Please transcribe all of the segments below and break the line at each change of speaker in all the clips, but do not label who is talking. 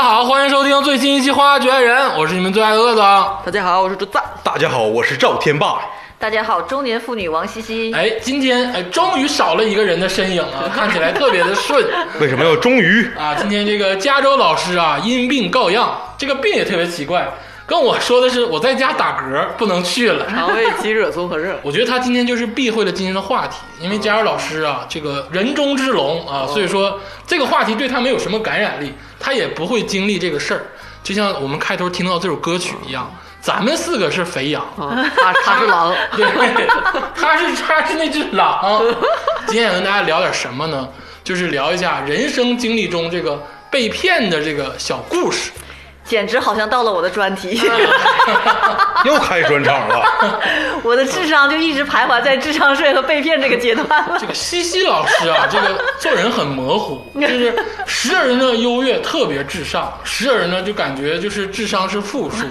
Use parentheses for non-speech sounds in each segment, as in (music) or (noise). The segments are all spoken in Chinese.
好，欢迎收听最新一期《花绝人》，我是你们最爱的鄂总。
大家好，我是竹子。
大家好，我是赵天霸。
大家好，中年妇女王西西。
哎，今天哎，终于少了一个人的身影啊，看起来特别的顺
为什么要终于？
啊。今天这个加州老师啊，因病告恙，这个病也特别奇怪，跟我说的是我在家打嗝，不能去了。，
肠胃积热综合 (laughs) 症
我觉得他今天就是避讳了今天的话题，因为加州老师啊，这个人中之龙啊，所以说这个话题对他没有什么感染力，他也不会经历这个事儿。就像我们开头听到这首歌曲一样，咱们四个是肥羊，
啊，他他是狼，
对， (laughs) 他是他是那只狼。今天想跟大家聊点什么呢？就是聊一下人生经历中这个被骗的这个小故事。
简直好像到了我的专
(laughs)
题，
又开专场了，
我的智商就一直徘徊在智商税和被骗这个阶段
(laughs)
了。
这个西西老师啊，这个做人很模糊，就是时而呢优越特别至上，时而呢就感觉就是智商是负数，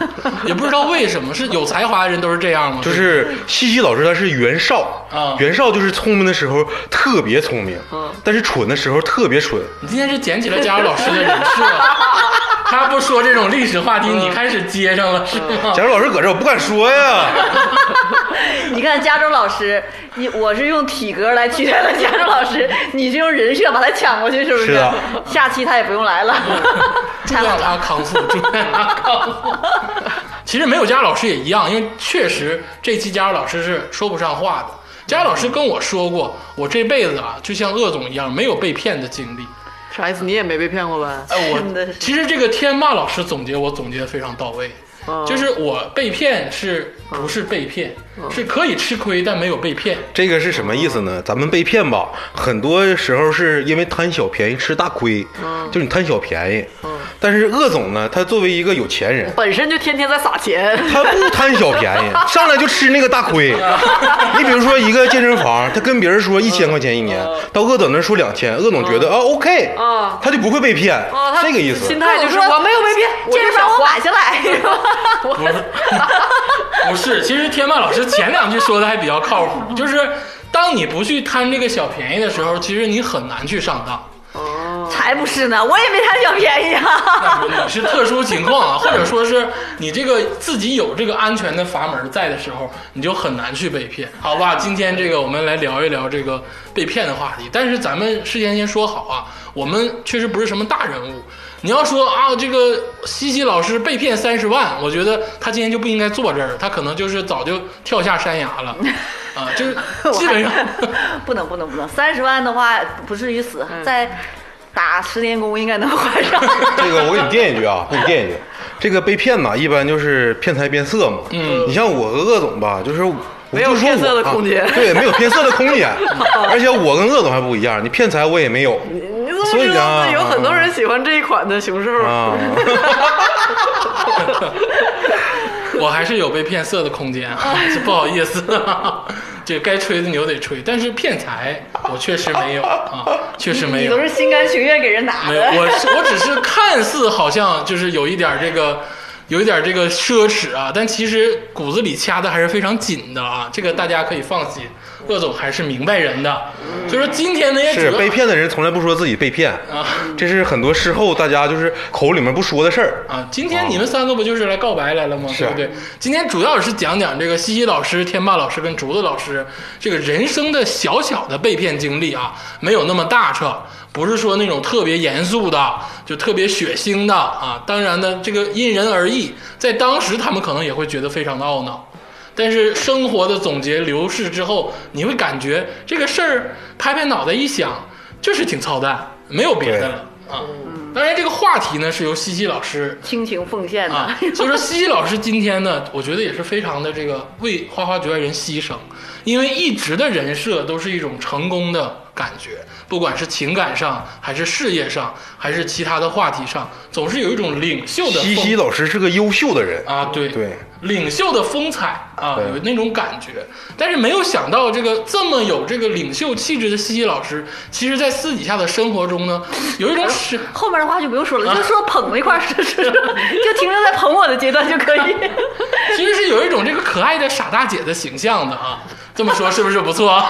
也不知道为什么，是有才华的人都是这样吗？
就是西西老师他是袁绍
啊
袁绍就是聪明的时候特别聪明
嗯，
但是蠢的时候特别蠢。
你今天是捡起了佳茹老师的人设啊，他不说这种历史话题，你
嗯
开始接上了是吗？
假如老师搁这，我不敢说呀。 (laughs)
你看加州老师，你我是用体格来取代了加州老师，你是用人设把他抢过去，是不
是啊
下期他也不用来
(laughs)
了，
祝愿他康复，祝愿他康复。 (laughs) 其实没有佳茹老师也一样，因为确实这期佳茹老师是说不上话的。佳茹老师跟我说过，我这辈子啊，就像鄂总一样，没有被骗的经历。
啥意思？你也没被骗过呗？
哎，
真的
我
是
其实这个天霸老师总结我总结的非常到位，
嗯
就是我被骗是不是被骗，是可以吃亏但没有被骗。
这个是什么意思呢？咱们被骗吧，很多时候是因为贪小便宜吃大亏，就是你贪小便宜。但是鄂总呢，他作为一个有钱人，
本身就天天在撒钱，
(laughs) 他不贪小便宜，上来就吃那个大亏。你比如说一个健身房，他跟别人说一千块钱一年，
嗯
到鄂总那说两千，鄂总觉得啊 OK，
啊
他就不会被骗
啊，，他
这个意思
心。态就是我没有被骗，我
这
就
个把
想
我
花
买下来，是吧？
不是，不是，其实天霸老师前两句说的还比较靠谱，就是当你不去贪这个小便宜的时候，其实你很难去上当。
才不是呢，我也没贪小便宜啊。
那你 (laughs) 是特殊情况啊，或者说是你这个自己有这个安全的阀门在的时候，你就很难去被骗，好吧？今天这个我们来聊一聊这个被骗的话题，但是咱们事先先说好啊，我们确实不是什么大人物。你要说啊，这个西西老师被骗三十万，我觉得他今天就不应该坐这儿，他可能就是早就跳下山崖了，啊，就是基本上
(laughs) 不能不能不能，三十万的话不至于死，
嗯
再打十年工应该能还上。
这个我给你垫一句啊，给你
(laughs)
垫一句，这个被骗呐，一般就是骗财变色嘛。嗯，你像我和鄂总吧，就是我
没有
就说我
骗色的空间
啊对，没有骗色的空
(laughs)
间，而且我跟鄂总还不一样，你骗财我也没有
你怎么
所以
知道
啊
呢？有很多人喜欢这一款的熊兽，
啊。 (laughs)
(laughs) 我还是有被骗色的空间
(laughs)
啊，这不好意思、 (laughs) 啊，这该吹的牛得吹，但是骗财我确实没有
(laughs)
啊，确实 (laughs) 没
你
有
都，是心甘情愿给人拿
没有，
的。
我是我只是看似好像就是有一点这个。有一点这个奢侈啊，但其实骨子里掐的还是非常紧的啊，这个大家可以放心，鄂总还是明白人的。
嗯
所以说今天呢，也主
是
要
被骗的人从来不说自己被骗
嗯
啊，
这是很多事后大家就是口里面不说的事儿。
啊，今天你们三个不就是来告白来了吗？
是
对不对？今天主要是讲讲这个西西老师、天霸老师跟竹子老师这个人生的小小的被骗经历啊，没有那么大彻，不是说那种特别严肃的，啊就特别血腥的啊。当然呢，这个因人而异，在当时他们可能也会觉得非常的懊恼。但是生活的总结流逝之后，你会感觉这个事儿拍拍脑袋一想，就是挺操蛋，没有别的了啊。当然，这个话题呢是由西西老师
倾情奉献的， (laughs)
啊，所以说西西老师今天呢，我觉得也是非常的这个为花花局外人牺牲，因为一直的人设都是一种成功的感觉，不管是情感上，还是事业上，还是其他的话题上，总是有一种领袖的
西
风
西老师是个优秀的人，
啊，对
对，
领袖的风采啊，
对
有那种感觉。但是没有想到，这个这么有这个领袖气质的西西老师，其实在私底下的生活中呢，有
(laughs)
一种是。啊
后面的话就不用说了，就说捧那块儿，是是 (laughs) 就停留在捧我的阶段就可
(laughs)
以。
其实是有一种这个可爱的傻大姐的形象的啊。这么说是不是不错？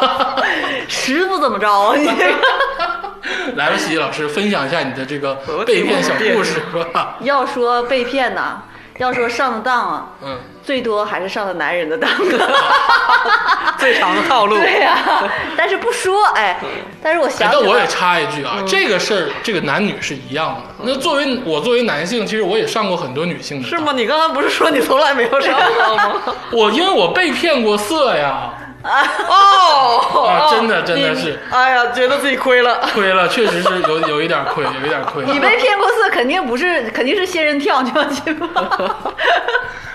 实不怎么着，你这个
(laughs) 来吧，西西老师，分享一下你的这个
我
被
挺
骗小
不屑
故事吧。
(laughs) 要说被骗呐、要说上的当啊，
嗯，
最多还是上的男人的当。
(laughs)
啊最长的套路。
对呀、
(laughs)
但是不说哎，但是我
哎
想起
但我也
来，
插一句啊，
嗯
这个事儿，这个男女是一样的。那作为我作为男性，其实我也上过很多女性的，
是吗？？你刚才不是说你从来没有上当吗？
我因为我被骗过色呀，
(laughs) 哦，
啊
哦
真的真的是
你哎呀，觉得自己亏了。
亏了，确实是有有一点亏，有一点
(laughs)
亏。
你被骗过色，肯定不是，肯定是仙人跳，你放
(laughs)
心吧。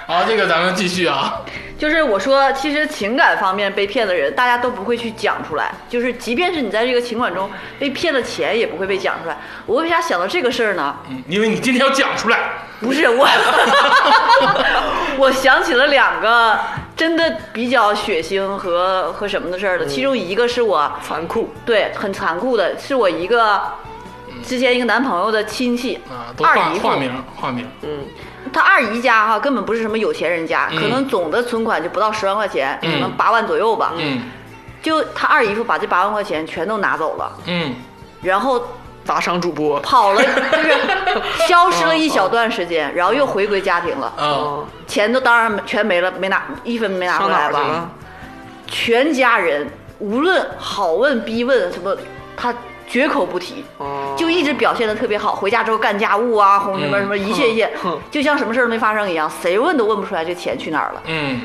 好，这个咱们继续啊。
就是我说，其实情感方面被骗的人，大家都不会去讲出来。就是即便是你在这个情感中被骗的钱，也不会被讲出来。我为啥想到这个事儿呢？
嗯因为你今天要讲出来，
不是
(laughs)
我， (laughs) 我想起了两个真的比较血腥和和什么的事
嗯
儿了。其中一个是我
残酷，
对很残酷的，是我一个之前一个男朋友的亲戚
啊，都
二
化
姨夫
化名化名，
嗯，
他二姨家哈根本不是什么有钱人家，
嗯
可能总的存款就不到十万块钱，
嗯
可能八万左右吧。
嗯
就他二姨夫把这八万块钱全都拿走了，
嗯
然后
打赏主播。
跑了，就是消失了一小段时间，然后又回归家庭了，
啊，
哦，
钱都当然全没了，没拿一分没拿
上
回
哪
来
儿去
吧
了？？
全家人无论好问逼问什么，他绝口不提。
哦，
就一直表现的特别好，回家之后干家务啊，哄什么
嗯
什么一切一切
哼哼，
就像什么事儿都没发生一样，谁问都问不出来这钱去哪儿了。
嗯，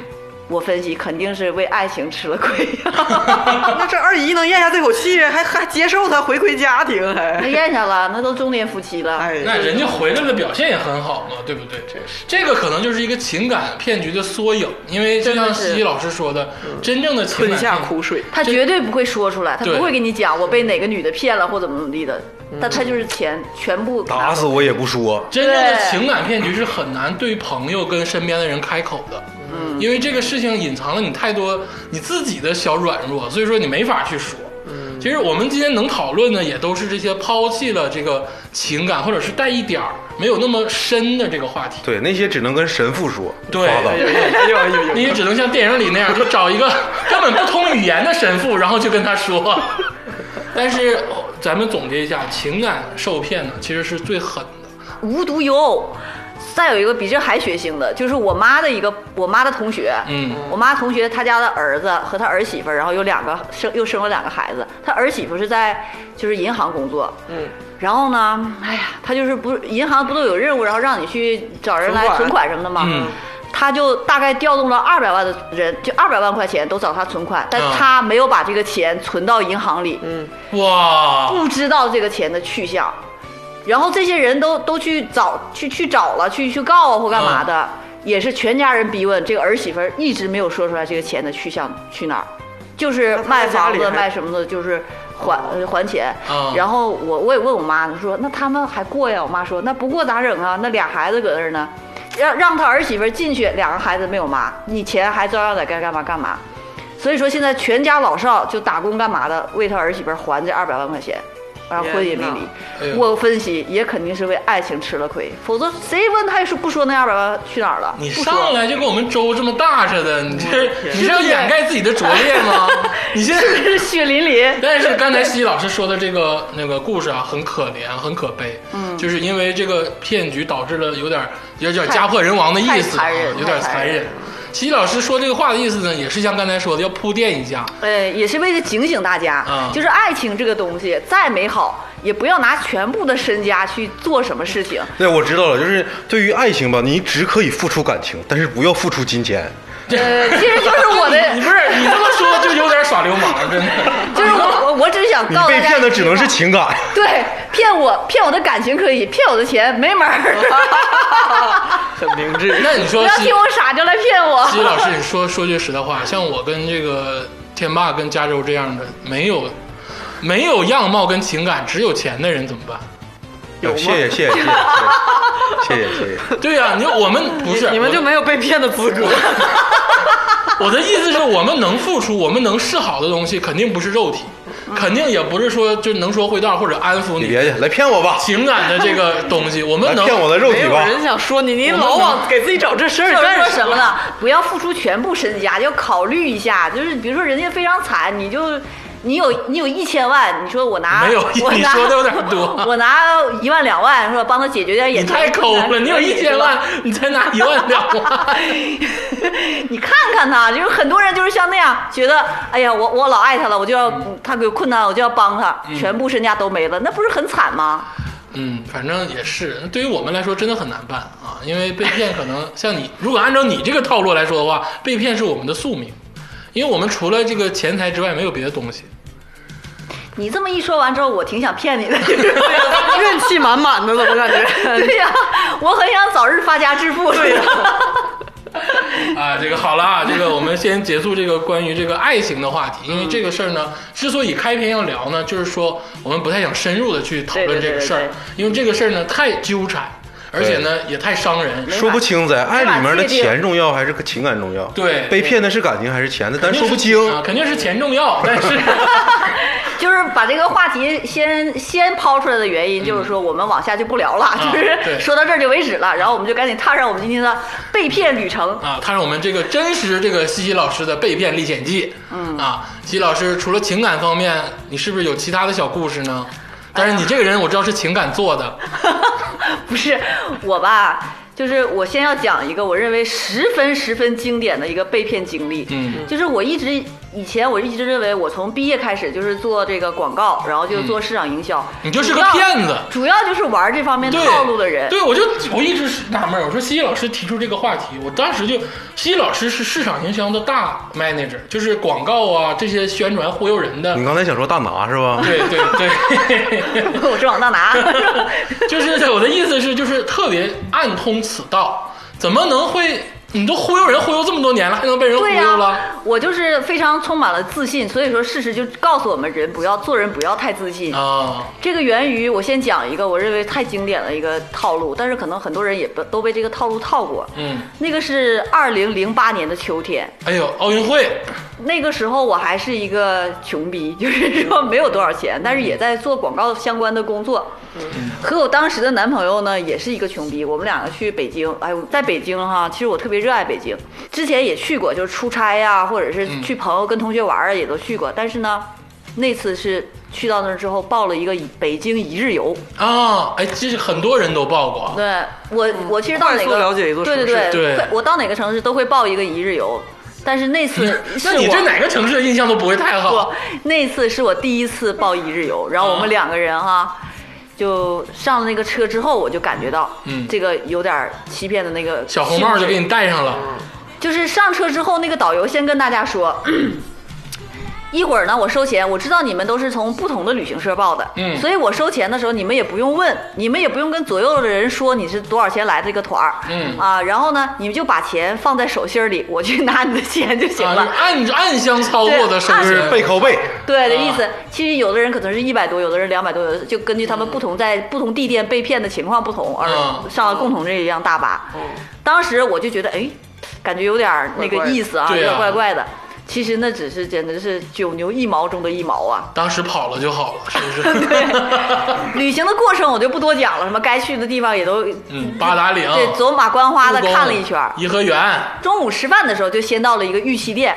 我分析肯定是为爱情吃了亏，
那这二姨能咽下这口气，还还接受他回归家庭，
那
还
咽下了，那都中年夫妻了。
哎，
那人家回来的表现也很好嘛，对不对？这这个可能就是一个情感骗局的缩影，因为就
真的
像
是
西西老师说的，真正的情
吞
感
下
骗
苦水。
他绝对不会说出来，他
对
不会跟你讲我被哪个女的骗了或怎么怎么地的，但他就是钱全部
打死我也不说。
真正的
对
情感骗局是很难对朋友跟身边的人开口的，嗯，因为这个事情隐藏了你太多你自己的小软弱，所以说你没法去说。嗯，其实我们今天能讨论的也都是这些抛弃了这个情感，或者是带一点儿没有那么深的这个话题。
对，那些只能跟神父说。
对
发
哎
的
呦
哎呦哎呦哎
你
呦！
也只能像电影里那样，就找一个根本不通语言的神父，然后去跟他说。但是哦咱们总结一下，情感受骗呢，其实是最狠的。
无独有偶。再有一个比这还血腥的，就是我妈的一个我妈的同学，
嗯
我妈同学她家的儿子和她儿媳妇儿，然后有两个生又生了两个孩子，她儿媳妇是在就是银行工作，
嗯，
然后呢，哎呀，她就是不是银行不都有任务，然后让你去找人来
存
存
款
款什么的吗？
嗯
她就大概调动了二百万的人，就二百万块钱都找她存款，但
嗯
啊
她没有把这个钱存到银行里，
嗯哇，
不知道这个钱的去向，然后这些人都都去找去去找了，去去告啊或干嘛的，
嗯
也是全家人逼问，这个儿媳妇儿一直没有说出来这个钱的去向去哪儿，就是
那她
卖
在家
房
里
子
还
卖什么的，就是还、呃还钱。
嗯
然后我我也问我妈，说那他们还过呀？我妈说那不过咋整啊？那俩孩子搁那儿呢，让让他儿媳妇儿进去，两个孩子没有妈，你钱还照样在该干嘛干嘛。所以说现在全家老少就打工干嘛的，为他儿媳妇儿还这二百万块钱，然后婚也没
天哪
离。
哎呦
我分析也肯定是为爱情吃了亏，否则谁问他也说不说那二百万去哪儿了？
你
不
上
说。
来就给我们周这么大似的，你这
天
你是要掩盖自己的拙劣吗？你现在，
是 (laughs) 血淋淋，
(laughs) 但是刚才西西老师说的这个那个故事啊，很可怜，很可悲，嗯，就是因为这个骗局导致了有点有点
太
家破人亡的意思啊，
太残忍
有点
太残
残忍。西西老师说这个话的意思呢，也是像刚才说的，要铺垫一下，
呃，也是为了警醒大家，
啊
嗯
就是爱情这个东西再美好，也不要拿全部的身家去做什么事情。
对，我知道了，就是对于爱情吧，你只可以付出感情，但是不要付出金钱。
呃，其实就是我
你
(laughs)
的，
不是你这么说就有点耍流氓，真的。
就是我我我只是想
你
告诉大家
被
一句话，
骗的只能是情感。
(laughs) 对骗我骗我的感情可以，骗我的钱没门 (laughs) 儿。
很 (laughs) 明智。
那你
不
说
要
西
听我傻就来骗我。
西老师，你说说句实在话，像我跟这个天霸跟加州这样的，没有没有样貌跟情感，只有钱的人怎么办？
有吗
啊谢谢谢谢
(laughs)
谢谢谢谢谢谢。
对呀、你我们不是
你们就没有被骗的资格。
(laughs) 我的意思是我们能付出，我们能示好的东西，肯定不是肉体，肯定也不是说就能说会道或者安抚
你
你
别去，来骗我吧，
情感的这个东西，我
来
们能
骗我的肉
没
体
有
吧。
人想说你，你
我们
老
能
往给自己找这事
(laughs)
儿
就是
干
说什么呢？不要付出全部身家，要考虑一下。就是比如说人家非常惨，你就你有你有一千万，你说我拿
没有，
我
你
拿
说的有点多。
(laughs) 我拿一万两万，说帮他解决点
你
眼前
太抠
困
了，
难
你有一千，
(laughs)
万，你才拿一万两万，
你看看他，就是很多人就是像那样，觉得哎呀，我我老爱他了，我就要
嗯
他有困难，我就要帮他，全部身家都没了，那不是很惨吗？
嗯，反正也是，对于我们来说真的很难办啊，因为被骗可能像你，如果按照你这个套路来说的话，被骗是我们的宿命，因为我们除了这个钱财之外没有别的东西。
你这么一说完之后，我挺想骗你的， (laughs) 就是
(laughs) 怨气满满的，怎么感觉？ (laughs)
对呀、我很想早日发家致富。对呀、
(laughs) 啊，这个好了啊，这个我们先结束这个关于这个爱情的话题，因为这个事儿呢，之所以开篇要聊呢，就是说我们不太想深入的去讨论这个事儿
对对对对，
因为这个事儿呢太纠缠，而且呢也太伤人。
法
说不清在爱里面的
没法界定
钱重要还是情感重要？
对
被骗的是感情还是钱的？
肯
咱
定
说不
是
清。
啊，肯定是钱重要，但
(laughs)
是
(laughs) 就是把这个话题先先抛出来的原因，就是说我们往下就不聊了，就是
嗯啊对
说到这儿就为止了。然后我们就赶紧踏上我们今天的被骗旅程。 (laughs)
啊，它是我们这个真实这个西西老师的被骗历险记。嗯啊，西西老师除了情感方面，你是不是有其他的小故事呢？但是你这个人我知道是情感做的，
不是我吧，就是我先要讲一个我认为十分十分经典的一个被骗经历。
嗯
就是我一直以前我一直认为，我从毕业开始就是做这个广告，然后就做市场营销，
嗯你就是个
主要
骗子。
主要就是玩这方面
对
套路的
(laughs)
人。
对，我就我一直是纳闷儿，我说西西老师提出这个话题，我当时就西西老师是市场营销的大 manager，就是广告啊这些宣传忽悠人的
你。刚才想说大拿是吧？
对对对，
(laughs)
(laughs)
我是王大拿。
就是我的意思是，就是特别暗通此道，怎么能会你都忽悠人忽悠这么多年了，还能被人忽
对呀、
悠了？
我就是非常充满了自信，所以说事实就告诉我们人不要做人不要太自信。
啊，
这个源于我先讲一个我认为太经典的一个套路，但是可能很多人也不都被这个套路套过。
嗯，
那个是二零零八年的秋天，
哎呦，奥运会，
那个时候我还是一个穷逼，就是说没有多少钱，但是也在做广告相关的工作。
嗯
和我当时的男朋友呢，也是一个穷逼，我们两个去北京。哎，我在北京哈，其实我特别热爱北京，之前也去过，就是出差呀、或者是去朋友跟同学玩啊，也都去过。但是呢，那次是去到那儿之后报了一个北京一日游。
啊，哎，这是很多人都报过，啊
对我，我其实到
哦嗯快
哪
速
个
了解一座
对
城
对
市
对，
对
快我到哪个城市都会报一个一日游。但是那次是
那你
我
对哪个城市的印象都不会太好。
不，那次是我第一次报一日游，然后我
啊
们两个人哈、就上了那个车之后，我就感觉到，
嗯
这个有点欺骗的那个
小红帽就给你戴上了，
就是上车之后，那个导游先跟大家说。 (clears throat) 一会儿呢，我收钱。我知道你们都是从不同的旅行社报的，
嗯
所以我收钱的时候，你们也不用问，你们也不用跟左右的人说你是多少钱来的这个团儿，
嗯
啊，然后呢，你们就把钱放在手心儿里，我去拿你的钱就行
啊，
了。
就暗暗箱操作的手
对
势
暗
(laughs) 背靠背，
对的意
啊
思，其实有的人可能是一百多，有的人两百多，有的就根据他们不同在不同地点被骗的情况不同而
嗯
上了共同这一辆大巴。当时我就觉得，哎，感觉有点儿那
怪
个
怪的
意思啊，有
对啊
点怪怪的。其实那只是简直是九牛一毛中的一毛啊！
当时跑了就好了，是不是？
旅行的过程我就不多讲了，什么该去的地方也都
(laughs) 嗯，八达岭，
对走马观花的
故宫
看了一圈儿。
颐和园、
中午吃饭的时候就先到了一个玉器店，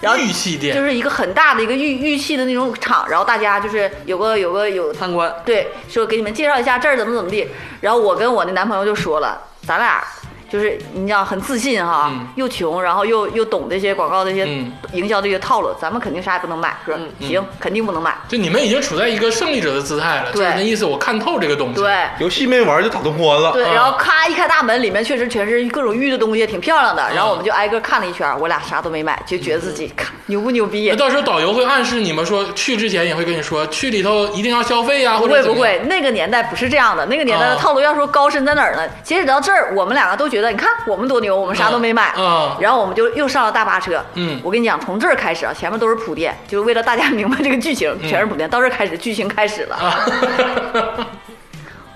然后
玉器
就
店，
是一个很大的一个玉玉器的那种厂，然后大家就是有个有个有
参观
对，说给你们介绍一下这儿怎么怎么地。然后我跟我那男朋友就说了，咱俩就是你知道很自信哈，
嗯
又穷，然后又又懂这些广告这些、
嗯
营销这些套路，咱们肯定啥也不能买，说、行，肯定不能买。
就你们已经处在一个胜利者的姿态了，就是
对
那意思，我看透这个东西。
对
游戏没玩就打通关了。
对，
啊
然后咔一开大门，里面确实全是各种玉的东西，挺漂亮的。然后我们就挨个看了一圈，我俩啥都没买，就觉得自己咔 (laughs) 牛不牛逼
那？到时候导游会暗示你们说，去之前也会跟你说，去里头一定要消费呀、
不
或
会
者怎
不
么样。
会， (laughs) 哦那个年代不是这样的，那个年代的
啊
套路要说高深在哪儿呢？截止到这儿，我们两个都觉得，你看我们多牛，我们啥都没买，
嗯嗯
然后我们就又上了大巴车，
嗯
我跟你讲，从这儿开始啊，前面都是铺垫，就是为了大家 (laughs) 明白这个剧情，全是铺垫，到这儿开始剧情开始了，
啊，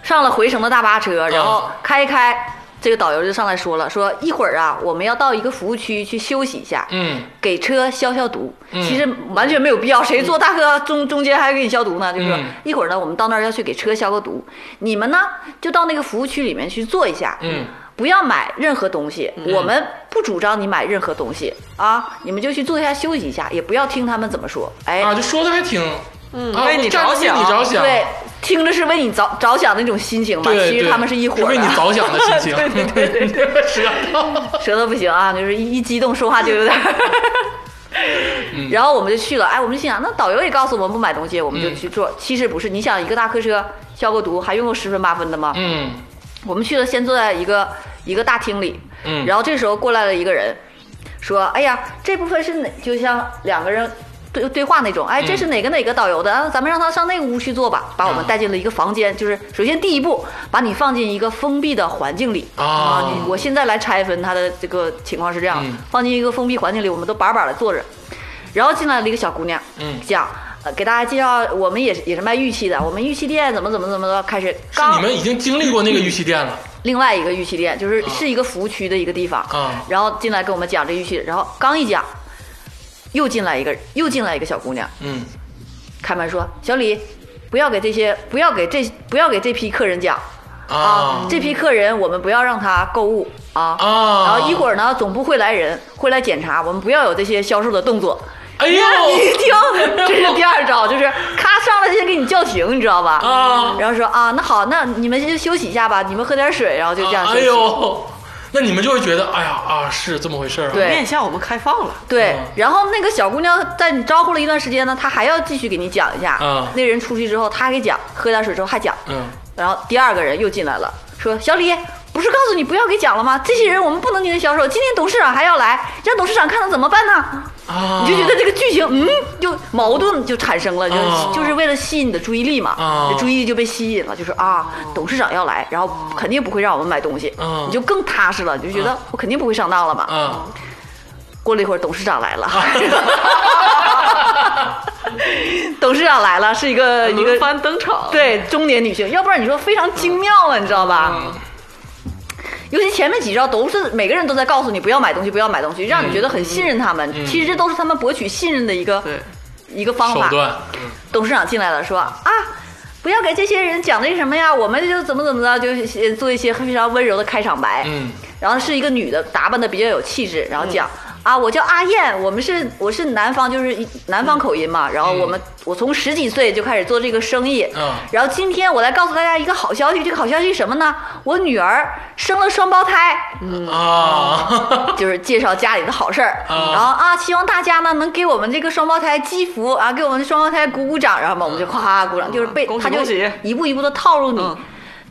上了回程的大巴车，然后开一开，这个导游就上来说了，说一会儿啊，我们要到一个服务区去休息一下，
嗯，
给车消消毒，
嗯
其实完全没有必要。谁坐大客中中间还给你消毒呢？就是说
嗯
一会儿呢，我们到那儿要去给车消个毒，你们呢就到那个服务区里面去坐一下。
嗯，
不要买任何东西，我们不主张你买任何东西啊，你们就去坐下休息一下，也不要听他们怎么说，哎，
啊，就说的还挺，
嗯
啊，
为你
站着
着想
为你着想，
对，听着是为你着着想的那种心情吧，
对，
其实
对
他们是一伙儿
为你
的。
着想的心
(laughs)
情，对对对对， (laughs) 是啊，
舌头不行啊，就是一一激动说话就有点儿。 (laughs) 然后我们就去了，哎，我们就心想，那导游也告诉我们不买东西，我们就
嗯
去做。其实不是，你想一个大客车消个毒，还用过十分八分的吗？
嗯
我们去了，先坐在一个一个大厅里，
嗯，
然后这时候过来了一个人，说：“哎呀，这部分是哪？就像两个人对对话那种。
嗯
哎，这是哪个哪个导游的？啊，咱们让他上那个屋去坐吧。把我们带进了一个房间，就是首先第一步，把你放进一个封闭的环境里
啊
你我现在来拆分他的这个情况是这样，
嗯
放进一个封闭环境里，我们都板板的坐着，然后进来了一个小姑娘，
嗯
讲。”呃，给大家介绍，我们也是也是卖玉器的，我们玉器店怎么怎么怎么的，开始
是
刚
你们已经经历过那个玉器店了
另外一个玉器店，就是是一个服务区的一个地方。
啊
然后进来跟我们讲这玉器，然后刚一讲，又进来一个，又进来一个小姑娘，
嗯
开门说：“小李，不要给这些，不要给这，不要给这批客人讲啊
啊，
这批客人我们不要让他购物啊。
啊，
然后一会儿呢，总部会来人，会来检查，我们不要有这些销售的动作。”
哎呦
(laughs) 你听，这是第二招，就是咔上来先给你叫停，你知道吧？
啊
然后说啊，那好，那你们就休息一下吧，你们喝点水，然后就这样休
啊
息。
哎呦，那你们就会觉得，哎呀啊，是这么回事儿啊，
对
面向我们开放了，
对
嗯，
然后那个小姑娘在你招呼了一段时间呢，她还要继续给你讲一下。
嗯
那人出去之后，她还给讲，喝点水之后还讲，
嗯
然后第二个人又进来了，说小李。不是告诉你不要给讲了吗？这些人我们不能进行销售。今天董事长还要来，让董事长看了怎么办呢？
啊，
你就觉得这个剧情，嗯，就矛盾就产生了，就
啊
是就是为了吸引你的注意力嘛，
啊
你的注意力就被吸引了，就是啊，董事长要来，然后肯定不会让我们买东西，
啊
你就更踏实了，你就觉得我肯定不会上当了嘛。
啊
过了一会儿，董事长来
(laughs)
了。董事长来了，是一个一
轮
个
番登场。
对中年女性，要不然你说非常精妙了，你知道
嗯
吧？尤其前面几招都是每个人都在告诉你不要买东西，不要买东西，让你觉得很信任他们。
嗯
其实这都是他们博取信任的一个
对，
一个方
手
法。
段，
董事长进来了，说啊，不要给这些人讲那什么呀，我们就怎么怎么着，就是做一些非常温柔的开场白。
嗯
然后是一个女的，打扮的比较有气质，然后讲、啊，我叫阿燕，我们是我是南方，就是一南方口音嘛。然后我们、我从十几岁就开始做这个生意，
嗯
然后今天我来告诉大家一个好消息，这个好消息是什么呢？我女儿生了双胞胎，
嗯啊，
就是介绍家里的好事儿，
啊
然后啊，希望大家呢能给我们这个双胞胎积福啊，给我们双胞胎鼓鼓掌，然后嘛，我们就夸夸鼓掌，就是被
嗯恭喜
他就
恭喜
一步一步的套路你。
嗯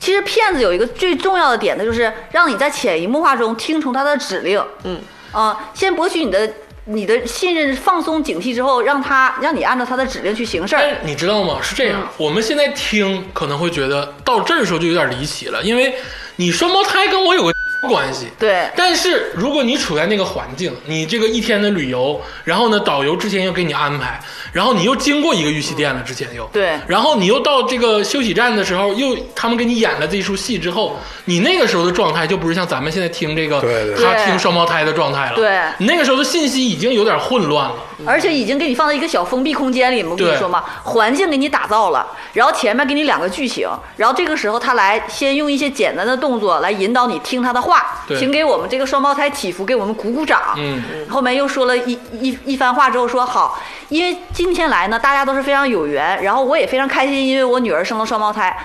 其实骗子有一个最重要的点呢，就是让你在潜移默化中听从他的指令，
嗯
啊、先博取你的你的信任，放松警惕之后，让他让你按照他的指令去行事
(laughs) 但
儿
是。
哎
你知道吗？是这
嗯
样，我们现在听可能会觉得到这儿的时候就有点离奇了，因为你双胞胎跟我有个 (laughs) 关系。
对
但是如果你处在那个环境，你这个一天的旅游，然后呢，导游之前又给你安排，然后你又经过一个玉器店了，之前又
对
然后你又到这个休息站的时候，又他们给你演了这一出戏之后，你那个时候的状态就不是像咱们现在听这个
对对
他
对
听双胞胎的状态了，
对
你那个时候的信息已经有点混乱了，
而且已经给你放到一个小封闭空间里，我跟
对
你说嘛，环境给你打造了，然后前面给你两个剧情，然后这个时候他来先用一些简单的动作来引导你听他的话，
对
请给我们这个双胞胎祈福，给我们鼓鼓掌。
嗯，
后面又说了一一一番话之后说好，因为今天来呢，大家都是非常有缘，然后我也非常开心，因为我女儿生了双胞胎。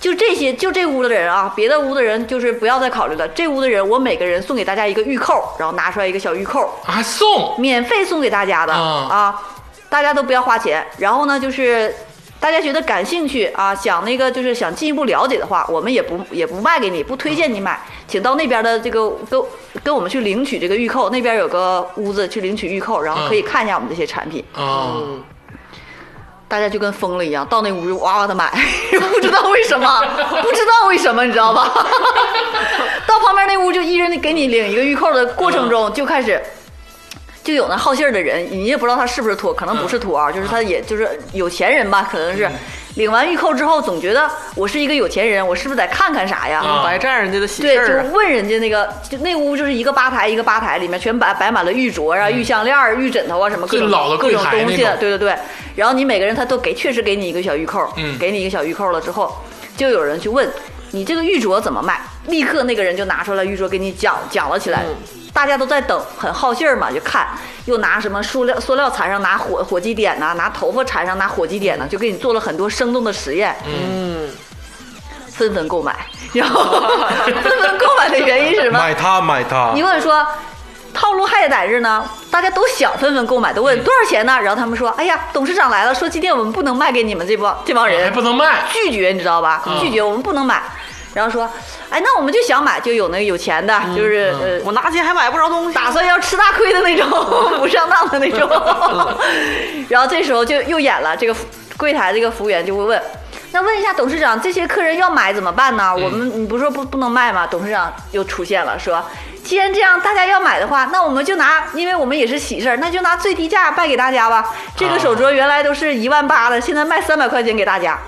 就这些，就这屋的人啊，别的屋的人就是不要再考虑了。这屋的人，我每个人送给大家一个玉扣，然后拿出来一个小玉扣，
还送
免费送给大家的、
啊
啊，大家都不要花钱。然后呢，就是大家觉得感兴趣啊，想那个就是想进一步了解的话，我们也不也不卖给你，不推荐你买，请到那边的这个跟跟我们去领取这个预扣，那边有个屋子去领取预扣，然后可以看一下我们这些产品。
啊。
嗯，
大家就跟疯了一样，到那屋就哇哇的买， (laughs) 不知道为什么， (laughs) 不知道为什么，你知道吧？ (laughs) 到旁边那屋就一人给你领一个玉扣的过程中，就开始。就有那好信儿的人，你也不知道他是不是托，可能不是托啊，就是他也就是有钱人吧，可能是领完预扣之后，总觉得我是一个有钱人，我是不是得看看啥呀？
啊
白占人家的喜
对，
事
就
儿啊，
问人家那个，就那屋就是一个吧台，一个吧台里面全摆摆满了玉镯啊、玉项链儿、玉枕头啊，什么各
最
种
老的
各
柜
种
台
东
那
西，
种
对对对。然后你每个人他都给，确实给你一个小玉扣，
嗯
给你一个小玉扣了之后，就有人去问你这个玉镯怎么卖，立刻那个人就拿出来玉镯给你讲讲了起来。
嗯
大家都在等，很好信儿嘛，就看，又拿什么塑料塑料缠上，拿火火鸡点呐、拿头发缠上，拿火鸡
嗯
点呐、就给你做了很多生动的实验。
嗯，
纷纷购买，然后 (laughs) 纷纷购买的原因是什么？
买它买它
你，问说，套路还在这呢，大家都想纷纷购买，都问多少钱呢？然后他们说，哎呀，董事长来了，说今天我们不能卖给你们这帮这帮
还
人，
不能卖，
拒绝，你知道吧？拒绝，我们不能买。然后说，哎，那我们就想买，就有那个有钱的，就是呃
我拿钱还买不着东西，
打算要吃大亏的那种，不上当的那种。然后这时候就又演了，这个服柜台这个服务员就会问。那问一下董事长，这些客人要买怎么办呢？我们你不是说不不能卖吗？董事长又出现了，说，既然这样，大家要买的话，那我们就拿，因为我们也是喜事儿，那就拿最低价卖给大家吧。这个手镯原来都是一万八的，现在卖三百块钱给大家。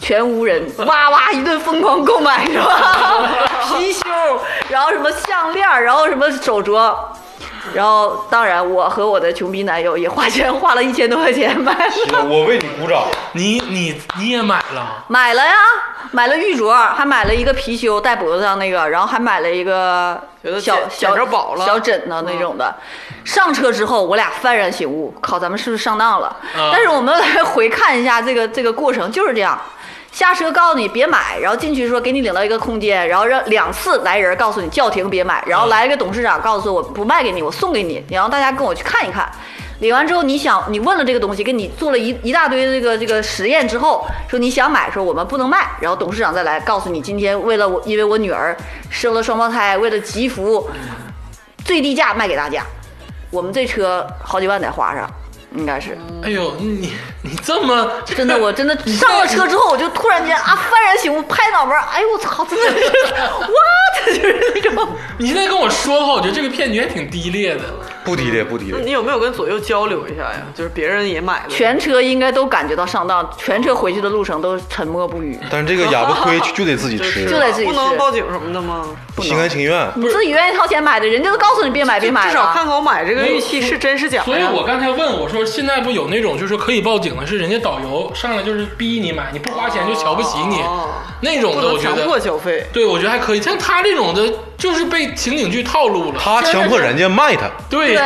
全无人，哇哇一顿疯狂购买是
(laughs)
吧？貔貅，然后什么项链儿，然后什么手镯，然后当然我和我的穷逼男友也花钱花了一千多块钱买了
我为你鼓掌。
你你你也买了，
买了呀， (laughs) 买了玉镯，还买了一个貔貅戴脖子上那个，然后还买了一个
觉得
小
捡
小
捡着宝了嗯
小枕头那种的。上车之后，我俩幡然醒悟，靠，咱们是不是上当了？
嗯
但是我们来回看一下这个这个过程，就是这样。下车告诉你别买，然后进去说给你领到一个空间，然后让两次来人告诉你叫停别买，然后来一个董事长告诉我不卖给你，我送给你，然后大家跟我去看一看。领完之后，你想你问了这个东西，跟你做了一一大堆这个这个实验之后，说你想买，说我们不能卖，然后董事长再来告诉你，今天为了我，因为我女儿生了双胞胎，为了集福，最低价卖给大家，我们这车好几万得花上，应该是。
哎呦，你你这么
真的，我真的上了车之后，我就突然间啊幡然醒悟，拍脑门儿，哎呦我操，真的是 what 就是那种，
你现在跟我说的话，我觉得这个骗局还挺低劣的。
哎
不低劣，不低
嗯
劣。
你有没有跟左右交流一下呀？就是别人也买了，
全车应该都感觉到上当，全车回去的路程都沉默不语，
但是这个哑巴亏就得自己吃，
哦
啊
就得自己
不能
吃
报警什么的吗？
心甘情愿。
你自己愿意掏钱买的，人家都告诉你别买，别买
至少看
了。
看我买这个玉器是真是假呀。
所以我刚才问我说，现在不有那种就是可以报警的，是人家导游上来就是逼你买，你不花钱就瞧不起你
哦
那种
不
的，
能
我觉
强
得
迫消费。
对，我觉得还可以。像他这种的，就是被情景剧套路了。
他强迫人家卖他，
对
对，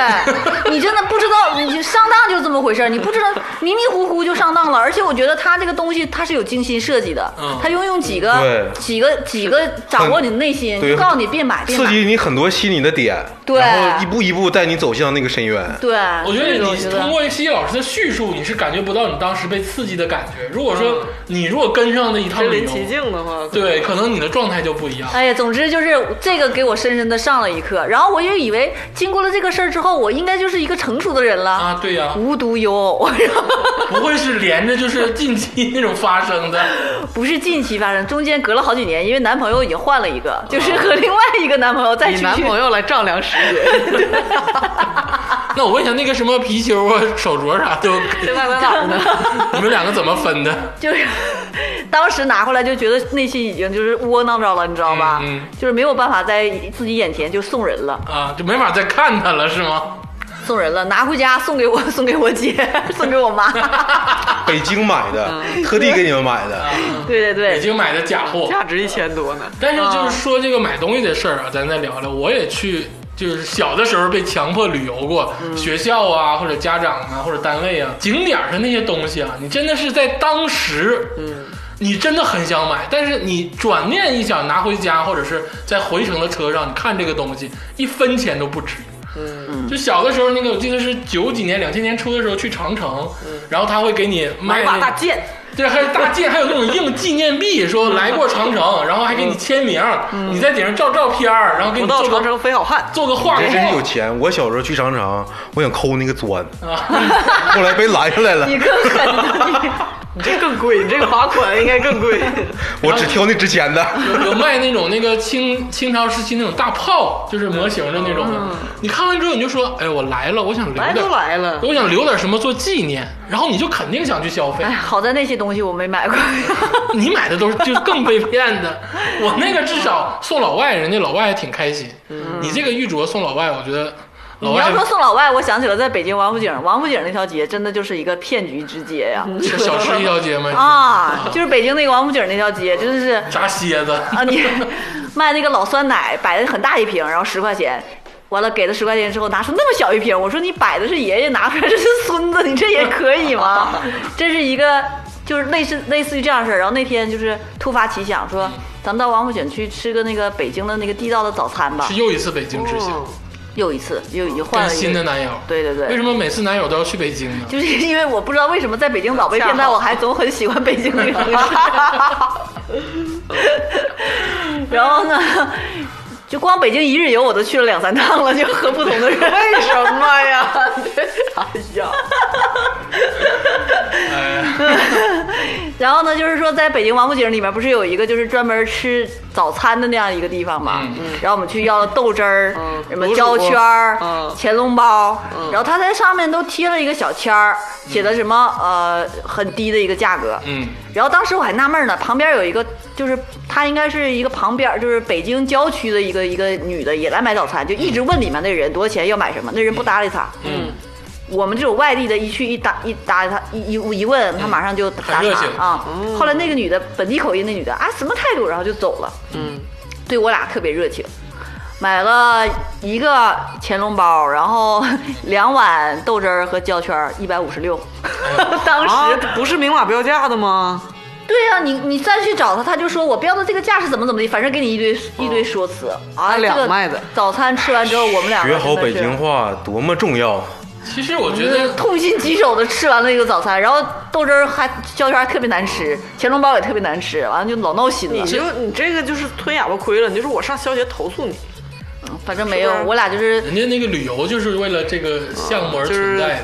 你真的不知道，你就上当就这么回事儿，你不知道迷迷糊糊就上当了。而且我觉得他这个东西他是有精心设计的
嗯，
他用用几个
对
几个几个掌握你的内心，
对
就告诉你别买，别
刺
买。
激你很多心理的点，
对
然后一步一步带你走向那个深
(laughs)
渊。
对，
我觉
这
得
种
你通过西西老师的叙述，你是感觉不到你当时被刺激的感觉。如果说
嗯
你如果跟上那一趟
身
旅
临
游，
其境的话，
对，可能你的状态就不一样。
哎呀，总之就是这个给我深深的上了一课。然后我就以为经过了这个事儿之后，我应该就是一个成熟的人了，
啊，对呀、
无独有偶， (laughs)
不会是连着就是近期那种发生的，
不是近期发生，中间隔了好几年，因为男朋友已经换了一个，就是和另外一个男朋友
(laughs)
再
以
去。
男朋友来丈量时间，
(laughs)
(laughs) 那我问一下，那个什么貔貅啊、手镯啥都，
现在在哪儿呢？
你们两个怎么分的？
就是 (laughs) 当时拿回来就觉得内心已经就是窝囊着了，你知道吧？
嗯嗯
就是没有办法在自己眼前就送人了，
啊，就没法再看他了，是吗？
送人了，拿回家送给我，送给我姐， (laughs) 送给我妈。
北京买的，
嗯
特地给你们买的，
对对
北
对，
京买的假货，
价值一千多呢。
但是就是说这个买东西的事儿啊，咱再聊聊。我也去，就是小的时候被强迫旅游过，
嗯
学校啊，或者家长啊，或者单位啊，景点儿上那些东西啊，你真的是在当时，嗯，你真的很想买，但是你转念一想，拿回家或者是在回程的车上，你看这个东西一分钱都不值。嗯，就小的时候，那个我记得是九几年、两千年初的时候去长城，然后他会给你卖
嗯买
那
把
个
大剑，
对，还有大件，还有那种硬纪念币，说来过长城，然后还给你签名，你在顶上照照片儿，然后给
不
你
嗯到
做
长
个
城非好汉。
做个画
人真有
框。
钱。我小时候去商场，我想抠那个砖，
啊，
后来被拦下来了
你。更狠，你
你这更贵，你这个罚款应该更贵。
我只挑那值钱的，
有卖那种那个清清朝时期那种大炮，就是模型的那种的。你看完之后你就说，哎，我来了，我想留
(laughs) 嗯来
点
都，来了，
我想留点什么做纪念，然后你就肯定想去消费
哎，。好在那些东西我没买过。
你买的都是就更被骗
(laughs)
的，我那个至少送老外，人家老外还挺开心。
嗯
你这个玉镯送老外，我觉得老
你
外
要说送老外，我想起了在北京王府井，王府井那条街真的就是一个骗局之街呀！啊
是小吃一条街吗？
啊，就是北京那个王府井那条街，真是 (laughs)
炸蝎子， (laughs)
啊，你卖那个老酸奶，摆的很大一瓶，然后十块钱。完了，给了十块钱之后，拿出那么小一瓶，我说你摆的是爷爷，拿出来这是孙子，你这也可以吗？ (laughs) 这是一个就是类似类似于这样的事儿。然后那天就是突发奇想说，咱们到王府井去吃个那个北京的那个地道的早餐吧
是。又一次北京之行，
哦
又一次又又换
跟
了一
新的
个，
男友。
对对对，
为什么每次男友都要去北京呢？
就是 (laughs) 因为我不知道为什么在北京老被
恰好
骗，但我还总很喜欢北京这个城市。 (laughs) 然后呢，就光北京一日游我都去了两三趟了，就和不同的人。
为什么呀？哎呀，
(laughs)
哎，
然后呢，就是说在北京王府井里面不是有一个就是专门吃早餐的那样一个地方嘛？
嗯
然后我们去要了豆汁儿、
嗯
什么焦圈儿、
嗯
乾隆包，
嗯
然后他在上面都贴了一个小签儿，写的什么、呃很低的一个价格。
嗯，
然后当时我还纳闷呢，旁边有一个，就是她应该是一个旁边就是北京郊区的一个一个女的也来买早餐，就一直问里面那人多少钱，要买什么，那人不搭理她。
嗯，
我们这种外地的，一去一搭一搭理她一一一问，她马上就打
嗯很热
岔
情
啊。后来那个女的本地口音那女的啊什么态度，然后就走了。
(laughs) 嗯，
对我俩特别热情。买了一个乾隆包，然后 (laughs) 两碗豆汁儿和焦圈，一百五十六。 (laughs) 当时、
啊，这不是明码标价的吗？
对啊呀、你你再去找他，他就说我标的这个价是怎么怎么的，反正给你一堆一堆说辞。啊，
按哦两
这个
卖的
早餐吃完之后，我们俩
学好北京话多么重要！
嗯
其实我觉得
(laughs) 痛心疾首的吃完了一个早餐，然后豆汁儿还焦圈儿还特别难吃，乾隆包也特别难吃，完了就老闹心
你
了。
就你这个就是吞哑巴亏了，你就说我上消协投诉你，
反正没有
是不，是
我俩就是
人家那个旅游就是为了这个项目而
就
存
是
在
哦
的。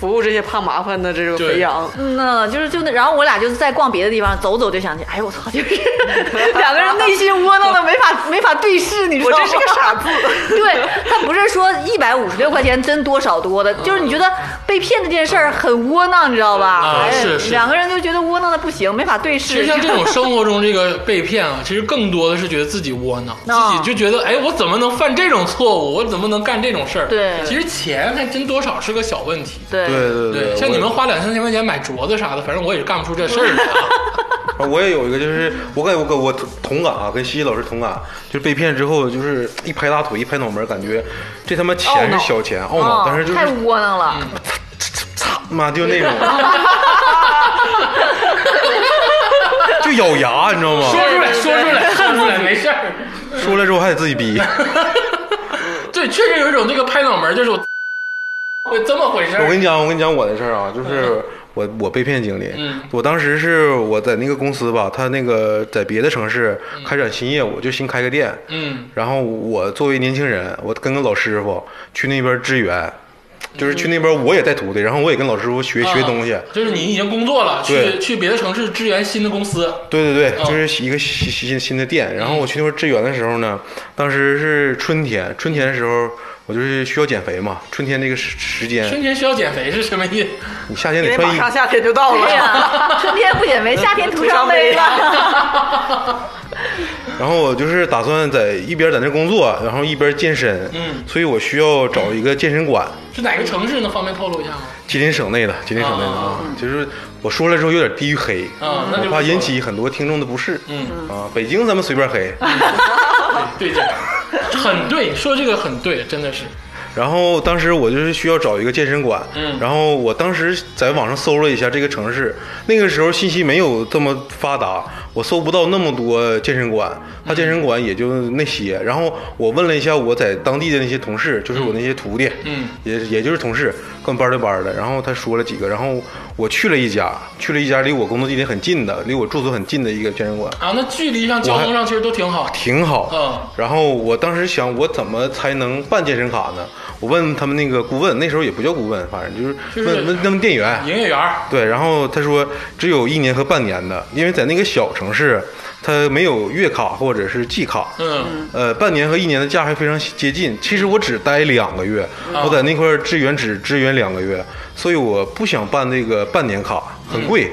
服务这些怕麻烦的这个
对
肥羊。
嗯呐，就是就那，然后我俩就是在逛别的地方走走就想起，哎呦我操，就是 (laughs) 两个人内心窝囊的没法没法对视，你知道吗？
我真是个傻子
(laughs) 对他不是说一百五十六块钱真多少多的，就是你觉得被骗这件事儿很窝囊，你知道吧？
啊
哎
是是
两个人就觉得窝囊的不行，没法对视。
其实像这种生活中这个被骗啊， (laughs) 其实更多的是觉得自己窝囊，
啊
自己就觉得哎，我怎么能犯这种错误？我怎么能干这种事儿？
对
其实钱还真多少是个小问题。
对
对对对，
像
我
你们花两三千块钱买镯子啥的，反正我也是干不出这事儿来啊。
啊，我也有一个，就是我感觉我跟我同同感啊，跟西西老师同感，就是被骗之后，就是一拍大腿，一拍脑门，感觉这他妈钱是小钱，
哦
懊恼，
啊
但是就是
太窝囊了。
擦妈就
(laughs)
那种，就咬牙，你知道吗？
(laughs) 说出来， (laughs) 说出来，看出来，没事儿。
说了之后还得自己逼，
对，确实有一种这个拍脑门，就是我会这么回事
我跟
儿。
你讲，我跟你讲我的事儿啊，就是我我被骗经历。
嗯
我当时是我在那个公司吧，他那个在别的城市开展新业务，就新开个店。
嗯，
然后我作为年轻人，我跟个老师傅去那边支援，就是去那边我也带徒弟，然后我也跟老师傅学学东西
嗯
啊。就是你已经工作了，去
对
去别的城市支援新的公司。
对对对，
嗯
就是一个新新新的店。然后我去那边支援的时候呢，当时是春天，春天的时候我就是需要减肥嘛，春天这个时时间，
春天需要减肥是什么意思？
你夏天
因
得
为
穿
马
衣
上夏天就到
嗯
对哎呀、
了， (laughs)
春天不减肥，夏天徒
徒伤
伤悲
悲
了。
然后我就是打算在一边在那工作，然后一边健身，
嗯
所以我需要找一个健身馆，
是哪个城市呢？方便透露一下吗？
吉林省内的，吉林省内的啊，就是我说了之后有点地域黑，
啊那就
我怕引起很多听众的不适，
嗯
啊，北京咱们随便黑，
对对，这个很对，说这个很对，真的是。
然后当时我就是需要找一个健身馆，
嗯
然后我当时在网上搜了一下这个城市，那个时候信息没有这么发达，我搜不到那么多健身馆，
嗯
他健身馆也就那些。然后我问了一下我在当地的那些同事，就是我那些徒弟，
嗯
也也就是同事，跟我班对班的。然后他说了几个，然后我去了一家，去了一家离我工作地点很近的，离我住所很近的一个健身馆，
啊，那距离上、交通上其实都挺好。
挺好。
嗯
然后我当时想，我怎么才能办健身卡呢？我问他们那个顾问，那时候也不叫顾问，反正就是
就是
问问他们店员。
营业员儿，
对，然后他说只有一年和半年的，因为在那个小城市，他没有月卡或者是季卡。
嗯，
呃，半年和一年的价还非常接近。其实我只待两个月，
啊
我在那块儿支援只支援两个月，所以我不想办那个半年卡，很贵。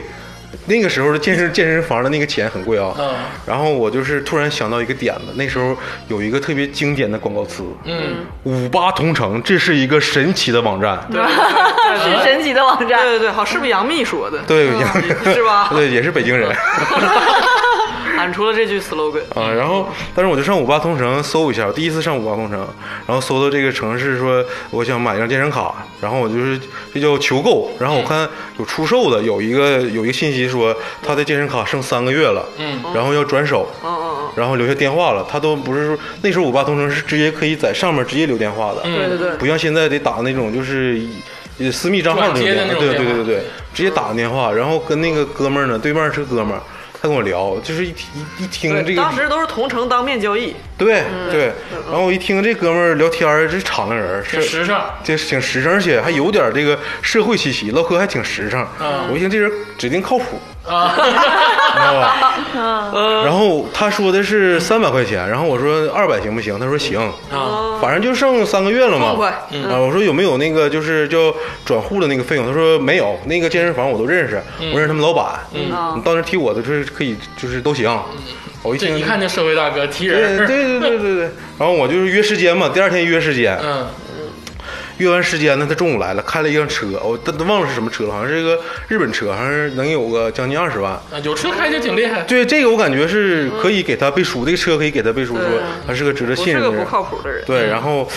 那个时候的健身健身房的那个钱很贵啊。
嗯
然后我就是突然想到一个点子，那时候有一个特别经典的广告词，
嗯，
五八同城”，这是一个神奇的网站。
对对对
是神奇的网
对
站，
(laughs) 嗯对对，好，是不是杨幂说的？
(laughs) 对，
(laughs) 是吧
对，也是北京人。
反喊出了这句 slogan。
啊，然后但是我就上五八同城搜一下，我第一次上五八同城，然后搜到这个城市说我想买一张健身卡，然后我就是这叫求购，然后我看有出售的，有一个 (laughs) 有一个信息说他的健身卡剩三个月了，
嗯，
然后要转手，
嗯嗯
然后留下电话了，他都不是说那时候五八同城是直接可以在上面直接留电话的，
嗯，对对对，
不像现在得打那种就是以呃私密账号
转接的
电话，
那种
对对
电话
对对对，直接打个电话，然后跟那个哥们儿呢，对面是哥们儿，他跟我聊，就是一提一一听这
对
个，
当时都嗯是同城当面交易，
对对，然后我一听这哥们儿聊天儿，这敞亮人儿，
挺
是
时尚，
这挺实诚，而且还有点儿这个社会气息，唠嗑还挺实诚
嗯。
我一听这人指定靠谱，
(laughs)
啊，
你知道吧？
嗯
然后他说的是三百块钱，然后我说二百行不行？他说行。
啊，
嗯
反正就剩三个月了嘛
痛快，
啊，我说有没有那个就是叫转户的那个费用？他说没有，那个健身房我都认识，
嗯
我认识他们老板，嗯你到那儿提我的就是可以，就是都行。
嗯
我一
这
听
一看就社会大哥提人
对
儿，
对对对对对。然后我就是约时间嘛，第二天约时间，
嗯，
约完时间呢，他中午来了，开了一辆车，我但忘了是什么车了，好像是一个日本车，好像是能有个将近二十万。
啊有车开就挺厉害，
对这个，我感觉是可以给他背书，这个车可以给他背书，说
嗯对
他是个值得
不
信
是
任
个
的
不
人。
靠谱的人。
对，然后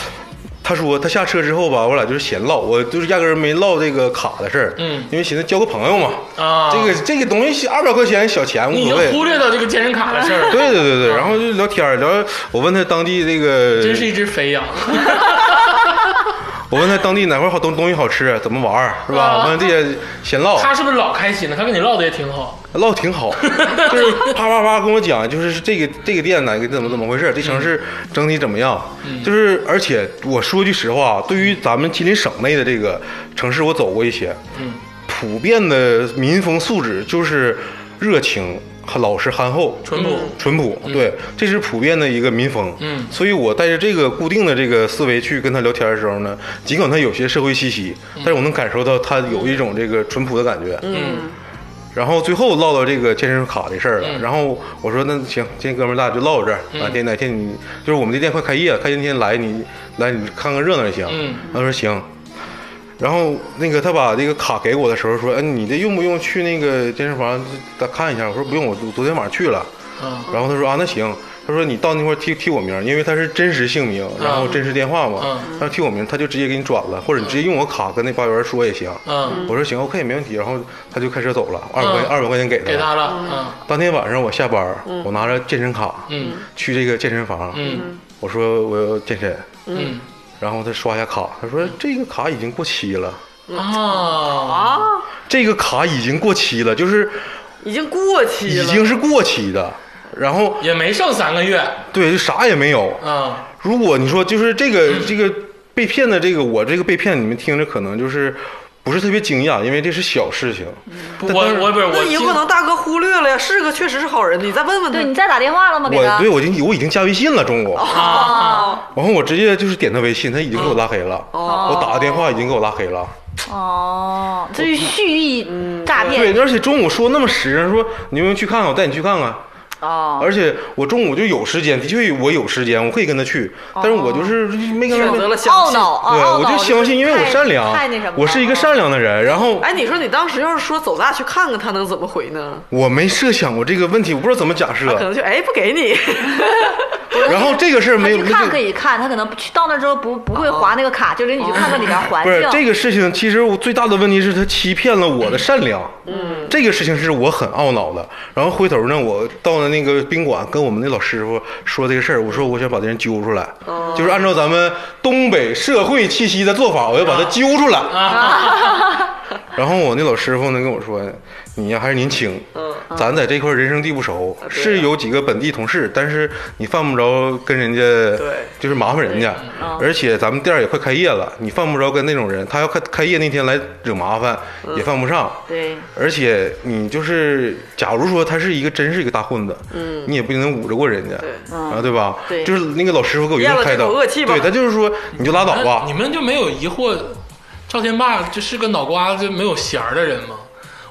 他说他下车之后吧，我俩就是闲唠，我就是压根儿没唠这个卡的事儿，
嗯
因为寻思交个朋友嘛，
啊，
这个这个东西二百块钱小钱无
你已
所
经
谓。
忽略到这个健身卡的事儿了，
对对对对，然后就聊天儿聊，我问他当地这个，
真是一只肥羊，
我问他当地哪块好东东西好吃，怎么玩儿是吧？
啊
问这些闲唠，
他是不是老开心了？他跟你唠的也挺好，
唠
(laughs)
挺好，就是啪啪啪跟我讲，就是这个这个店哪个怎么怎么回事，这城市
嗯
整体怎么样？就是而且我说句实话，对于咱们吉林省内的这个城市，我走过一些，
嗯
普遍的民风素质就是热情、老实、憨厚、
淳朴，
淳朴，对，这是普遍的一个民风。
嗯
所以我带着这个固定的这个思维去跟他聊天的时候呢，尽管他有些社会气息，但是我能感受到他有一种这个淳朴的感觉。
嗯
然后最后唠到这个健身卡的事儿了，
嗯
然后我说那行，今天哥们儿咱俩就唠到这儿，哪天哪天你就是我们这店快开业，开业那天来你来你看看热闹也行。
嗯，
他说行。然后那个他把这个卡给我的时候说，哎，你这用不用去那个健身房再看一下？我说不用，我我昨天晚上去了。
啊
然后他说啊，那行。他说你到那块儿提提我名儿，因为他是真实姓名，然后真实电话嘛。
嗯
他说提我名儿，他就直接给你转了，或者你直接用我卡跟那八元说也行。
嗯，
我说行，OK，没问题。然后他就开车走了，二百块
嗯
二百块钱给他。
给他了，
当天晚上我下班儿，我拿着健身卡，
嗯
去这个健身房，
嗯
我说我要健身，
嗯
然后他刷一下卡，他说这个卡已经过期了，
嗯啊，
啊，
这个卡已经过期了，就是
已经过期
已
了，
经是过期的。然后
也没剩三个月，
对，就啥也没有。
啊。
如果你说就是这个这个被骗的这个我这个被骗，你们听着可能就是不是特别惊讶，因为这是小事情。
不我我不是我
那有可能大哥忽略了呀，是个确实是好人，你再问问他
对。你再打电话了吗？给
我
他
对我已经我已经加微信了，中午，
啊，
哦
然后我直接就是点他微信，他已经给我拉黑了。
哦，
我打个电话已经给我拉黑了。
哦，这是蓄意诈
对，
骗
而且中午说那么实诚，说你有没有去看看，我带你去看看。
哦。
而且我中午就有时间，的确我有时间，我可以跟他去，
哦
但是我就是没跟他
选择了
们。
相
懊
信。
恼啊！
对，
懊
我
恼
就相信，因为我
太
善良
太那什么了，啊
我是一个善良的人。然后
哎，你说你当时要是说走，咱俩去看看，他能怎么回呢？
我没设想过这个问题，我不知道怎么假
啊
他可
设。
能就哎不给你， (laughs)
然后这个事儿
他
没有
去看可
这个
以看，他可能去到那之后不不会划那个卡，就领你去看看里面环
啊不是
境。
这个事情，其实我最大的问题是他欺骗了我的善良。嗯，这个事情是我很懊恼的。然后回头呢，我到了那个宾馆，跟我们那老师傅说这个事儿，我说我想把这人揪出来，
哦
就是按照咱们东北社会气息的做法，我要
啊
把他揪出来。
啊
然后我那老师傅呢跟我说，你呀还是年轻，
嗯啊
咱在这块儿人生地不熟，是有几个本地同事，但是你犯不着跟人家，
对嗯
就是麻烦人家，而且咱们店儿也快开业了，你犯不着跟那种人，他要开开业那天来惹麻烦
嗯
也犯不上。
对，
而且你就是，假如说他是一个真是一个大混子，
嗯
你也不能捂着过人家，
对
啊，对吧？
对
就是那个老师傅给我一顿开
咽了这
导
口恶，气吧
对他就是说你就拉倒吧
那你，们就没有疑惑赵天霸就是个脑瓜子没有弦儿的人吗？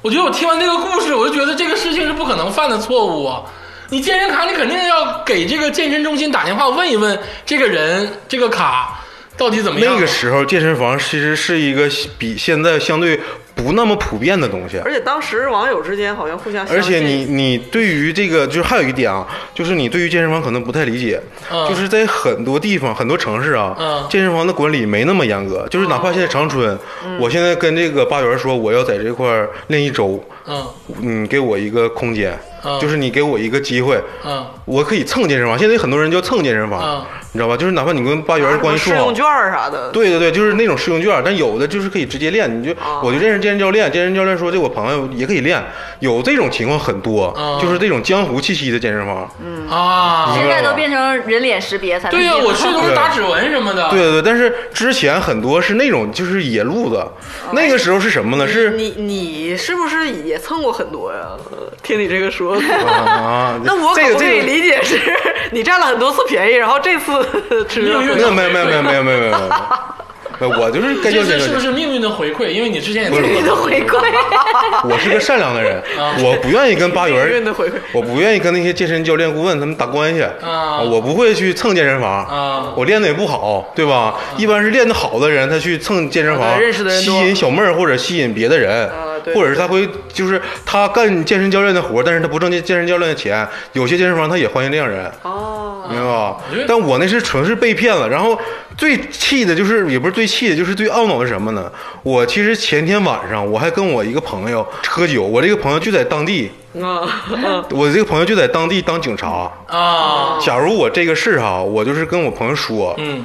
我觉得我听完这个故事，我就觉得这个事情是不可能犯的错误啊！你健身卡，你肯定要给这个健身中心打电话问一问这个人这个卡到底怎么样。
那个时候健身房其实是一个比现在相对不那么普遍的东西。
而且当时网友之间好像互相相
而且
信
你你对于这个就是还有一点啊，就是你对于健身房可能不太理解，
嗯
就是在很多地方很多城市啊，
嗯
健身房的管理没那么严格，就是哪怕现在长春，
嗯
嗯我现在跟这个八元说我要在这块儿练一周，
嗯
你给我一个空间，
嗯
就是你给我一个机会，
嗯
我可以蹭健身房。现在有很多人叫蹭健身房，
嗯啊
你知道吧？就是哪怕你跟八
拿
元
什么
关系
试
处好
用，券儿啥的，
对对对，就是那种试用券，但有的就是可以直接练。你就、
啊
我就认识健身教练，健身教练说这我朋友也可以练，有这种情况很多，
啊
就是这种江湖气息的健身房。
嗯
啊，
现在都变成人脸识别才能
对呀、
进
我去都是打指纹什么的。
对对对，但是之前很多是那种就是野路子，那个时候是什么呢？是
啊你你是不是也蹭过很多呀？呃听你这个说，
(laughs) 啊，
(laughs) 那我
这
可
个
不可以
这个。
理解是你占了很多次便宜，然后这次 (laughs) 吃
没有用
了？
没有没有没有没有没有没有没
(laughs)
有没有，没有我就是该
这
叫
次
健
是不
身。
是命运的回馈？因为你之前也
不是
做
不
过
是
你的回馈。
我是个善良的人，
啊
我不愿意跟八
命运
元
的回馈，
(laughs) 我不愿意跟那些健身教练顾问他们打关系啊我不会去蹭健身房
啊
我练的也不好，对吧？一般是练的好的人，他去蹭健身
啊
房，
对认识的人
吸
多
引小妹儿或者吸引别的人
啊，对
或者是他会就是他干健身教练的活，但是他不挣健健身教练的钱，有些健身房他也欢迎这样人。
哦，
明白吧
我觉得？
但我那是纯是被骗了。然后最气的就是，也不是最气的，就是最懊恼的是什么呢？我其实前天晚上我还跟我一个朋友喝酒，我这个朋友就在当地，
啊，嗯
我这个朋友就在当地当警察。
啊，
假如我这个事哈，我就是跟我朋友说，
嗯，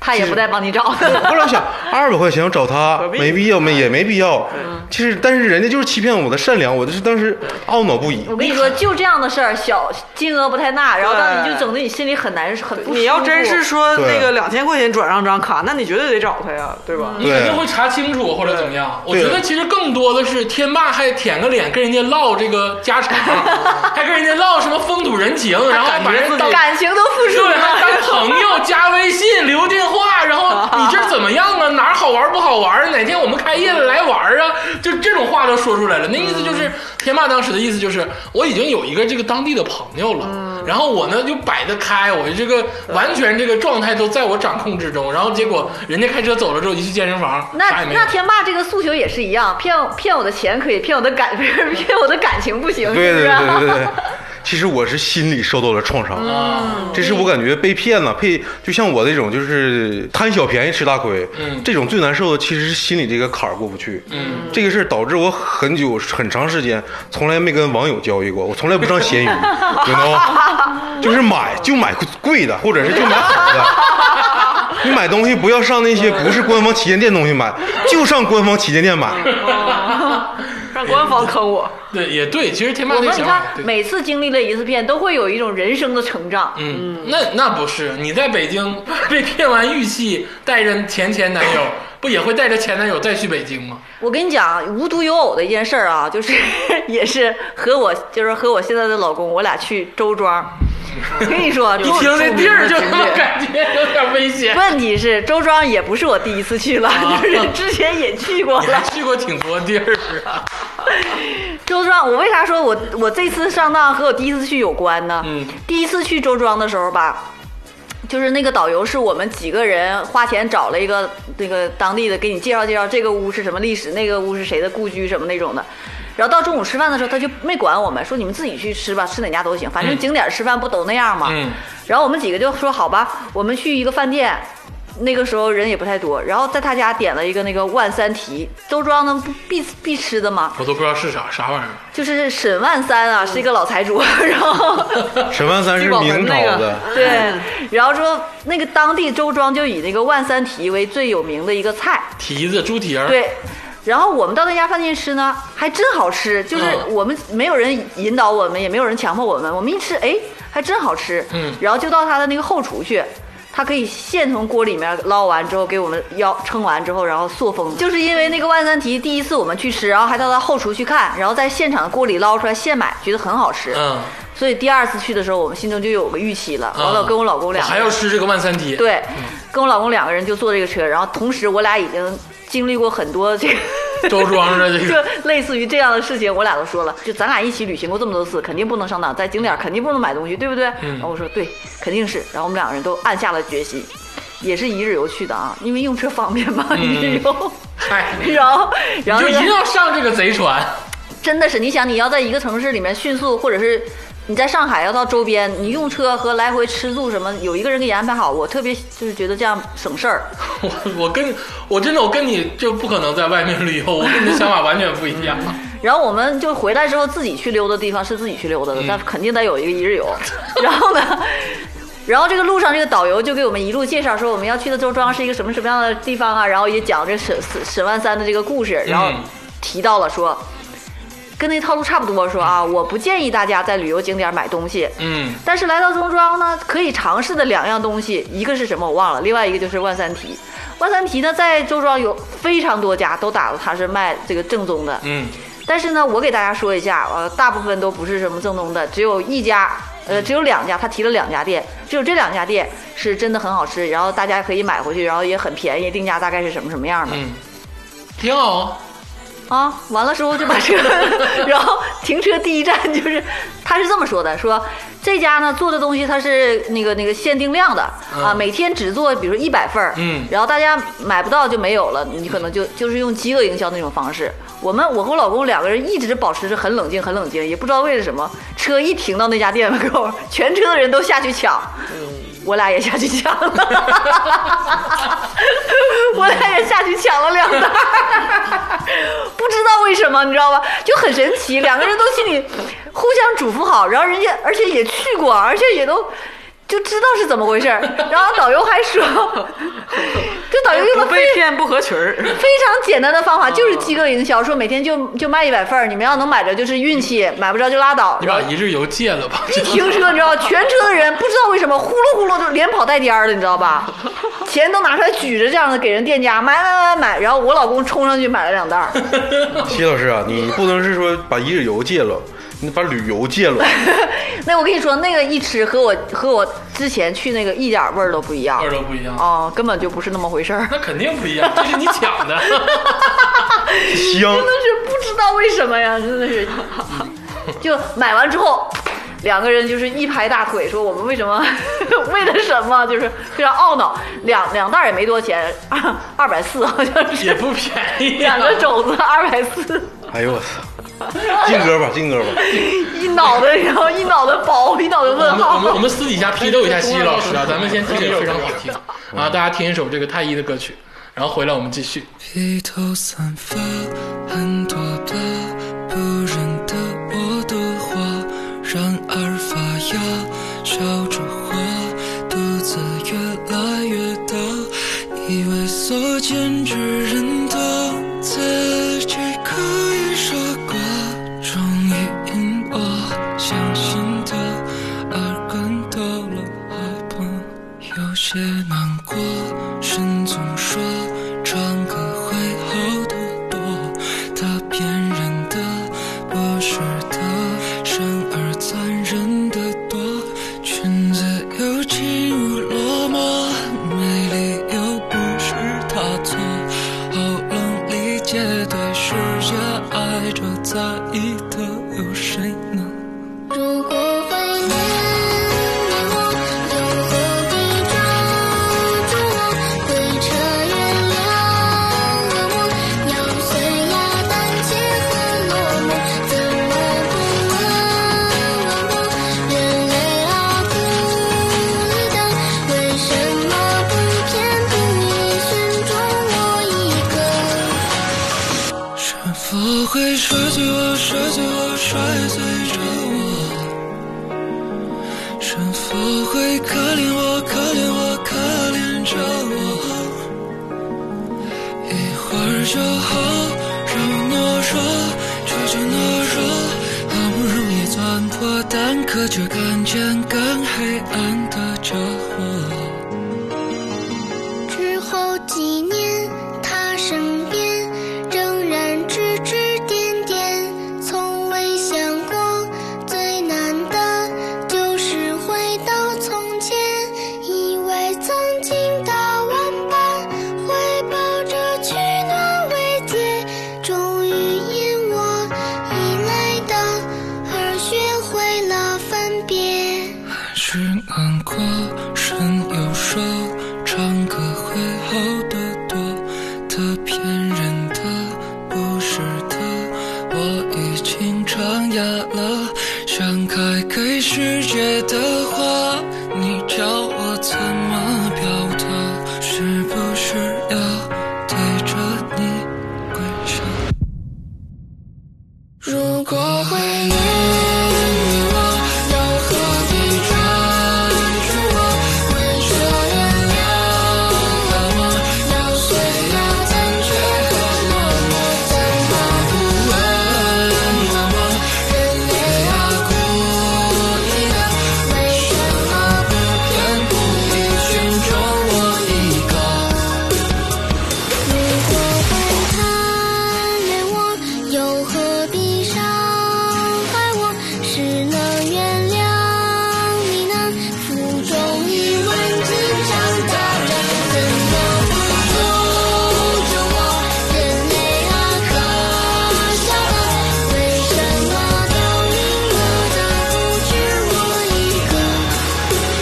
他也不带帮你找
(laughs)
的，
后来我想二百块钱我找他
何必
没必要，没也没必要。其实，但是人家就是欺骗我的善良，我就是当时懊恼不已。
我跟你说，就这样的事儿，小金额不太大，然后让你
对
就整的你心里很难，很不舒服。
(laughs) 你要真是说
对啊
那个两千块钱转让张卡，那你绝对得找他呀，对吧？
你肯定
对
会查清楚或者怎么样。我
对
觉得其实更多的是天霸还舔个脸跟人家唠这个家
(laughs)
常，还跟人家唠什么风土人情，然后把人当
感情都付出
对，还
了，
当朋友加微信留电话，然后你这儿怎么样啊？哪儿好玩不好玩？哪天我们开业了来玩啊？就这种话都说出来了。那意
嗯
思就是，天霸当时的意思就是，我已经有一个这个当地的朋友
嗯
了，然后我呢就摆得开，我这个完全这个状态都在我掌控之中。然后结果人家开车走了之后，一去健身房，啥
那
也没有
那。天霸这个诉求也是一样，骗骗我的钱可以，骗我的感 (laughs) 骗我的感情不行，
(laughs) 对
是不啊
对
是？
对对对，其实我是心里受到了创伤。
啊，
这是我感觉被骗了，被就像我这种就是贪小便宜吃大亏，
嗯
这种最难受的其实是心里这个坎儿过不去，
嗯，
这个事儿导致我很久很长时间从来没跟网友交易过，我从来不上闲鱼，you know，就是买就买贵的，或者是就买好的。你买东西不要上那些不是官方旗舰店东西买，就上官方旗舰店买。
让官方坑我，
对，也对。其实天霸
我
这个
们你
想法
看
也，对，
每次经历了一次骗，都会有一种人生的成长。
嗯，那那不是你在北京 (laughs) 被骗完玉器，带着前前男
(laughs)
友，不也会带着前男友再去北京吗？
我跟你讲，啊无独有偶的一件事儿啊，就是 (laughs) 也是和我就是和我现在的老公，我俩去
(laughs)
周庄。我跟你说，啊
一
周
听这地儿就
周
他 (laughs)
庄
妈感觉有点危险。
问题是周庄也不是我第一次去了，
啊
就是之前也去过
你还 (laughs)
了。
去过挺多地儿
(laughs)
啊，
周庄，我为啥说我我这次上当和我第一次去有关呢？
嗯，
第一次去周庄的时候吧，就是那个导游是我们几个人花钱找了一个那个当地的，给你介绍介绍这个屋是什么历史，那个屋是谁的故居什么那种的。然后到中午吃饭的时候，他就没管我们，说你们自己去吃吧，吃哪家都行，反正
嗯
景点吃饭不都那样吗？
嗯
然后我们几个就说好吧，我们去一个饭店，那个时候人也不太多，然后在他家点了一个那个万三蹄，周庄呢不必必吃的嘛，
我都不知道是啥啥玩意儿。
就是沈万三啊，是一个老财主，然后
沈万三是明朝
那
的啊
个，
对，然后说那个当地周庄就以那个万三蹄为最有名的一个菜，
蹄子、猪蹄儿，，
对。然后我们到那家饭店吃呢，还真好吃，就是
嗯
我们没有人引导我们，也没有人强迫我们，我们一吃，哎，还真好吃。
嗯
然后就到他的那个后厨去，他可以现从锅里面捞完之后给我们舀称完之后，然后塑封。就是因为那个万三蹄，第一次我们去吃，然后还到他后厨去看，然后在现场锅里捞出来现买，觉得很好吃。
嗯，
所以第二次去的时候，我们心中就有个预期了。
嗯
完了，跟我老公
我
俩
还要吃这个万三蹄。，
对，跟我老公两个人就坐这个车，然后同时我俩已经经历过很多这个。
(laughs) 周庄的这
就
个，
类似于这样的事情，我俩都说了，就咱俩一起旅行过这么多次，肯定不能上当，在景点肯定不能买东西，对不对？
嗯
然后我说对，肯定是。然后我们两个人都暗下了决心，也是一日游去的啊，因为用车方便嘛，一日游。
哎，
然后然
嗯
后
就
那
一
个
定要上这个贼船。
(laughs)
(laughs)
真的是，你想你要在一个城市里面迅速，或者是你在上海要到周边，你用车和来回吃住什么，有一个人给你安排好，我特别就是觉得这样省事儿。
我我跟我真的我跟你就不可能在外面旅游，我跟你的想法完全不一样。
然后我们就回来之后自己去溜达的地方是自己去溜达的，但肯定得有一个一日游。然后呢，然后这个路上这个导游就给我们一路介绍说我们要去的周庄是一个什么什么样的地方啊，然后也讲这沈沈沈万三的这个故事，然后
嗯
提到了说。跟那套路差不多，说啊，我不建议大家在旅游景点买东西，
嗯，
但是来到中庄呢，可以尝试的两样东西，一个是什么我忘了，另外一个就是万三蹄。万三蹄呢，在周庄有非常多家都打了它是卖这个正宗的，
嗯，
但是呢，我给大家说一下，呃，大部分都不是什么正宗的，只有一家，呃，只有两家，他提了两家店，只有这两家店是真的很好吃，然后大家可以买回去，然后也很便宜，定价大概是什么什么样的。
嗯，挺好啊。
啊，完了之后就把车， (laughs) 然后停车第一站就是，他是这么说的，说这家呢做的东西它是那个那个限定量的、啊，
嗯
每天只做比如一百份儿，
嗯
然后大家买不到就没有了，你可能就就是用饥饿营销那种方式。我们我和我老公两个人一直保持着很冷静，很冷静，也不知道为了什么，车一停到那家店门口，全车的人都下去抢，
嗯
我俩也下去抢了， (laughs) 我俩也下去抢了两袋儿， (laughs) 不知道为什么，你知道吧？就很神奇，两个人都心里互相嘱咐好，然后人家而且也去过，而且也都。就知道是怎么回事儿，然后导游还说， (laughs) 这导游用了
不
非
被哦骗不合群儿。
非常简单的方法，就是饥饿营销，说每天就就卖一百份儿，你们要能买着就是运气，买不着就拉倒。
你
然
把
后
一日游戒了
(laughs)
吧。
一停车，你知道，全车的人不知道为什么呼噜呼噜就连跑带颠儿的，你知道 (laughs) 吧？钱都拿出来举着这样的给人店家买买买买，然后我老公冲上去买了两袋儿，
齐老师啊，你不能是说把一日游戒了，你把旅游戒了。
那我跟你说，那个一吃和我和我之前去那个一点儿味儿都不一样 (laughs)
味，儿都不一样，
哦，根本就不是那么回事儿。
那肯定不一样，这是你抢的。 (laughs)
(laughs) 真，
香
的是不知道为什么呀，真的是， (laughs) 就买完之后。两个人就是一拍大腿，说我们为什么， (laughs) 为了什么，就是非常懊恼。两两袋儿也没多钱，二二百四好像
也
是，
不便宜、啊
两，个肘子二百四，
哎呦我操！进歌吧，进歌吧。
一脑袋，然后一脑袋包，一脑袋
我们我
问
嗯
们我
号。
们私底下批斗一下西西老师啊，咱们先听这个非常好听啊，大家听一首这个太一的歌曲，然后回来我们继续。
披头散发，很多的不认得我的话，然而发芽，笑着花，肚子越来越大，以为所见之人的自己可以傻瓜，终于因我相信的而感到了害怕。有些难过，神总说唱歌会好得多。他骗人的，我是的，生而残忍的多。裙子又起舞落寞，没理由不是他错。喉咙里结对世界，爱着在意的有谁呢？
如果为难你我，又何必抓住我？会扯远了的梦，咬碎牙胆怯和落寞，怎么不问我？人类啊，孤单，为什么不偏不倚选中我一个？
是否会失去我，失去我，摔碎着我？是否会可怜我，可怜我，可怜着我？一会儿就好，让我懦弱，拒绝懦弱。好不容易钻破蛋壳，却看见更黑暗的着火。
之后几年，他身边仍然指指点点，从未想过最难的就是回到从前，以为曾经的玩伴会抱着取暖慰藉，终于因我依赖的而学会了分别。
还是难过，神有说唱歌会好得多。他骗人的，月的花，你叫我怎么表达？是不是要对着你跪下？如果怀念我，又何必抓住我？会说原谅我，要炫耀残缺和落寞，但我不问我我人类啊，故意的，为什么不偏不倚寻找我一个？
如果不贪恋我，又何必伤害我？是能原谅你呢，腹中一万斤长大人，怎么不由着我？人类啊，可笑了，为什么凋零了的不止我一个？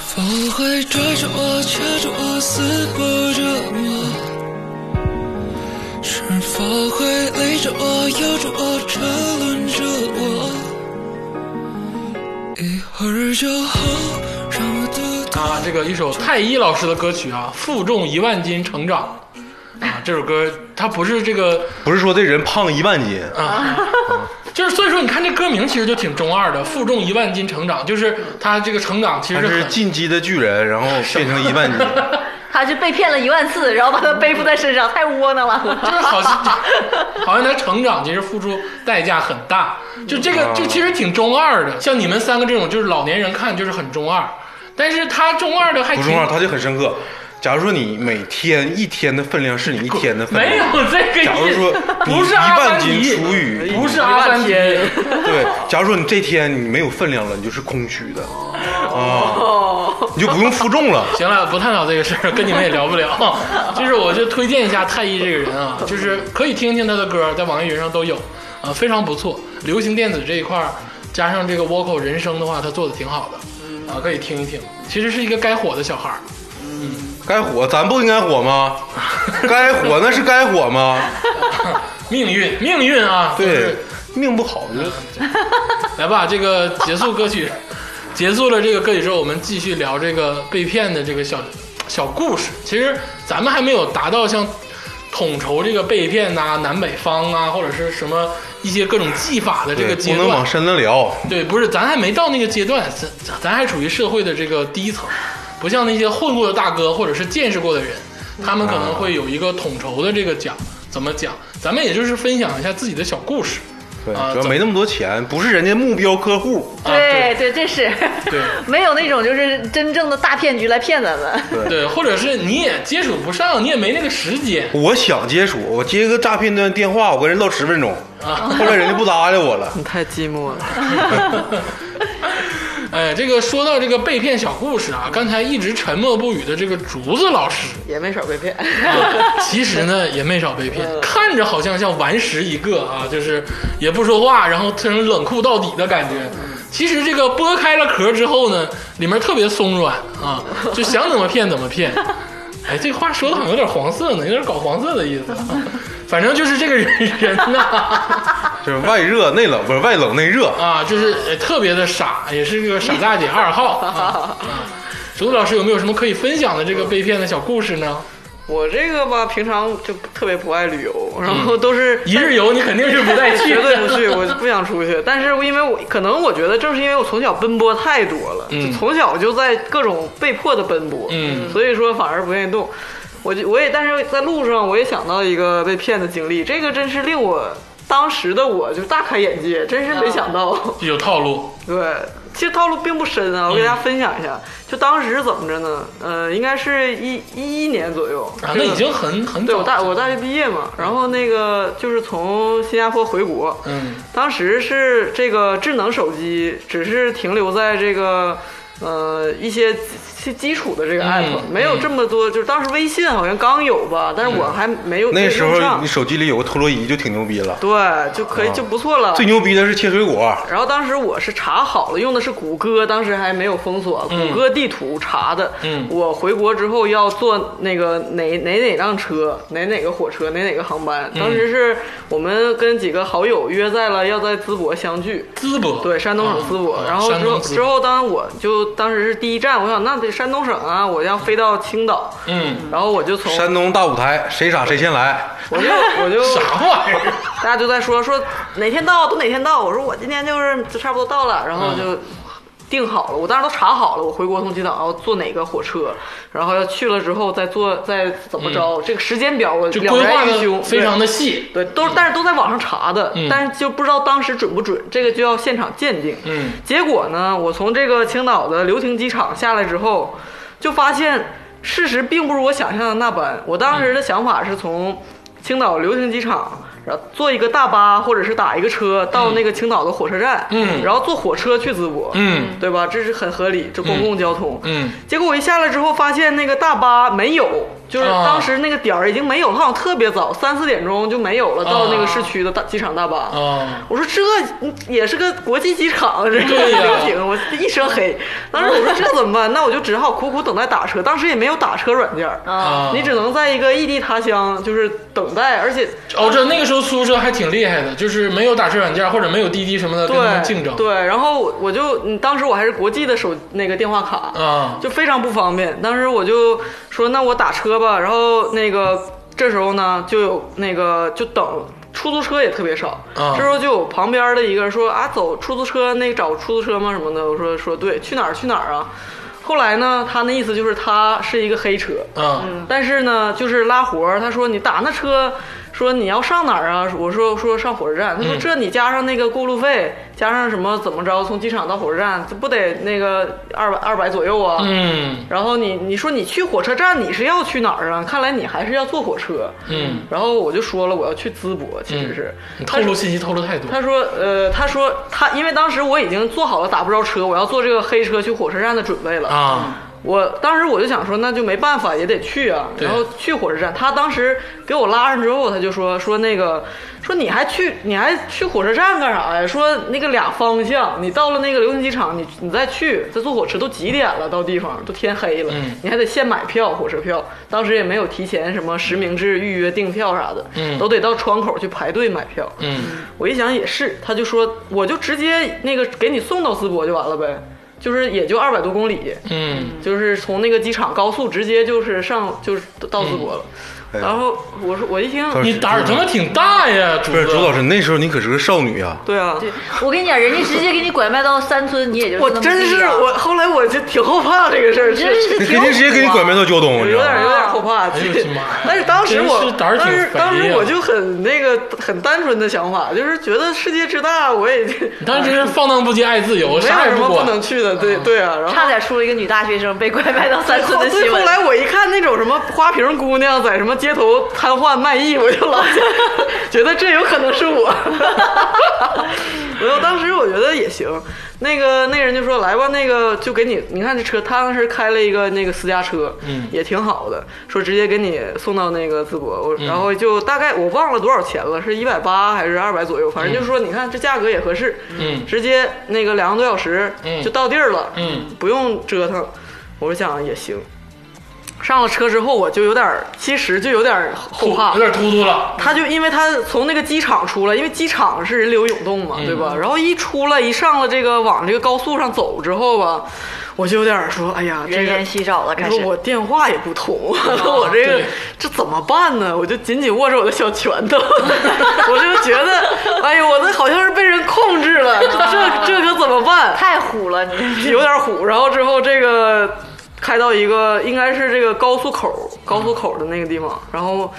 否会追着我，掐着我，撕破着我？是否会累着我，咬着我，车轮着我？一会儿就好，让我独自。
啊，这个一首太一老师的歌曲啊，《负重一万斤成长》啊，这首歌它不是这个啊
不是说这人胖一万斤，
(laughs)
就是所以说，你看这歌名其实就挺中二的，负重一万斤成长，就是他这个成长其
他
实
是
很
进击的巨人，然后变成一万斤。
他是被骗了一万次，然后把它背负在身上，太窝囊 (laughs)
啊
就
了。
是好像好像他成长其实付出代价很大，就这个
嗯
就其实挺中二的，像你们三个这种就是老年人看就是很中二，但是他中二的还
不
挺
是话，他就很深刻。假如说你每天一天的分量是你一天的分
没有
量，
这个意思，
假如说你
不是阿
一
凡
万斤
提，
除以
不是阿凡提，
对，假如说你这天你没有分量了，你就是空虚的啊，
哦
你就不用负重了。
行了，不探讨这个事儿，跟你们也聊不了。就是我就推荐一下太一这个人啊，就是可以听听他的歌，在网易云上都有，啊，非常不错。流行电子这一块儿，加上这个 vocal 人声的话，他做的挺好的，啊，可以听一听。其实是一个该火的小孩儿，
该火，咱不应该火吗？该火那是该火吗？
命运，命运啊，就是
对，命不好就
来吧，这个结束歌曲， (laughs) 结束了这个歌曲之后，我们继续聊这个被骗的这个小小故事。其实咱们还没有达到像统筹这个被骗呐、南北方啊，或者是什么一些各种技法的这个
对，
阶
不能往
段。
深了聊。
对，不是，咱还没到那个阶段，咱咱还处于社会的这个低层，不像那些混过的大哥或者是见识过的人，他们可能会有一个统筹的这个讲怎么讲，咱们也就是分享一下自己的小故事。
对，
啊
主要
怎
没那么多钱，不是人家目标客户。
啊
对对，这是
对，
没有那种就是真正的大骗局来骗咱们。
(laughs) 对，或者是你也接触不上，你也没那个时间
我想接触，我接个诈骗的电话，我跟人唠十分钟，后来人家不搭理我了。
(laughs) 你太寂寞了。
哎，这个说到这个被骗小故事啊，刚才一直沉默不语的这个竹子老师，
也没少被骗。
其实呢也没少被骗，看着好像像顽石一个啊，就是也不说话，然后特别冷酷到底的感觉。其实这个剥开了壳之后呢，里面特别松软啊，就想怎么骗怎么骗。哎，这话说的好像有点黄色呢，有点搞黄色的意思。啊反正就是这个人人呐、
就是外热内冷，不是外冷内热。
啊，就是呃特别的傻，也是个傻大姐二
(laughs)
号。啊啊竹子老师有没有什么可以分享的这个被骗的小故事呢？
我这个吧，平常就特别不爱旅游，然
嗯
后都是
一日游你肯定是不带去
绝对不
的。
去，我就不想出去。但是因为我可能我觉得正是因为我从小奔波太多了，
嗯
就从小就在各种被迫的奔波，
嗯
所以说反而不愿意动。我就我也但是在路上我也想到一个被骗的经历，这个真是令我当时的我就大开眼界，真是没想到。
有套路，
对，其实套路并不
嗯
深啊，我给大家分享一下，就当时是怎么着呢？呃，应该是一一一年左右
啊，那
这个
已经很很
对
早
我大我大学毕业嘛，然后那个就是从新加坡回国，
嗯
当时是这个智能手机只是停留在这个呃，一些基基础的这个 app，、
嗯
没有这么多，就是当时微信好像刚有吧，但是我还没有
那时
用
候
上
你，手机里有个陀螺仪就挺牛逼了，
对，就
哦
可以、就不错了。
最牛逼的是切水果，
然后当时我是查好了，用的是谷歌，当时还没有封锁，谷歌地图查的。
嗯
我回国之后要坐那个哪哪哪辆车，哪哪个火车，哪哪个航班。
嗯
当时是我们跟几个好友约在了要在淄博相聚。
淄博，
对，山东省淄博。
啊
然后
山
之后
东淄博
之后，当然我就当时是第一站，我想那得山东省啊，我要飞到青岛。
嗯，
然后我就从
山东大舞台，谁傻谁先来。
我就我就
啥玩意儿？
大家就在说说哪天到都哪天到，我说我今天就是就差不多到了，然
嗯
后就定好了，我当时都查好了，我回国从青岛要坐哪个火车，然后要去了之后再坐再怎么着，这个时间表我
嗯就
了
规划
然于
的
胸，
非常
的。
的细，
对，都但是都在网上查的，
嗯
但是就不知道当时准不准，这个就要现场鉴定。
嗯
结果呢，我从这个青岛的流亭机场下来之后，就发现事实并不是我想象的那般。我当时的想法是从青岛流亭机场。然后坐一个大巴，或者是打一个车到那个青岛的火车站，
嗯
然后坐火车去淄博，
嗯
对吧？这是很合理，这公共交通，
嗯
结果我一下来之后，发现那个大巴没有，就是
啊
当时那个点儿已经没有了，好像特别早，三四点钟就没有了，到那个市区的大机场大巴。
啊，
我说这也是个国际机场，这个
对呀
流亭，我一身黑。当时我说这怎么办？那我就只好苦苦等待打车，当时也没有打车软件儿，
啊
你只能在一个异地他乡就是等待，而且
哦，这那个时候苏州还挺厉害的，就是没有打车软件或者没有滴滴什么的跟他们
对
竞争，
对，然后我就嗯当时我还是国际的手那个电话卡，
啊，
就非常不方便。当时我就说，那我打车吧。然后那个这时候呢，就有那个就等出租车也特别少。
啊
这时候就有旁边的一个人说啊，走出租车，那找出租车吗？什么的。我说说对，去哪儿去哪儿啊？后来呢，他那意思就是他是一个黑车，
啊，
但是呢，就是拉活儿。他说你打那车，说你要上哪儿啊？我说说上火车站。他说
嗯
这你加上那个过路费，加上什么怎么着，从机场到火车站，这不得那个二百二百左右啊？
嗯
然后你你说你去火车站你是要去哪儿啊？看来你还是要坐火车。
嗯，
然后我就说了我要去淄博，其实是、
你
他
透露
说
信息透露太多，
他说呃他说他因为当时我已经做好了打不着车，我要坐这个黑车去火车站的准备了。
啊，
我当时我就想说，那就没办法，也得去啊。
对
然后去火车站，他当时给我拉上之后，他就说说那个，说你还去你还去火车站干啥呀？说那个俩方向，你到了那个流行机场，你你再去，再坐火车都几点了？到地方都天黑了，
嗯
你还得现买票，火车票。当时也没有提前什么实名制预约订票啥的，
嗯
都得到窗口去排队买票。
嗯
我一想也是，他就说我就直接那个给你送到淄博就完了呗，就是也就二百多公里。
嗯，
就是从那个机场高速直接就是上就是到淄博了。
哎呀
然后我说我一听，
他说
你胆儿他妈挺大呀，主
不是
子
朱老师，那时候你可是个少女啊！
对啊，
我跟你讲，人家直接给你拐卖到山村，你也就
我
那么
真
地
是
啊
我后来我就挺后怕这个事儿，
真是
那
挺
肯定直接给你拐卖到胶东，
我
你知
有
道
点有
吗？
点后怕。
哎呦我的妈呀
但是当时
真
我
是胆儿挺
当时
肥呀啊
当时我就很那个很单纯的想法，就是觉得世界之大，我也
你当时是放荡不羁爱自由，
没
啥
有
也
什么不
管嗯
能，去的，对对啊，然后
差点出了一个女大学生被拐卖到山村的
对，
新
后
闻。
来我一看那种什么花瓶姑娘在什么街头瘫痪卖艺，我就老觉得这有可能是我。 (laughs) 没有，当时我觉得也行。那个那人就说：“来吧，那个就给你，你看这车，他当时开了一个那个私家车，
嗯
也挺好的，说直接给你送到那个淄博。我
嗯
然后就大概我忘了多少钱了，是一百八还是二百左右，反正就说你看这价格也合适，
嗯
直接那个两个多小时
嗯
就到地儿了，
嗯
不用折腾。我想也行。上了车之后，我就有点儿，其实就有点儿后怕，
有点突突了，
他就因为他从那个机场出来，因为机场是人流涌动嘛，对吧？然后一出来，一上了这个往这个高速上走之后吧，我就有点说，哎呀，这
人
个
烟稀少了，
我
开
说
始。
我电话也不通， (laughs) 我这个
对
这怎么办呢？我就紧紧握着我的小拳头，我就觉得，哎呀，我这好像是被人控制了，这这可怎么办？
太虎了，
(laughs)
你
有点虎，然后之后这个开到一个应该是这个高速口，高速口的那个地方，然后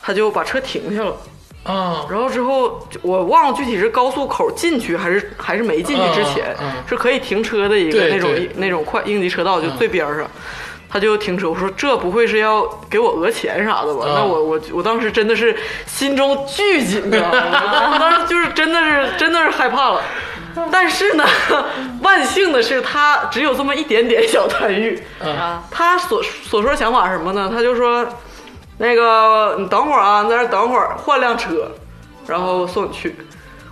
他就把车停下了，嗯
啊，
然后之后就我忘了具体是高速口进去还是还是没进去之前，
嗯嗯嗯
是可以停车的一个
对
那种
对嗯
那种快应急车道，就最边儿上。他就停车，我说这不会是要给我讹钱啥的吧？
嗯
那我我我当时真的是心中巨紧张，我当时就是真的是真的是害怕了。但是呢，万幸的是他只有这么一点点小贪欲。
啊，
他所所说的想法是什么呢？他就说，那个你等会儿啊，你在这儿等会儿，换辆车，然后送你去。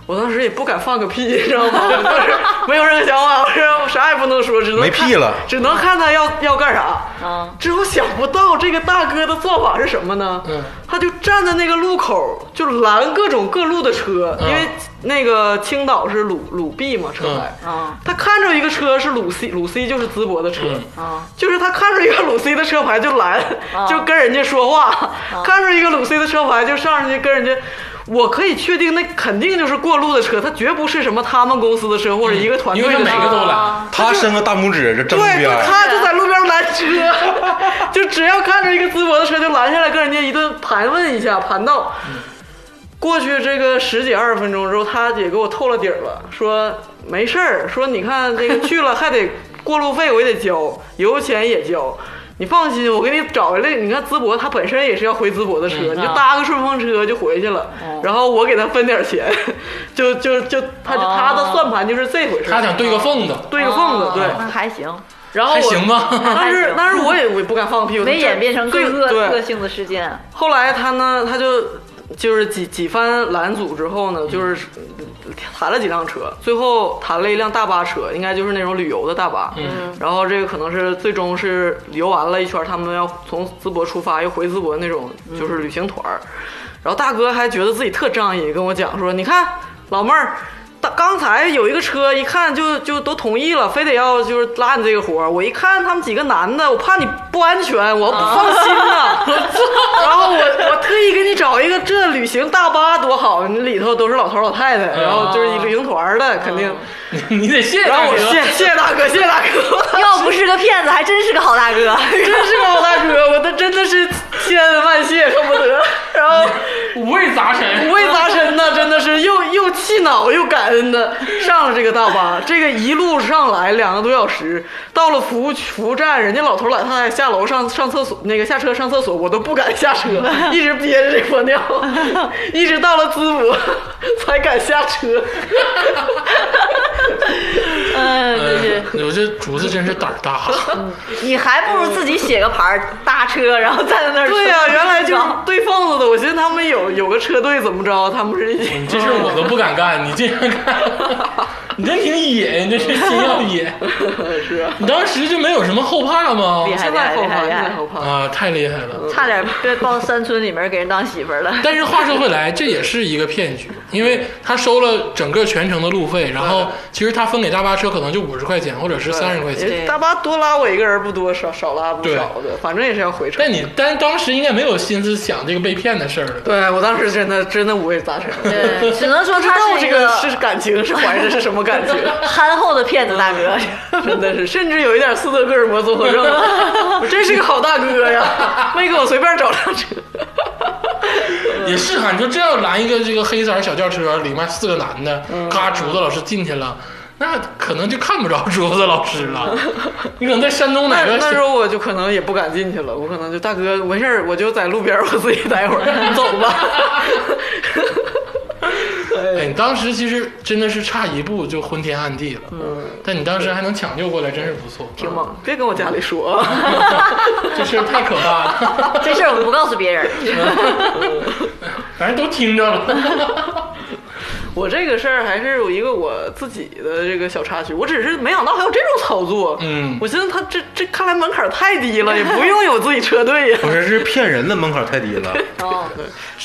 我当时也不敢放个屁， (laughs) 你知道吗？我当时没有任何想法，我说我啥也不能说，只能
没
看
屁了
只能看他要要干啥。
啊，
之后想不到这个大哥的做法是什么呢？
嗯
他就站在那个路口，就拦各种各路的车，
嗯
因为那个青岛是鲁鲁 B 嘛，车牌。
嗯啊
他看着一个车是鲁 C，鲁 C 就是淄博的车。
嗯
啊
就是他看着一个鲁 C 的车牌就拦，
啊
就跟人家说话；看着一个鲁 C 的车牌就上去跟人家。我可以确定，那肯定就是过路的车，他绝不是什么他们公司的车或者一个团
因
队的
为
车。
他每个都来
啊，
他伸个大拇指这正
对，
边
就
儿，
他就在路边拦车，就只要看着一个淄博的车就拦下来，跟人家一顿盘问一下，盘道。过去这个十几二十分钟之后，他也给我透了底儿了，说没事儿，说你看这个去了还得过路费，我也得交，油钱也交。你放心，我给你找回来。你看淄博，他本身也是要回淄博的车，
嗯
你就
啊
搭个顺风车就回去了。
哦
然后我给他分点儿钱，就就就他、他的算盘就是这回
哦
事儿。
他想对个缝子，
对个缝子，对。
哦那还行，
然后
还
啊我
行吗？
但
还
是
行
但是我也我也不敢放个屁，我就
没
站
演变成
对
更恶恶
对。
性的事件。
后来他呢，他就就是几几番拦阻之后呢，就是
嗯
谈了几辆车，最后谈了一辆大巴车，应该就是那种旅游的大巴。
嗯，
然后这个可能是最终是游完了一圈，他们要从淄博出发，又回淄博那种
嗯
就是旅行团儿。然后大哥还觉得自己特仗义，跟我讲说：“你看老妹儿。”大刚才有一个车，一看就就都同意了，非得要就是拉你这个活儿。我一看他们几个男的，我怕你不安全，我不放心呐、 (laughs) 然后我我特意给你找一个这旅行大巴多好，你里头都是老头老太太，然后就是一旅行团儿的肯定。
(laughs) 你你得谢谢
然后
大
我
哥
啊谢谢谢大哥，谢谢
(laughs)
大哥。 (laughs)
要不是个骗子，还真是个好大哥。 (laughs)
真是个好大哥，我都真的是千恩万谢，恨不得， (laughs) 然后
五味杂
五
陈，
味杂陈呢，真的是又又气恼又感恩的上了这个
(laughs)
大巴，这个一路上来两个多小时，到了服务区服务站，人家老头老太太下楼上上厕所，那个下车上厕所，我都不敢
(laughs)
下车，一直憋着这泼尿，一直到了淄博才敢下车。
(laughs) 嗯，真是，
哎我这竹子真是胆儿
(laughs)
大，
你还不如自己写个牌儿搭车，然后站在那 (laughs) 儿。
对呀、原来就是对缝子的，我寻思他们有有个车队怎么着，他们是一起
嗯
(laughs)
你这事儿我都不敢干，你竟然干，你真挺野，你这是心要
(laughs)
野，
是啊。
你当时就没有什么后怕吗？
厉害
现
厉害
在后
厉
怕，
害
现
厉
在
害
后！怕。
啊，太厉害
嗯
了。
(laughs) 差点被抱山村里面给人当媳妇儿了。
(laughs)
但是话说回来，这也是一个骗局，因为他收了整个全程的路费，然后其实他分给大巴车可能就五十块钱或者是三十块钱。
大巴多拉我一个人不多，少少拉不少的，反正也是要回程
但。你但当时应该没有心思想这个被骗的事儿了。
对我当时真的真的五味杂陈，
(laughs)
(laughs)
对，只能说
不知道
他
这
一
个
个
是感情是怀着是什么
(laughs)
感情，
憨厚的骗子大哥。
真的是，甚至有一点斯德哥尔摩综合症。我真是个好大哥呀，没给我随便找辆
(laughs)
车。
也是哈，你说这要拦一个这个黑色儿小轿车，里面四个男的，
嗯
嘎，竹子老师进去了，那可能就看不着竹子老师
(laughs)
了。你可能在山东哪
那
个
那时候我就可能也不敢进去了，我可能就大哥没事儿，我就在路边儿我自己待会儿，走吧。
哎，你当时其实真的是差一步就昏天暗地了。嗯，但你当时还能抢救过来，真是不错。
(laughs) 挺猛，
别跟我家里说啊。
这事儿太可怕了，
(laughs) 这事儿我们不告诉别人。 (laughs)
反正都听着了。
我这个事儿还是有一个我自己的这个小插曲，我只是没想到还有这种操作。
嗯
我寻思他这这看来门槛儿太低了，也不用有自己车队呀。
我说是骗人的门槛太低了，
(laughs)
哦，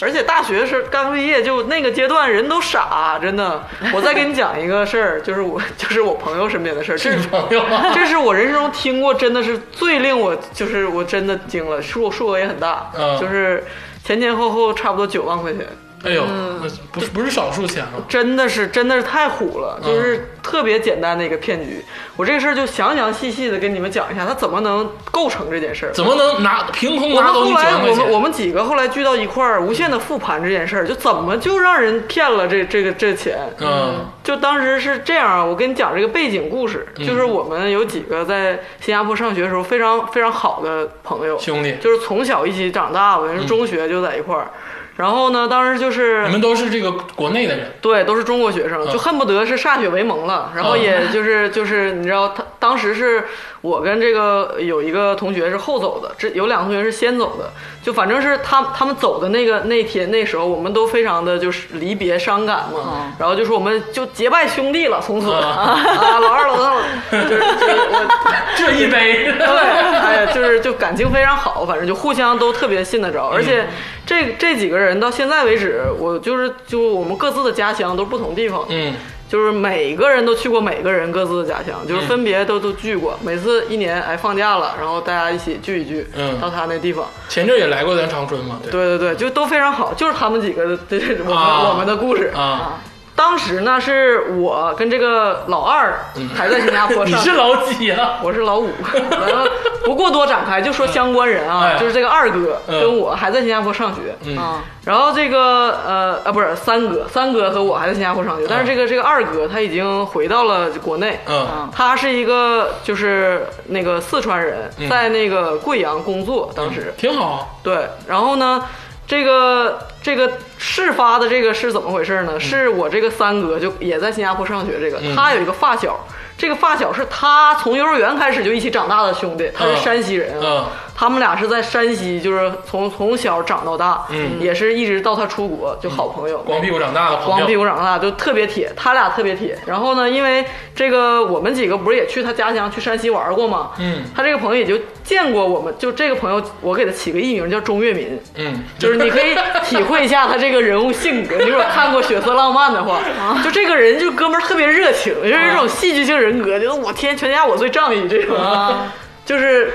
而且大学是刚毕业，就那个阶段人都傻，真的。我再给你讲一个事儿，就是我就是我朋友身边的事儿，这
女朋友啊，
这是我人生中听过真的是最令我就是我真的惊了，数数额也很大，
嗯
就是前前后后差不多九万块钱。
(laughs) 哎呦，
嗯
那不是不是少数钱啊了。
真的是真的是太虎
嗯
了，就是特别简单的一个骗局。我这个事儿就详详细细的跟你们讲一下，他怎么能构成这件事儿。
怎么能拿凭空
我们
拿走
后
你九
来，
万块
我们我
钱？
们几个后来聚到一块儿，无限的复盘这件事儿，就怎么就让人骗了这这个这钱？
嗯
就当时是这样啊，我跟你讲这个背景故事，就是我们有几个在新加坡上学的时候非常非常好的朋友，
兄弟
就是从小一起长大，我们是中学就在一块儿。然后呢，当时就是
你们都是这个国内的人，
对，都是中国学生，就恨不得是歃血为盟了。然后也就是就是你知道，他当时是我跟这个有一个同学是后走的，这有两个同学是先走的。就反正是他他们走的那个那天那时候，我们都非常的就是离别伤感嘛。然后就说我们就结拜兄弟了，从此
嗯
啊老二老三老就是就是我。
这一杯，
对，哎，就是就感情非常好，反正就互相都特别信得着，而且这这几个人到现在为止，我就是就我们各自的家乡都是不同地方，
(laughs) 嗯，
就是每个人都去过每个人各自的家乡，就是分别都都聚过，每次一年哎放假了，然后大家一起聚一聚，
嗯
到他那地方，
前阵儿也来过咱长春嘛，对，
对对对，就都非常好，就是他们几个的，这是我们、
啊
我们的故事。
啊，
当时呢，是我跟这个老二还在新加坡
嗯 (laughs) 你
上
是老几啊？
我是老五，完了不过多展开，就说相关人啊，
哎
就是这个二哥
嗯
跟我还在新加坡上学，
啊，
然后这个呃啊不是三哥，三哥和我还在新加坡上学，但是这个这个二哥他已经回到了国内，
哦嗯
他是一个就是那个四川人，
嗯
在那个贵阳工作，当时、
挺好，啊
对，然后呢，这个这个事发的这个是怎么回事
嗯
呢？是我这个三哥就也在新加坡上学，这个、他有一个发小，这个发小是他从幼儿园开始就一起长大的兄弟，他是山西人，
嗯
他们俩是在山西，就是从从小长到大，
嗯
也是一直到他出国就好朋友，
光屁股长大的朋
光屁
友，
股长大，就特别铁，他俩特别铁。然后呢，因为这个我们几个不是也去他家乡去山西玩过吗？
嗯
他这个朋友也就见过我们，就这个朋友，我给他起个艺名叫钟跃民。
嗯，
就是你可以体会一下他这个人物性格。你如果看过《血色浪漫》
(laughs)
的话，
啊
就这个人就哥们儿特别热情，就是这种戏剧性人格，觉得我天，全家我最仗义这种。
啊
就是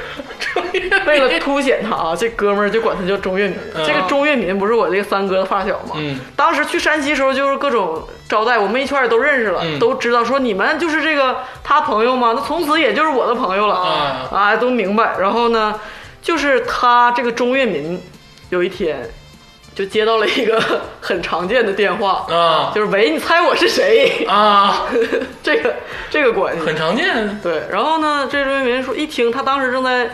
为了凸显他啊，这哥们儿就管他叫钟跃民。这个钟跃民不是我这个三哥的发小嘛？
啊嗯
当时去山西时候就是各种招待，我们一圈儿也都认识了，
嗯
都知道说你们就是这个他朋友嘛，那从此也就是我的朋友了
啊
啊，都明白。然后呢，就是他这个钟跃民，有一天就接到了一个很常见的电话，
啊
就是喂，你猜我是谁？ (laughs)
啊，
这个这个关系
很常见，
对。然后呢，这钟跃民说一听，他当时正在。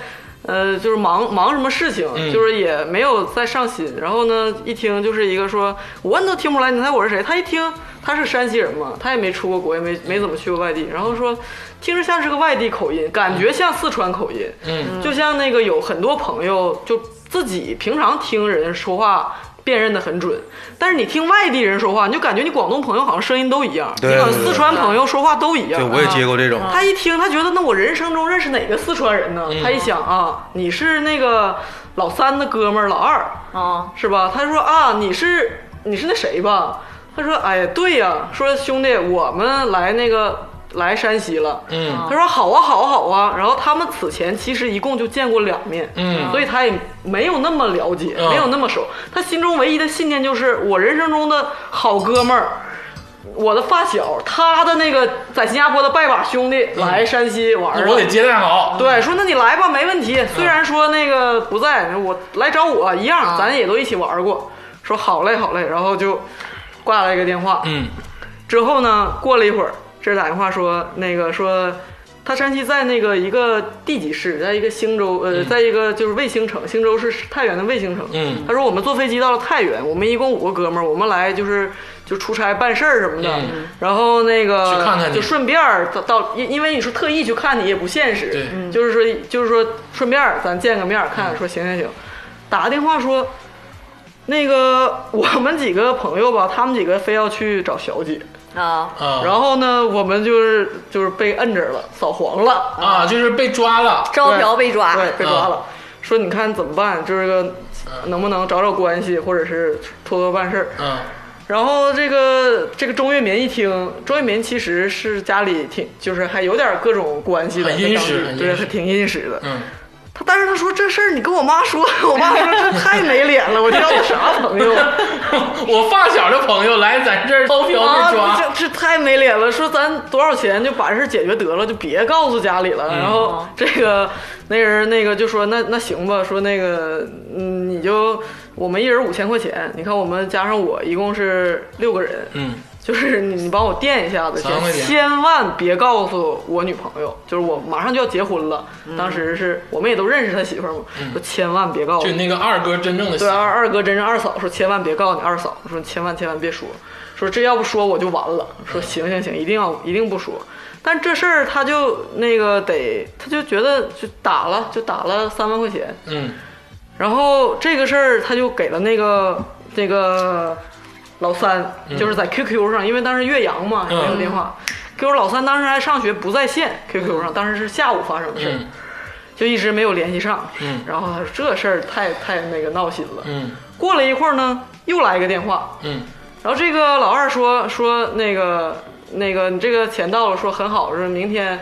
呃，就是忙忙什么事情，
嗯
就是也没有在上心。然后呢，一听就是一个说，我问都听不出来，你猜我是谁？他一听他是山西人嘛，他也没出过国，也没
嗯
没怎么去过外地。然后说，听着像是个外地口音，感觉像四川口音。
嗯
就像那个有很多朋友就自己平常听人说话辨认的很准，但是你听外地人说话，你就感觉你广东朋友好像声音都一样，你
对
好像
对对
四川朋友说话都一样。
对，我也接过这种。
他一听，他觉得那我人生中认识哪个四川人呢？他一想啊，你是那个老三的哥们儿老二，
啊，
是吧？他说啊，你是你是那谁吧？他说哎，对呀、说兄弟，我们来那个来山西了。
嗯
他说好啊，好啊，好啊。然后他们此前其实一共就见过两面，
嗯
所以他也没有那么了解，
嗯
没有那么熟。他心中唯一的信念就是我人生中的好哥们儿。我的发小，他的那个在新加坡的拜把兄弟来山西玩儿了，
嗯我得接待好，
啊对，说那你来吧，没问题。虽然说那个不在，我来找我一
啊
样，咱也都一起玩过。说好嘞，好嘞，然后就挂了一个电话。
嗯
之后呢，过了一会儿，这打电话说那个说。他山西在那个一个地级市，在一个兴州，呃，在一个就是卫星城，兴州是太原的卫星城。
嗯
他说我们坐飞机到了太原，我们一共五个哥们儿，我们来就是就出差办事儿什么的，
嗯
然后那
去
个
看看你
就顺便儿到到，因因为你说特意去看你也不现实，
对嗯
嗯就是说就是说顺便儿咱见个面儿看，说行行行，打个电话说。那个我们几个朋友吧，他们几个非要去找小姐，
啊，
啊，
然后呢，我们就是就是被摁着了，扫黄了，
啊，嗯就是被抓了，
招嫖被抓，
对，被抓了。说你看怎么办？就是个能不能找找关系，或者是托托办事儿。
嗯
然后这个这个钟跃民一听，钟跃民其实是家里挺就是还有点各种关系的，
很殷实
在当
很
地
殷
对，
实
挺殷实的。
嗯，
他但是他说这事儿你跟我妈说， (laughs) 我妈说这太没脸了，我交的啥朋友？
(laughs) 我发小的朋友来咱这儿招嫖
啊，
被抓，
这这太没脸了！说咱多少钱就把这事解决得了，就别告诉家里了。
嗯
然后这个那人那个就说那那行吧，说那个嗯你就我们一人五千块钱，你看我们加上我一共是六个人，
嗯
就是你你帮我垫一下子
三万块
先，
钱
千万别告诉我女朋友，就是我马上就要结婚了。
嗯
当时是我们也都认识他媳妇儿嘛，说千万别告诉
就
我。
那个二哥真正的媳
对
妇
二
儿，
二哥真是二嫂说千万别告诉你二嫂，说千万千万别说，说这要不说我就完了，说行行行，一定要一定不说。但这事儿他就那个得，他就觉得就打了就打了三万块钱，
嗯，
然后这个事儿他就给了那个那个老三，就是在 QQ 上，因为当时岳阳嘛
嗯
没有电话、q q 老三当时还上学不在线，QQ 上当时是下午发生的事儿。
嗯
就一直没有联系上，
嗯
然后他说这事儿太太那个闹心了，
嗯
过了一会儿呢，又来一个电话，
嗯
然后这个老二说说那个那个你这个钱到了，说很好，说明天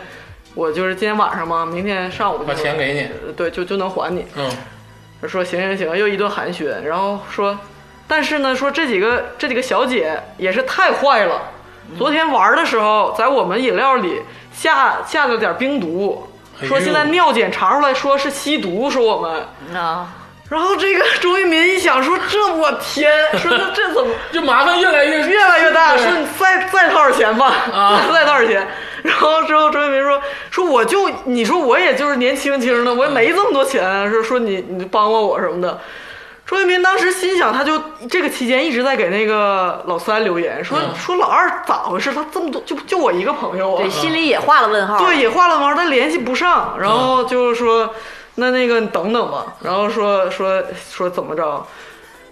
我就是今天晚上嘛，明天上午就
嗯把钱给你
呃对，就就能还你。
嗯
说行行行，又一顿寒暄，然后说，但是呢，说这几个这几个小姐也是太坏了，昨天玩的时候在我们饮料里下下了点冰毒，
哎呦
说现在尿检查出来说是吸毒，说我们。
啊，
然后这个周渝民一想说：“这我天，说那这怎么
就麻烦越来越
越来越大，
对
说你再再掏点钱吧，
啊
(laughs) 再掏点钱。然后之后周渝民说说我就你说我也就是年轻轻的，我也没这么多
嗯
钱，啊说说你你帮帮我什么的。周渝民当时心想，他就这个期间一直在给那个老三留言，说、
嗯
说老二咋回事？他这么多就就我一个朋友啊
对，，心里也画了问号。
对，也画了毛，但联系不上，然后就是说，那那个你等等吧，然后说说说怎么着，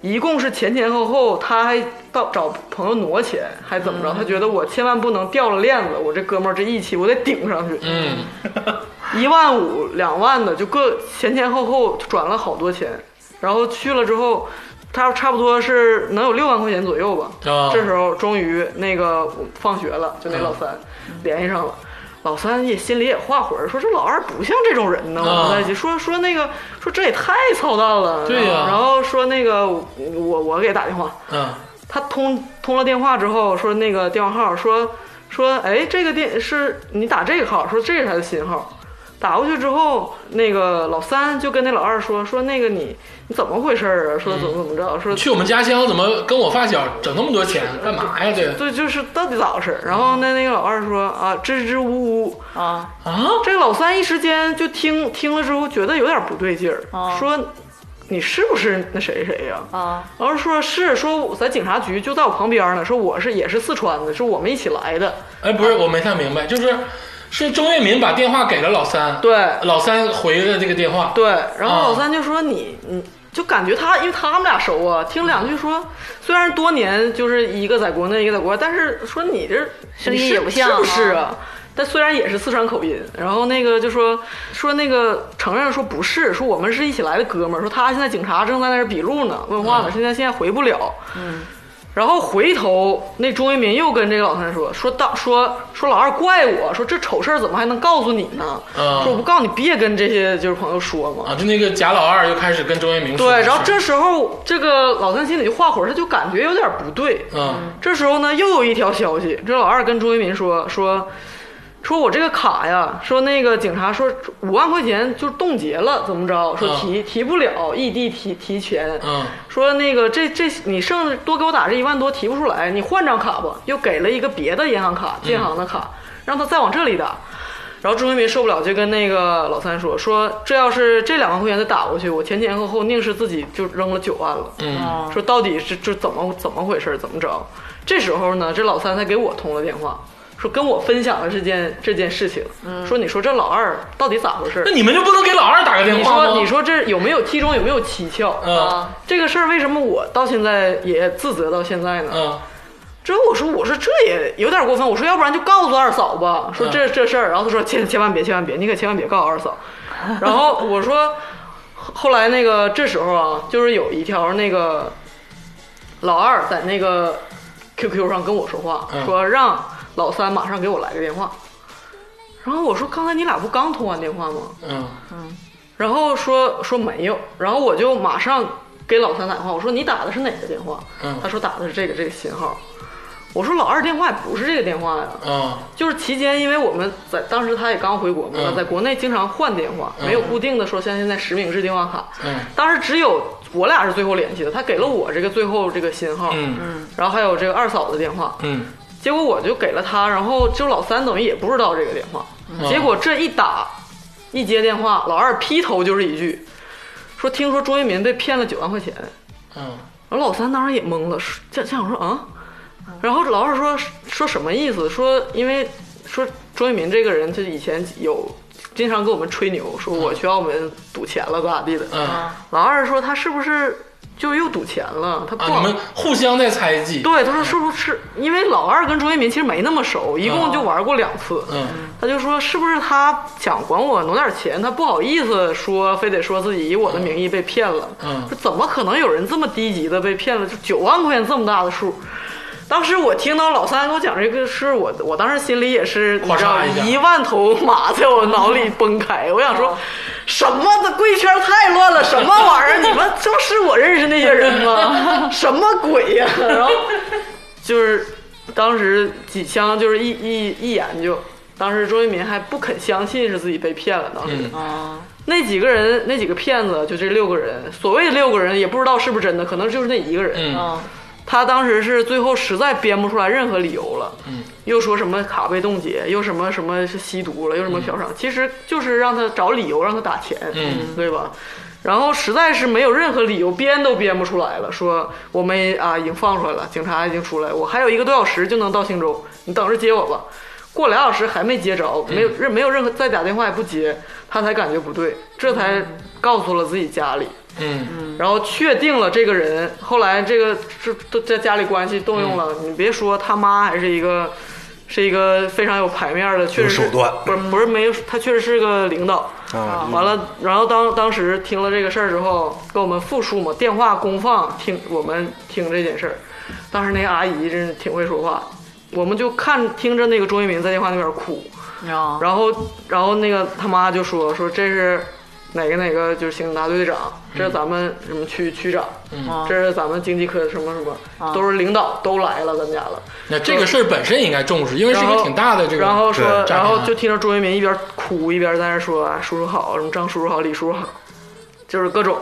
一共是前前后后，他还到找朋友挪钱，还怎么着？他觉得我千万不能掉了链子，我这哥们儿这义气我得顶上去，
嗯
一万五、两万的，就各前前后后转了好多钱，然后去了之后。他差不多是能有六万块钱左右吧，
啊
这时候终于那个我放学了，就那老三
嗯
联系上了。老三也心里也画魂儿，说这老二不像这种人呢。
啊
我们在一起说说那个，说这也太操蛋了。
对呀
然后然后说那个我我我给他打电话，
嗯
他通通了电话之后说那个电话号说说哎这个电是你打这个号，说这是他的新号。打过去之后，那个老三就跟那老二说说那个你你怎么回事儿啊？说怎么怎么着？说
去我们家乡怎么跟我发小整那么多钱？干嘛呀这？
对，就是到底咋回事儿？然后那那个老二说啊支支吾吾，
啊，
啊，
这个老三一时间就听听了之后觉得有点不对劲儿，
哦
说你是不是那谁谁呀、
啊
然后说是说我在警察局就在我旁边呢，说我是也是四川的，说我们一起来的。
哎，不是，我没太明白，就是是周渝民把电话给了老三，
对
老三回了这个电话，
对，然后
啊
老三就说你你。就感觉他，因为他们俩熟啊，听两句说，虽然多年就是一个在国内，一个在国外，但是说你这
声
你
音
是
也不像
是不
啊
是啊？但虽然也是四川口音，然后那个就说说那个承认说不是，说我们是一起来的哥们儿，说他现在警察正在那儿笔录呢，问
嗯
话呢，现在现在回不了。嗯。然后回头那钟一民又跟这个老三说说到说说老二怪我说这丑事儿怎么还能告诉你呢？
嗯
说我不告诉你别跟这些就是朋友说嘛。
啊，就那个贾老二又开始跟周渝民说
对，
的事儿，
然后这时候这个老三心里就画火，他就感觉有点不对。
嗯
这时候呢，又有一条消息，这老二跟朱一民说说。说我这个卡呀，说那个警察说五万块钱就冻结了，怎么着？说提、提不了，异地提提钱。
嗯
说那个这这你剩多给我打这一万多提不出来，你换张卡吧。又给了一个别的银行卡，建行的卡，
嗯
让他再往这里打。然后朱一民受不了，就跟那个老三说说，这要是这两万块钱再打过去，我前前后后宁是自己就扔了九万了。
嗯
啊
说到底是这怎么怎么回事，怎么着？这时候呢，这老三才给我通了电话，说跟我分享了这件这件事情，说你说这老二到底咋回事
嗯那？你们就不能给老二打个电
你
话吗？
说你说这有没有其中有没有蹊跷？
哦
嗯
这个事儿为什么我到现在也自责到现在呢？
嗯
之后我说我说这也有点过分，我说要不然就告诉二嫂吧，说这这事儿，然后他说千千万别千万别，你可千万别告诉二嫂。然后我说，后后来那个这时候啊，就是有一条那个老二在那个 QQ 上跟我说话，
嗯
说让老三马上给我来个电话。然后我说刚才你俩不刚通完电话吗？
嗯
然后说说没有，然后我就马上给老三打电话，我说你打的是哪个电话？
嗯
他说打的是这个这个信号。我说老二电话也不是这个电话呀，
嗯
就是期间因为我们在当时他也刚回国嘛，
嗯
在国内经常换电话，没有固定的说像现在实名制电话卡，
嗯
当时只有我俩是最后联系的，他给了我这个最后这个信号，
嗯
然后还有这个二嫂的电话，
嗯
结果我就给了他，然后就老三等于也不知道这个电话，
嗯
结果这一打，一接电话，老二劈头就是一句，说听说钟一民被骗了九万块钱，
嗯
然后老三当时也懵了，是这这样我说啊，然后老二说说什么意思？说因为说周渝民这个人，就以前有经常跟我们吹牛，说我去澳门赌钱了咋咋地的。
嗯，
老二说他是不是就又赌钱了？他不
啊，你
好、
们互相在猜忌，
对，他说是不是因为老二跟周渝民其实没那么熟，一共就玩过两次。
哦嗯
他就说是不是他想管我挪点钱，他不好意思说，非得说自己以我的名义被骗了。
嗯
说怎么可能有人这么低级的被骗了？就九万块钱这么大的数。当时我听到老三给我讲这个事，我我当时心里也是，你
咔嚓
知道
一下，
一万头马在我脑里崩开。我想
啊
说，什么的贵圈太乱了，什么玩意儿？
(laughs)
你们就是我认识那些人吗？什么鬼
(laughs)
呀、然后就是当时几枪就是一一一研究，当时周渝民还不肯相信是自己被骗了，当时。
嗯
啊，
那几个人，那几个骗子，就这六个人，所谓六个人也不知道是不是真的，可能就是那一个人。
嗯
嗯
他当时是最后实在编不出来任何理由了，
嗯
又说什么卡被冻结，又什么什么是吸毒了，又什么嫖娼，其实就是让他找理由让他打钱，
嗯
对吧？然后实在是没有任何理由，编都编不出来了。说我们啊已经放出来了，警察已经出来，我还有一个多小时就能到荆州，你等着接我吧。过俩小时还没接着，没有任没有任何再打电话也不接，他才感觉不对，这才告诉了自己家里。
嗯
然后确定了这个人，后来这个这都在家里关系动用了。你别说他妈还是一个，是一个非常有牌面的，确实是
有手段
不是不是没有，他确实是个领导。
啊，
完了，然后当当时听了这个事儿之后，跟我们复述嘛，电话公放听我们听这件事儿。当时那个阿姨真是挺会说话，我们就看听着那个钟一鸣在电话那边哭，
啊，
然后，然后那个他妈就说说这是哪个哪个就是刑警大队队长，这是咱们什么区区长，
嗯
这是咱们经济科什么什么，都是领导都来了，咱家了。
那这个事儿本身应该重视，因为是一
然
个
后
挺大的这个，
然后说，
对
然后就听着朱一民一边哭一边在那说、啊叔叔好，什么张叔叔好，李叔叔好，就是各种。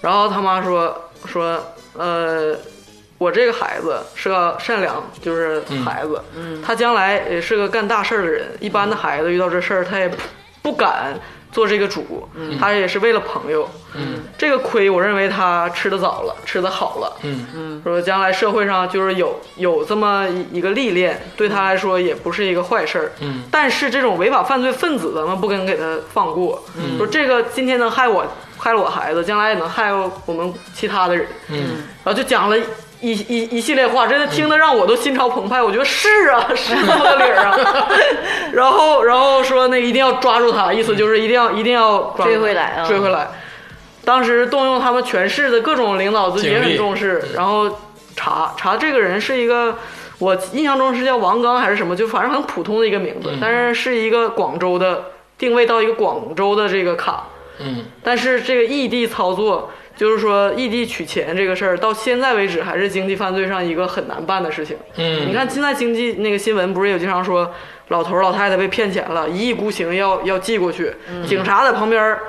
然后他妈说说呃，我这个孩子是个善良，就是
嗯
孩子，他将来也是个干大事儿的人。一
嗯
般的孩子遇到这事儿，他也不不敢做这个主，
嗯
他也是为了朋友。这个亏我认为他吃的早了，吃的好了。
嗯
说将来社会上就是有有这么一一个历练，对他来说也不是一个坏事儿。
嗯
但是这种违法犯罪分子，咱们不能给他放过。说这个今天能害我，害了我孩子，将来也能害我们其他的人。
嗯
然后就讲了一一一一系列话，真的听得让我都心潮澎湃。我觉得是啊，是这么个理儿啊。然后，然后说那个一定要抓住他，意思就是一定要一定要抓住他
追回来啊
追回来。当时动用他们全市的各种领导自己也
警
很
力
重视，然后查查这个人是一个。我印象中是叫王刚还是什么，就反正很普通的一个名
嗯
字，但是是一个广州的定位到一个广州的这个卡，
嗯
但是这个异地操作，就是说异地取钱这个事儿，到现在为止还是经济犯罪上一个很难办的事情。
嗯
你看现在经济那个新闻不是有经常说，老头儿老太太被骗钱了，一意孤行要要寄过去，
嗯
警察在旁边儿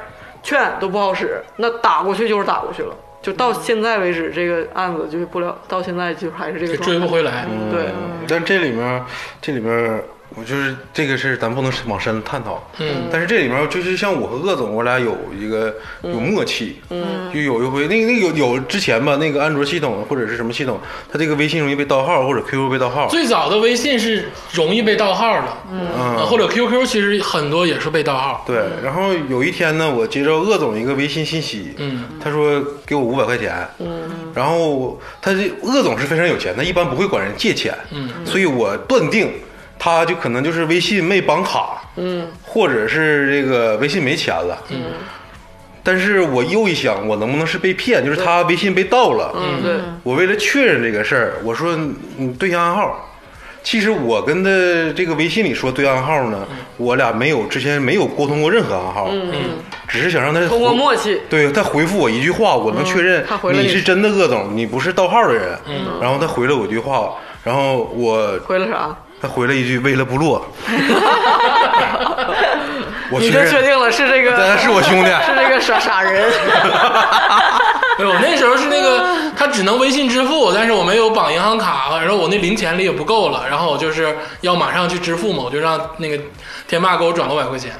劝都不好使，那打过去就是打过去了。就到现在为止，这个案子就是不了，到现在就还是这个
给
状
追
态
不回来，
对，
嗯
但这里面，这里面，我就是这个事儿咱不能往深了探讨。
嗯，
但是这里面就是像我和鄂总，我俩有一个有默契。嗯，就有一回，那个那个有有之前吧，那个安卓系统或者是什么系统，它这个微信容易被盗号或者 QQ 被盗号。
最早的微信是容易被盗号的，
嗯，
或者 QQ 其实很多也是被盗号，
对。然后有一天呢，我接到鄂总一个微信信息，
嗯
他说给我五百块钱，嗯，然后他这鄂总是非常有钱，他一般不会管人借钱，
嗯，
所以我断定他就可能就是微信没绑卡，嗯，或者是这个微信没钱了，嗯，但是我又一想，我能不能是被骗？就是他微信被盗了，
嗯对，
我为了确认这个事儿，我说你对象暗号。其实我跟他这个微信里说对暗号呢，
嗯
我俩没有之前没有沟通过任何暗号，嗯，只是想让他
通过
回
默契，
对他回复我一句话，我能确认
他回了
你
你
是真的鄂总，你不是盗号的人。嗯，然后他回了我一句话，然后我
回了啥？
他回了一句为了部
(laughs)
落，我
你
确
就确
认
定了是这个
咱是我兄弟，啊
是那个傻傻人，
没有，那时候是那个他只能微信支付，但是我没有绑银行卡，然后我那零钱里也不够了，然后我就是要马上去支付嘛，我就让那个天霸给我转个百块钱。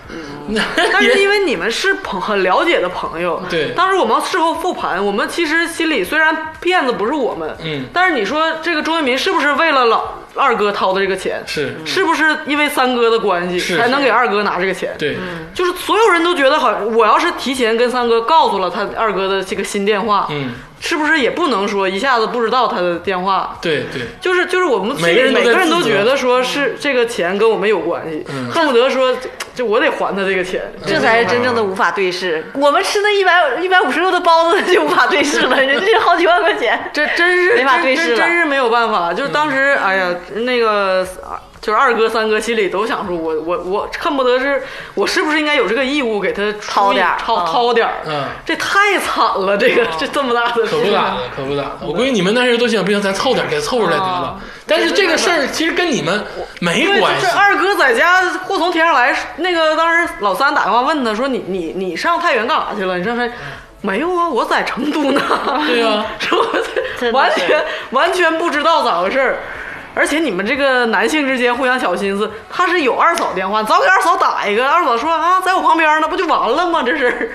那
(laughs) 但是
也
因为你们是朋很了解的朋友，
对
当时我们事后复盘，我们其实心里虽然骗子不是我们，
嗯
但是你说这个周渝民是不是为了老二哥掏的这个钱？
是
是不是因为三哥的关系
是
才能给二哥拿这个钱？，
对，
就是所有人都觉得好，像我要是提前跟三哥告诉了他二哥的这个新电话，
嗯，
是不是也不能说一下子不知道他的电话？
对对。
就是就是我们
每个人都
每
在
个人都
自责嗯
觉得说是这个钱跟我们有关系，恨不得说这这我得还他这个钱。
这才是真正的无法对视。我们吃那一百一百五十六的包子就无法对视了，人家是好几万块钱。
这真是
没法
真
对视
真真
了嗯
是没有办法。就是当时，哎呀，那个就是二哥、三哥心里都想说，我我我恨不得是我是不是应该有这个义务给他出
掏点儿
掏
嗯哦
掏点儿
嗯
这太惨了，这个这这么大的事
可不咋
儿，
的，可不咋的。我闺女你们那时候都想，不行，咱凑点儿，给凑出来得了
啊。
但是这个事儿其实跟你们没
对，
关
这
系
这。二哥在家祸从天上来。那个当时老三打电话问他说：“你你你上太原干啥去了？”你上山。没有啊，我在成都呢。
对
(laughs)
呀
说我
真的
在
是
完全完全不知道咋回事儿。而且你们这个男性之间互相小心思，他是有二嫂电话，早给二嫂打一个。二嫂说啊，在我旁边呢，不就完了吗？这是。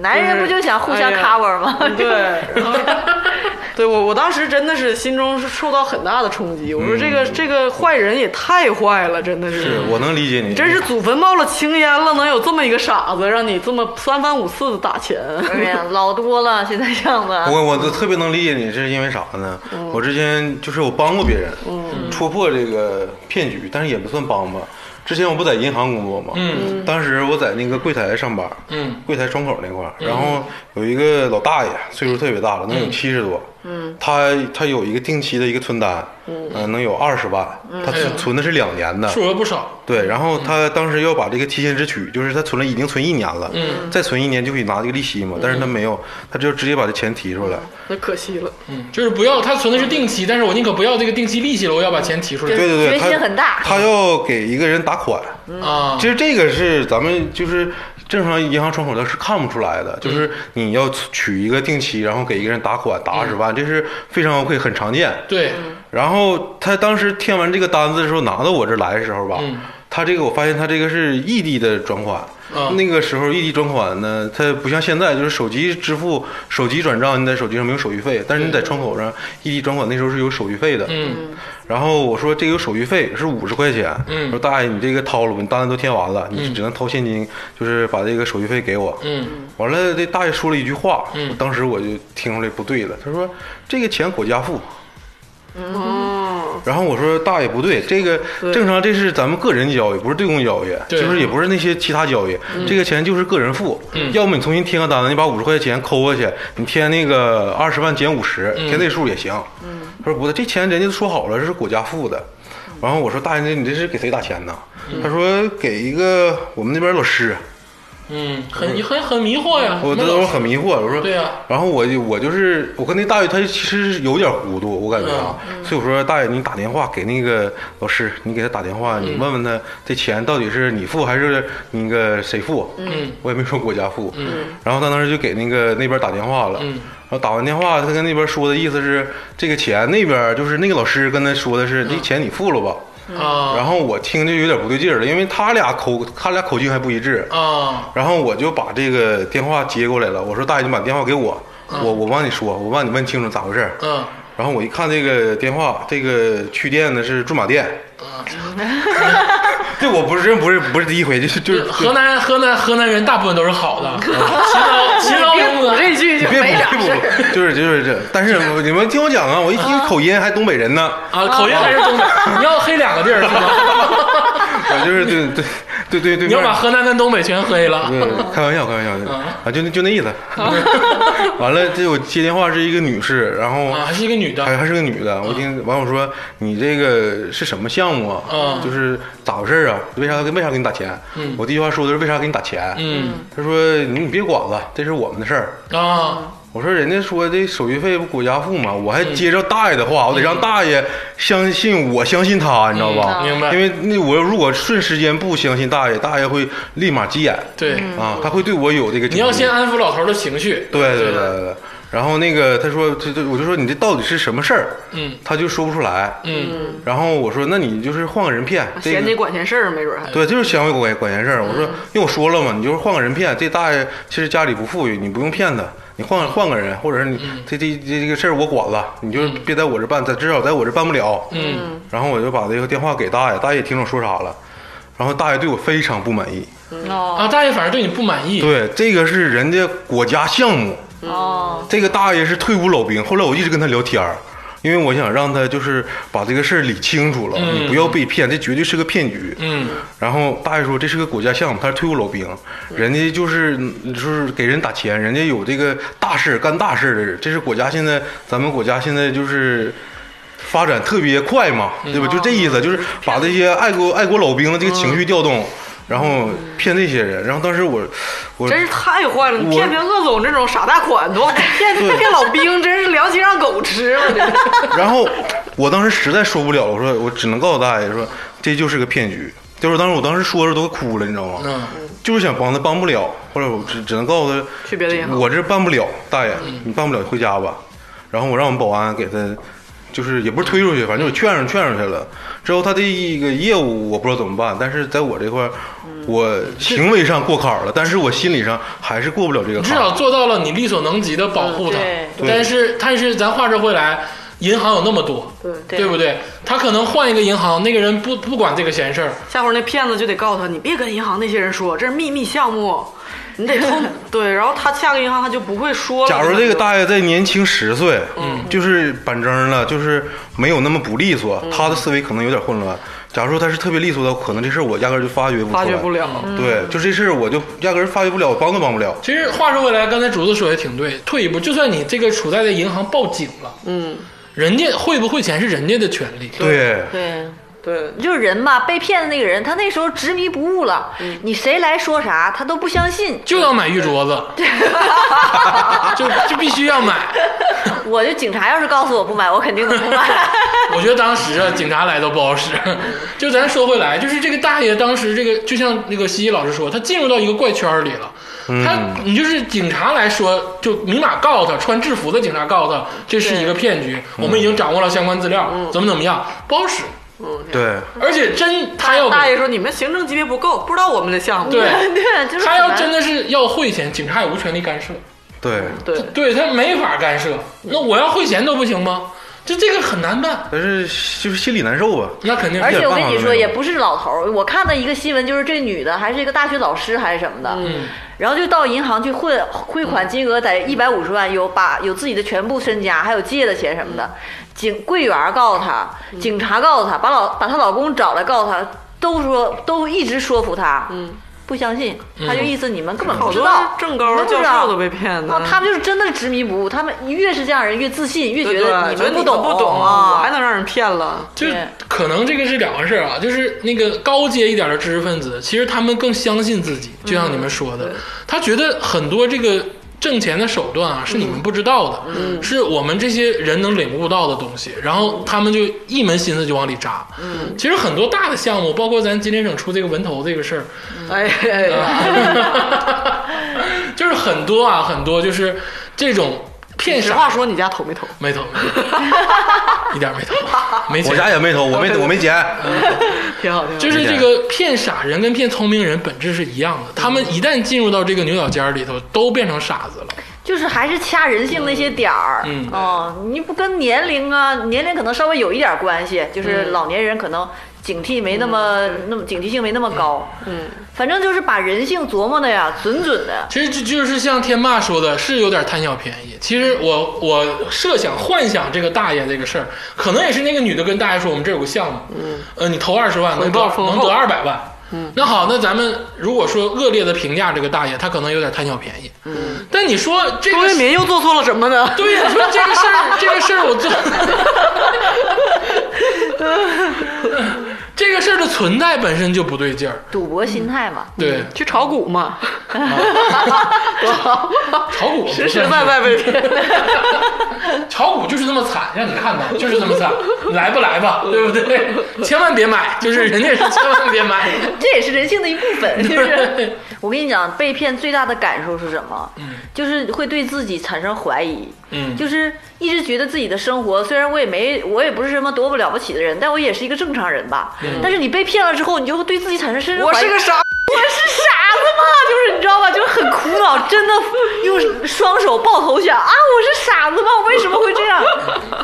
男人不就想互相
哎呀
cover 吗？
对，然后 (laughs) 对我我当时真的是心中是受到很大的冲击。我说这个、这个坏人也太坏了，真的是。
是我能理解你，
真是祖坟冒了青烟了，能有这么一个傻子让你这么三番五次的打钱？
(laughs) 哎呀，老多了，现在这样子。
我我都特别能理解你，这是因为啥呢？我之前就是我帮过别人，
嗯
戳破这个骗局，但是也不算帮吧。之前我不在银行工作嘛，
嗯
当时我在那个柜台上班，
嗯
柜台窗口那块儿，然后有一个老大爷，岁数特别大了，能有七十多，嗯，他他有一个定期的一个存单，嗯、能有二十万，他
哎呦
存存的是两年的，
数嗯额不少。
对，然后他当时要把这个提前支取，就是他存了已经存一年了，
嗯
再存一年就可以拿这个利息嘛，但是他没有，他就直接把这钱提出来。
(laughs) 那可惜了，
嗯，就是不要他存的是定期，但是我宁可不要这个定期利息了，我要把钱提出来。
对对
决
对，
心
他
很大嗯
他要给一个人打款。
啊
其，实这个是咱们就是正常银行窗口的是看不出来的，就是
嗯
你要取一个定期，然后给一个人打款打二十万，这是非常 OK 很常见。
对，
然后他当时填完这个单子的时候，拿到我这来的时候吧，
嗯
他这个我发现他这个是异地的转款。
啊
那个时候异地转款呢，它不像现在，就是手机支付、手机转账，你在手机上没有手续费，但是你在窗口上异地转款那时候是有手续费的。
嗯
然后我说这个有手续费是五十块钱，
嗯
我说大爷你这个掏了吧，你单子都填完了，你只能掏现金，就是把这个手续费给我。
嗯
完了，这大爷说了一句话，
嗯
我当时我就听出来不对了，他说这个钱国家付。
哦，
然后我说大爷不对，这个
对
正常这是咱们个人交易，不是对公交易，
对
就是也不是那些其他交易，这个钱就是个人付。
嗯
要么你重新贴个单子，你把五十块钱抠过去，你贴那个二十万减五十、
嗯
贴那数也行。他说不对，这钱人家都说好了是国家付的。然后我说大爷，你这是给谁打钱呢？他说给一个我们那边老师。
嗯，很很很迷惑呀。
(laughs) 我那时候很迷惑，我说
对啊呀
然后我就我就是我跟那大爷他其实是有点糊涂，我感觉啊，
嗯
所以我说大爷你打电话给那个老师，你给他打电话，
嗯
你问问他这钱到底是你付还是那个谁付？
嗯，
我也没说国家付。然后他当时就给那个那边打电话了，
嗯
然后打完电话，他跟那边说的意思是这个钱那边就是那个老师跟他说的
嗯
是这钱你付了吧。
啊
然后我听着有点不对劲儿了，因为他俩口他俩口径还不一致。
啊，
然后我就把这个电话接过来了，我说大爷，你把电话给我，我我帮你说，我帮你问清楚咋回事儿。
嗯
然后我一看这个电话，这个去电呢是驻马店，
啊，
(laughs) 这我不是不是不是第一回，就是就是
河南河南河南人大部分都是好的，勤劳勤劳
别
工
补
作。
这句
你
就
别
没
不
啥
别
事儿。
不，就是就是这，但是你们听我讲啊，我一
嗯
听口音还东北人呢，
啊，口音还是东 (laughs) 北，你要黑两个地儿是 (laughs) 吗？
我就是对对对对对
你要
面
把河南跟东北全黑了。
嗯，开玩笑，开玩笑，啊，就那就那意思。 (laughs) 完了，这我接电话是一个女士，然后
啊，还啊是一个女的
还还是个女的，我听完我说你这个是什么项目啊
嗯？
就是咋回事儿啊？为啥为啥给你打钱？
嗯
我第一句话说的是为啥给你打钱？
嗯
他说你你别管了，这是我们的事儿。
啊，
我说人家说这手续费不国家付嘛，我
嗯
还接着大爷的话，我得让大爷相信我相信他，你知道吧？
嗯明白
因为那我如果瞬时间不相信大爷，大爷会立马急眼
对，
嗯
嗯
啊，他会对我有这个。
你要先安抚老头的情绪。
对对对对对。然后那个他说，他就我就说你这到底是什么事儿？
嗯
他就说不出来。
嗯啊
然后我说，那你就是换个人骗，这个
嫌你管闲事儿，没准儿还。
对，就是想管管闲事
嗯
儿。我说，因为我说了嘛，你就是换个人骗。这大爷其实家里不富裕，你不用骗他，你换换个人，或者是你
嗯
这这这这个事儿我管了，你就别在我这办，在至少在我这办不了。
嗯
然后我就把这个电话给大爷，大爷听着我说啥了，然后大爷对我非常不满意。
哦
啊，大爷反而对你不满意，
对，这个是人家国家项目，
嗯
哦，
这个大爷是退伍老兵。后来我一直跟他聊天儿，因为我想让他就是把这个事儿理清楚了，
嗯
你不要被骗，这绝对是个骗局。
嗯
然后大爷说这是个国家项目，他是退伍老兵，
嗯
人家就是就是给人打钱，人家有这个大事儿干大事儿的人，这是国家现在咱们国家现在就是。发展特别快嘛，
嗯
对吧？就这意思，
哦
就是把这些爱国爱国老兵的这个
嗯
情绪调动，然后骗这些人。然后当时我，我
真是太坏了！你
我
骗骗鄂总这种傻大款，多骗骗老兵，真是良心让狗吃了，这是。
(laughs) 然后我当时实在受不了，我说我只能告诉大爷说这就是个骗局。就是当时我当时说着都哭了，你知道吗？
嗯
就是想帮他帮不了，后来我只只能告诉他
去别的银行
我这办不了，大爷你办不了，回家吧。然后我让我们保安给他。就是也不是推出去，反正我劝上劝上去了。之后他的一个业务我不知道怎么办，但是在我这块儿，我行为上过坎儿了，但是我心理上还是过不了这个
至
坎
少
儿。
做到了你力所能及的保护他
嗯。
对
但是但是咱话说回来，银行有那么多，
对
对不对？他可能换一个银行，那个人不不管这个闲事儿，
下回那骗子就得告诉他，你别跟银行那些人说，这是秘密项目，你得通。对，然后他下个银行他就不会 (laughs) 说了。
假如这个大爷再年轻十岁，
嗯
就是板正了，就是没有那么不利索，
嗯
他的思维可能有点混乱。假如说他是特别利索的，可能这事儿我压根儿就发掘不出来嗯
发掘不了。嗯
对，就这事儿我就压根儿发掘不了，帮都帮不了。
其实话说回来，刚才竹子说的挺对，退一步，就算你这个处在的银行报警了，
嗯，
人家汇不汇钱是人家的权利。
对，
对。
对，
就是人嘛，被骗的那个人，他那时候执迷不悟了，
嗯
你谁来说啥，他都不相信。
就要买玉镯子，就就必须要买。
我就警察要是告诉我不买，我肯定都不
(laughs)
买。
我觉得当时啊，警察来都不好使。 (laughs) 就咱说回来，就是这个大爷当时这个，就像那个西西老师说，他进入到一个怪圈里了。他，你就是警察来说，就明码告诉他，穿制服的警察告诉他，这是一个骗局，我们已经掌握了相关资料，怎么怎么样，不好使。
对，
而且真他要
大
给
爷说你们行政级别不够，不知道我们的项目。
对
对，就是
他要
很难
真的是要汇钱，警察也无权利干涉，
对。
对，
对他没法干涉。那我要汇钱都不行吗？这这个很难办，
但是就是心里难受吧。
啊那肯定
而
是
且我跟你
有办法都
说，
没有
也不是老头儿。我看到一个新闻，就是这女的还是一个大学老师还是什么的，
嗯
然后就到银行去汇汇款，金额在一百五十万，有把有自己的全部身家，还有借的钱什么的。
嗯
警柜员儿告诉她，警察告诉她，把老把她老公找来告诉她，都说都一直说服她，
嗯，
不相信，她就意思你们根本不
好
知
多
道，
正
你
高
们不
教
知道
授都被骗的
啊，。他们就是真的执迷不悟，他们越是这样人越自信，越
对
觉
对
得你
觉得
们
不
懂
不懂哦
啊，
我还能让人骗了。
就是
对
可能这个是两回事儿啊，就是那个高阶一点的知识分子，其实他们更相信自己，就像你们说
嗯
的，他觉得很多这个挣钱的手段啊是你
嗯
们不知道的，是我们这些人能领悟到的东西，然后他们就一门心思就往里扎。嗯，其实很多大的项目，包括咱吉林省出这个文投这个事儿，
哎呀，
(laughs)
就是很多啊，很多就是这种骗
(laughs) 实
傻
话说，你家投没投？
没投，没投一点儿没投，没钱
我家也没投，我没我没钱。
挺好，挺好。
就是这个骗傻人跟骗聪明人本质是一样的，他们一旦进入到这个牛角尖儿里头，都变成傻子了。
就是还是掐人性那些点儿，
嗯
哦，你不跟年龄啊，年龄可能稍微有一点关系，就是老年人可能警惕没那么、那么警惕性没那么高，
嗯，
反正就是把人性琢磨的呀，准准的，
其实就就是像天霸说的，是有点贪小便宜。其实我我设想幻想这个大爷这个事儿，可能也是那个女的跟大爷说，我们这有个项目，嗯，呃，你投二十万能
回报
得
丰厚
能得二百万。嗯，那好，那咱们如果说恶劣的评价这个大爷，他可能有点贪小便宜。嗯，但你说这
(laughs) 周
个
渝民又做错了什么呢？
对呀，你说这个事儿，这个事儿我做，这个事儿的存在本身就不对劲儿。
赌博心态嘛，
对，
(laughs) 去 (laughs) 炒股嘛，多好，
炒股不
(laughs)
算
实
是
实在在被骗。
炒股就是这么惨，让你看到就是这么惨，你来不来吧，对不对？千万别买，就是人家也是千万别买。
这也是人性的一部分，
(laughs)
就是
嗯
我跟你讲，被骗最大的感受是什么？就是会对自己产生怀疑。
嗯
就是一直觉得自己的生活，虽然我也没，我也不是什么多么了不起的人，但我也是一个正常人吧。但是你被骗了之后，你就会对自己产生深深
(laughs) 嗯我
怀疑
是个傻，
我是傻子吗？就是你知道吧，就是很苦恼，真的用双手抱头想啊，我是傻子吗？我为什么会这 (laughs) 样？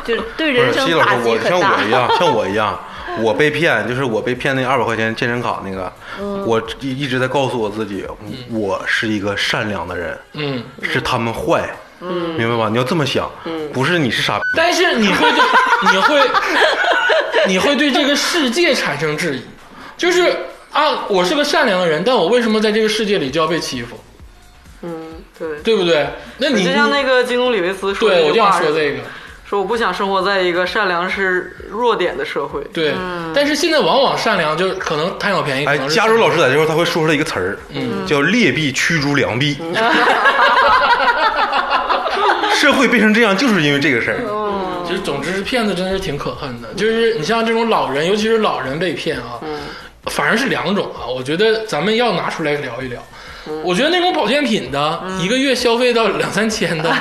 就是对
不是
人
西
生
老
打
师，
击
我
很
像
大
我。
(laughs)
一样，像我一样，我被骗，就是我被骗那二百块钱健身卡那个，
嗯
我一一直在告诉我自己，
嗯
我是一个善良的人，
嗯，
是他们坏，明白吧？你要这么想，
嗯
不是你是傻逼，
但是你会对，你会，你会对这个世界产生质疑，就是啊，我是个善良的人，但我为什么在这个世界里就要被欺负，
(laughs) 嗯，对。
对不对？那你
就像那个基努里维斯说的
对
那
我就
句
想
话
说
似的，
这个，
说我不想生活在一个善良是弱点的社会。
对。但是现在往往善良就可能贪小便宜，可
哎，
能是嗯
加州老师在这块儿他会说出来一个词儿，叫劣币驱逐良币。 (laughs)
(laughs)
社会变成这样，就是因为这个事
嗯
儿。
就是总之是骗子真的是挺可恨的，就是你像这种老人，尤其是老人被骗啊，反而是两种啊，我觉得咱们要拿出来聊一聊。我觉得那种保健品的，一个月消费到两三千的，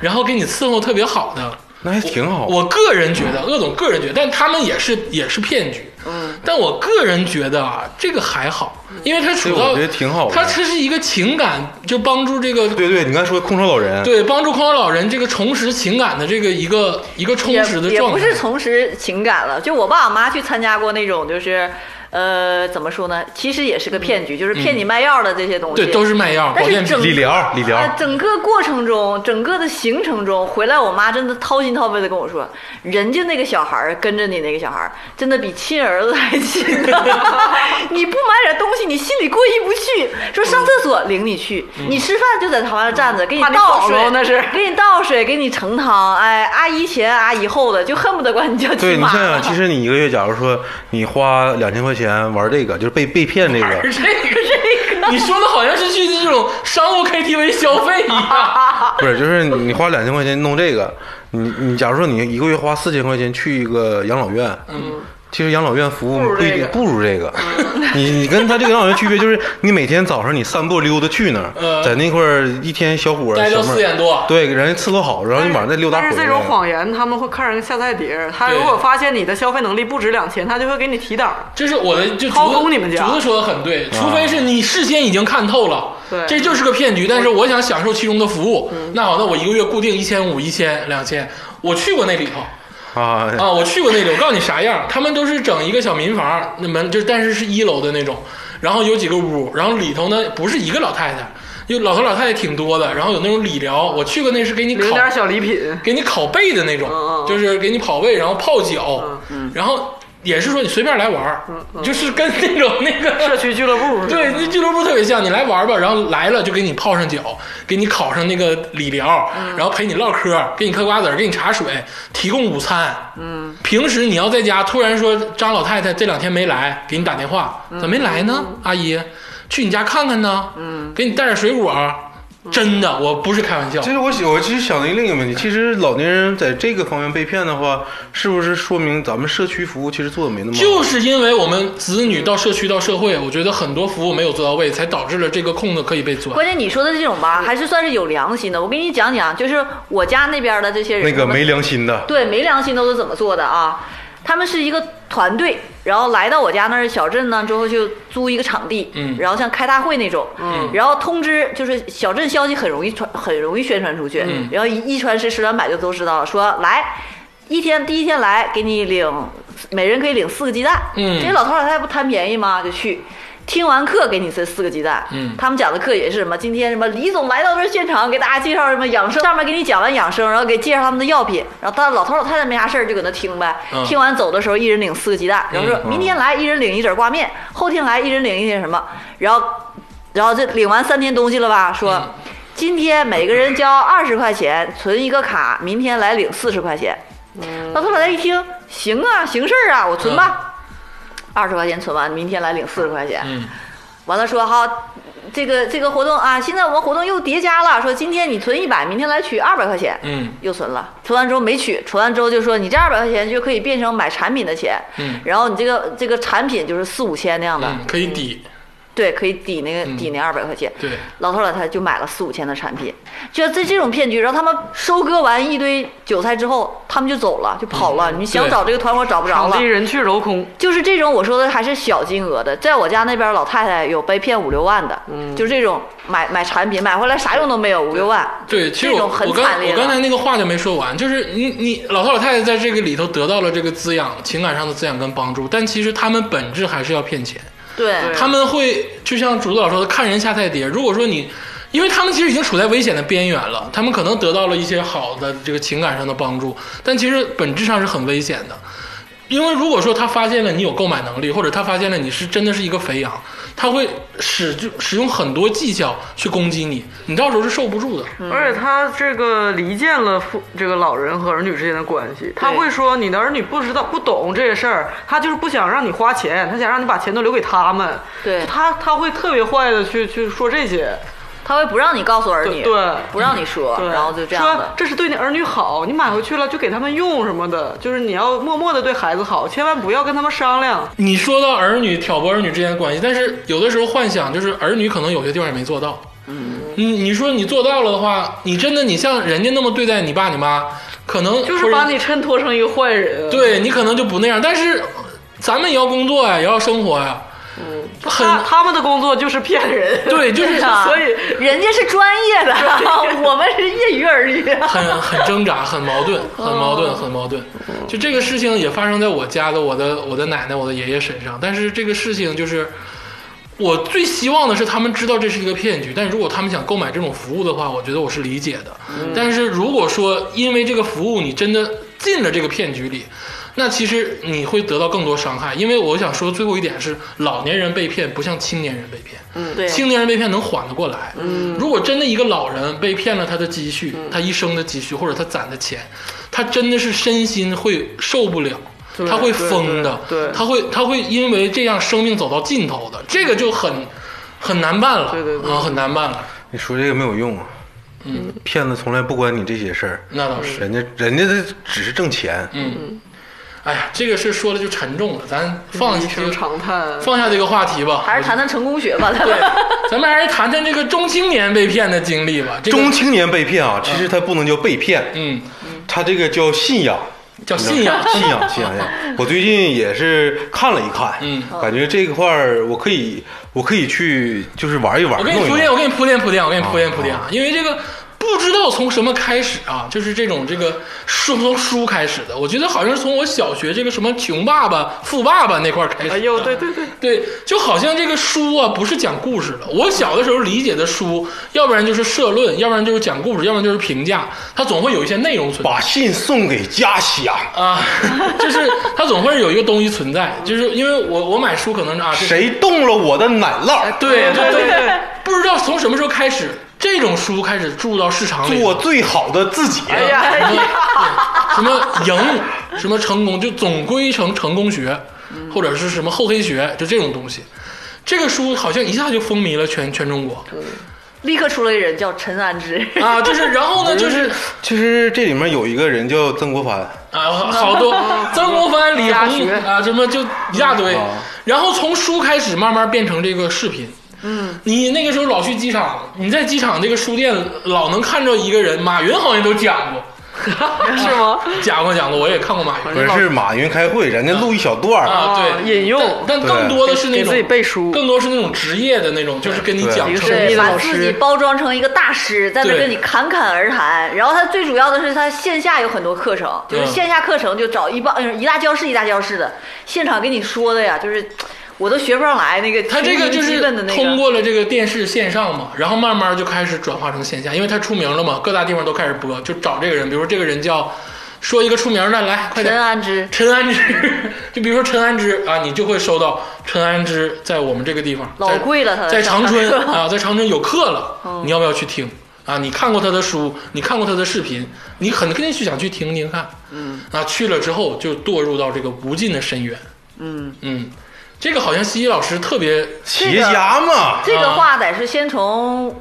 然后给你伺候特别好的，
那还挺好。
我个人觉得，鄂总个人觉得，但他们也是也是骗局。嗯，但我个人觉得啊，这个还好，因为他处
对
到
我觉得挺好的
他这是一个情感，就帮助这个
对对，你刚才说空巢老人，
对帮助空巢老人这个重拾情感的这个一个一个充
也
实的
也
状态，
不是重拾情感了，就我爸我妈去参加过那种，就是，呃，怎么说呢？其实也是个骗局，就是骗你卖药的这些东西。
对都是卖药
但
保
是
健
整
品。
理疗理疗
哎
啊，整个过程中，整个的行程中，回来我妈真的掏心掏肺的跟我说，人家那个小孩儿跟着你那个小孩儿，真的比亲儿子还亲呢、
(laughs)
你不买点东西，你心里过意不去。说上厕所领你去，
嗯
你吃饭就在旁边站着，给你
怕你
倒
跑
水
喽，那是
给你倒水，给你盛汤，哎，阿姨前阿姨后的，就恨不得管你叫
对
亲
你啊
妈。
(laughs)
想想，其实你一个月，假如说你花两千块钱玩这个，就是被被骗这个，
这个这个，你说的好像是去这种商务 KTV 消费一
(laughs)
样。
(laughs) 不是，就是你花两千块钱弄这个，你你假如说你一个月花四千块钱去一个养老院，嗯，其实养老院服务不一定不如这个，
嗯
你你跟他这个养老院区别就是，你每天早上你散步溜达去那
嗯
儿，在那块儿一天小伙儿
待到
小妹儿
四点多
对，给人家伺候好，然后你晚上再溜达回来。
但
啊
是这种谎言，他们会看人下菜碟儿。他如果发现你的消费能力不值两千，他就会给你提档儿。
这是我的，就
掏
竹子
空你们家
竹子说的很对，除非是你事先已经看透了，
对
这就是个骗局。但是我想享受其中的服务，
嗯
那好，那我一个月固定一千五、一千、两千，我去过那里头。
啊，
(laughs) 啊，我去过那里，我告诉你啥样，他们都是整一个小民房，那门就但是是一楼的那种，然后有几个屋，然后里头呢不是一个老太太，有老头老太太挺多的，然后有那种理疗，我去过那是给你
领
烤
点儿小礼品，
给你烤背的那种，
嗯嗯嗯
就是给你跑位，然后泡脚，然后也是说你随便来玩儿，就是跟那种那个
社区俱乐部。
对，那俱乐部特别像，你来玩吧，然后来了就给你泡上脚，给你烤上那个理疗，然后陪你唠嗑，给你嗑瓜子儿，给你茶水，提供午餐。嗯，平时你要在家，突然说张老太太这两天没来，给你打电话，咋没来呢？阿姨，去你家看看呢。嗯，给你带点水果儿，真的，我不是开玩笑
其。实我想，我其实想了一个另一个问题，其实老年人在这个方面被骗的话，是不是说明咱们社区服务其实做的没那么好？
就是因为我们子女到社区到社会，我觉得很多服务没有做到位，才导致了这个空子可以被钻。
关键你说的这种吧，还是算是有良心的。我给你讲讲，就是我家那边的这些人，
那个
我们
没良心的，
对，没良心都是怎么做的啊？他们是一个团队，然后来到我家那儿小镇呢之后就租一个场地，
嗯
然后像开大会那种，嗯，然后通知就是小镇消息很容易传，很容易宣传出去，
嗯
然后一一传十，十传百就都知道了，说来。一天第一天来，给你领，每人可以领四个鸡蛋。
嗯
这些老头老太太不贪便宜吗？就去，听完课给你这四个鸡蛋。
嗯
他们讲的课也是什么？今天什么李总来到这儿现场，给大家介绍什么养生，上面给你讲完养生，然后给介绍他们的药品，然后他老头老太太没啥事儿就搁那听呗。
嗯
听完走的时候，一人领四个鸡蛋，然后说
嗯
明天来一人领一整挂面，后天来一人领一点什么，然后，然后这领完三天东西了吧，说。
嗯
今天每个人交二十块钱存一个卡，明天来领四十块钱。
嗯
老头老太太一听，行啊，行事儿啊，我存吧，二十、块钱存完，明天来领四十块钱。
嗯
完了说好，这个这个活动啊，现在我们活动又叠加了，说今天你存一百，明天来取二百块钱，
嗯
又存了，存完之后没取，存完之后就说你这二百块钱就可以变成买产品的钱，
嗯
然后你这个这个产品就是四五千那样的，
嗯，可以抵。
对，可以抵那个抵那二百块钱。
对
老头老太太就买了四五千的产品，就这这种骗局，然后他们收割完一堆韭菜之后，他们就走了，就跑了。你
嗯
想
对
找这个团伙找不着
场
了
地。人去楼空，
就是这种，我说的还是小金额的。在我家那边，老太太有被骗五六万的，
嗯
就这种买买产品买回来啥用都没有，五六万，
对，其实
这
我
种很
我刚
惨烈
我
的
刚才那个话就没说完，就是你你老头老太太在这个里头得到了这个滋养，情感上的滋养跟帮助，但其实他们本质还是要骗钱，
对啊
对
他们会就像竹子老说的，看人下菜碟。如果说你，因为他们其实已经处在危险的边缘了，他们可能得到了一些好的这个情感上的帮助，但其实本质上是很危险的。因为如果说他发现了你有购买能力，或者他发现了你是真的是一个肥羊，他会使就使用很多技巧去攻击你，你到时候是受不住的。
嗯而且他这个离间了父这个老人和儿女之间的关系。他会说你的儿女不知道不懂这些事儿，他就是不想让你花钱，他想让你把钱都留给他们。
对
他他会特别坏的去去说这些，
他会不让你告诉儿女，
对对
不让你说，
对，
然后就这样
说
的。
这是对你儿女好，你买回去了就给他们用什么的，就是你要默默的对孩子好，千万不要跟他们商量。
你说到儿女挑拨儿女之间的关系，但是有的时候幻想就是儿女可能有些地方也没做到。嗯，你你说你做到了的话，你真的你像人家那么对待你爸你妈，可能
就是把
或者
你衬托成一个坏人。，
对你可能就不那样。但是咱们也要工作呀，也要生活呀。嗯，很
他他们的工作就是骗人。
对，就是
对啊
(laughs) 所以
人家是专业的， (laughs) 我们是业余而
(laughs)
已。
很很挣扎，很矛盾，很矛盾，很矛盾。就这个事情也发生在我家的我的我的奶奶、我的爷爷身上，但是这个事情就是。我最希望的是他们知道这是一个骗局，但如果他们想购买这种服务的话，我觉得我是理解的。但是如果说因为这个服务你真的进了这个骗局里，那其实你会得到更多伤害。因为我想说最后一点是，老年人被骗不像青年人被骗。
对
青年人被骗能缓得过来。嗯，如果真的一个老人被骗了他的积蓄，
嗯
他一生的积蓄或者他攒的钱，他真的是身心会受不了。
对
他会疯的，
对对对
他会他会因为这样生命走到尽头的，这个就很很难办了，
对对对
啊，很难办了。
你说这个没有用啊，嗯，骗子从来不管你这些事儿，
那倒
嗯
是，
人家人家这只是挣钱，
嗯哎呀，这个是说了就沉重了，咱放
一
下这
声
个
长叹。
放下这个话题吧，
还是谈谈成功学吧，咱们
咱们还是谈谈这个中青年被骗的经历吧。这个
中青年被骗啊，其实他不能叫被骗，
嗯，
他这个叫信仰。
叫信仰，
信仰，信仰，信仰。我最近也是看了一看，
嗯，
感觉这块儿我可以，我可以去，就是玩一玩，
我给你
弄一
铺
弄
垫，我给你铺垫铺垫，我给你铺垫
啊
铺垫啊！因为这个不知道从什么开始啊，就是这种这个书从书开始的，我觉得好像是从我小学这个什么穷爸爸、富爸爸那块儿开始。
哎呦，对对对，
对，就好像这个书啊，不是讲故事的。我小的时候理解的书，要不然就是社论，要不然就是讲故事，要不然就是评价，它总会有一些内容存在。
把信送给家乡，
啊， (laughs) 就是它总会有一个东西存在，就是因为我我买书可能是啊，这
谁动了我的奶酪，
哎对对
对对，
不知道从什么时候开始，这种书开始注入到市场里，
做最好的自己。啊
哎呀，哎呀
什么赢，什么成功，就总归成成功学，或者是什么厚黑学，就这种东西。这个书好像一下就风靡了全全中国
(laughs) 立刻出了一人叫陈安之，
啊！就是然后呢，就是
其实这里面有一个人叫曾国藩，
啊，好
(laughs)
多曾国藩、李
家
鸿
学哦
啊，什么就一大堆
嗯。
然后从书开始，慢慢变成这个视频。嗯，你那个时候老去机场，你在机场这个书店老能看着一个人，马云好像都讲过，
是吗？
讲过讲过，我也看过马
不
云
是是马云开会，人家录一小段儿，
啊，对，
哦引用
但但更多的是那
(laughs) 给
种
自己背书。
更多是那种职业的那种，就是跟你
对
讲
一个
成
神秘
功
的
把
老师
自己包装成一个大师，在那
对
跟你侃侃而谈。然后他最主要的是，他线下有很多课程，就是
嗯
线下课程就找一帮嗯一大教室一大教室的，现场给你说的呀，就是我都学不上来那个
他这个就
基
是
本的那
通
个。
过了这个电视线上嘛，然后慢慢就开始转化成线下，因为他出名了嘛，各大地方都开始播，就找这个人，比如说这个人叫，说一个出名的来，快点，
陈安之，
陈安之， (laughs) 就比如说陈安之啊，你就会收到陈安之在我们这个地方
老
在
贵了他的
在呃长春哦
上课
啊，在长春有课了，你要不要去听？啊，你看过他的书，你看过他的视频，你肯定去想去听听看。嗯，啊，去了之后就堕入到这个无尽的深渊。嗯嗯，这个好像西西老师特别
企业家嘛，
这个话得是先从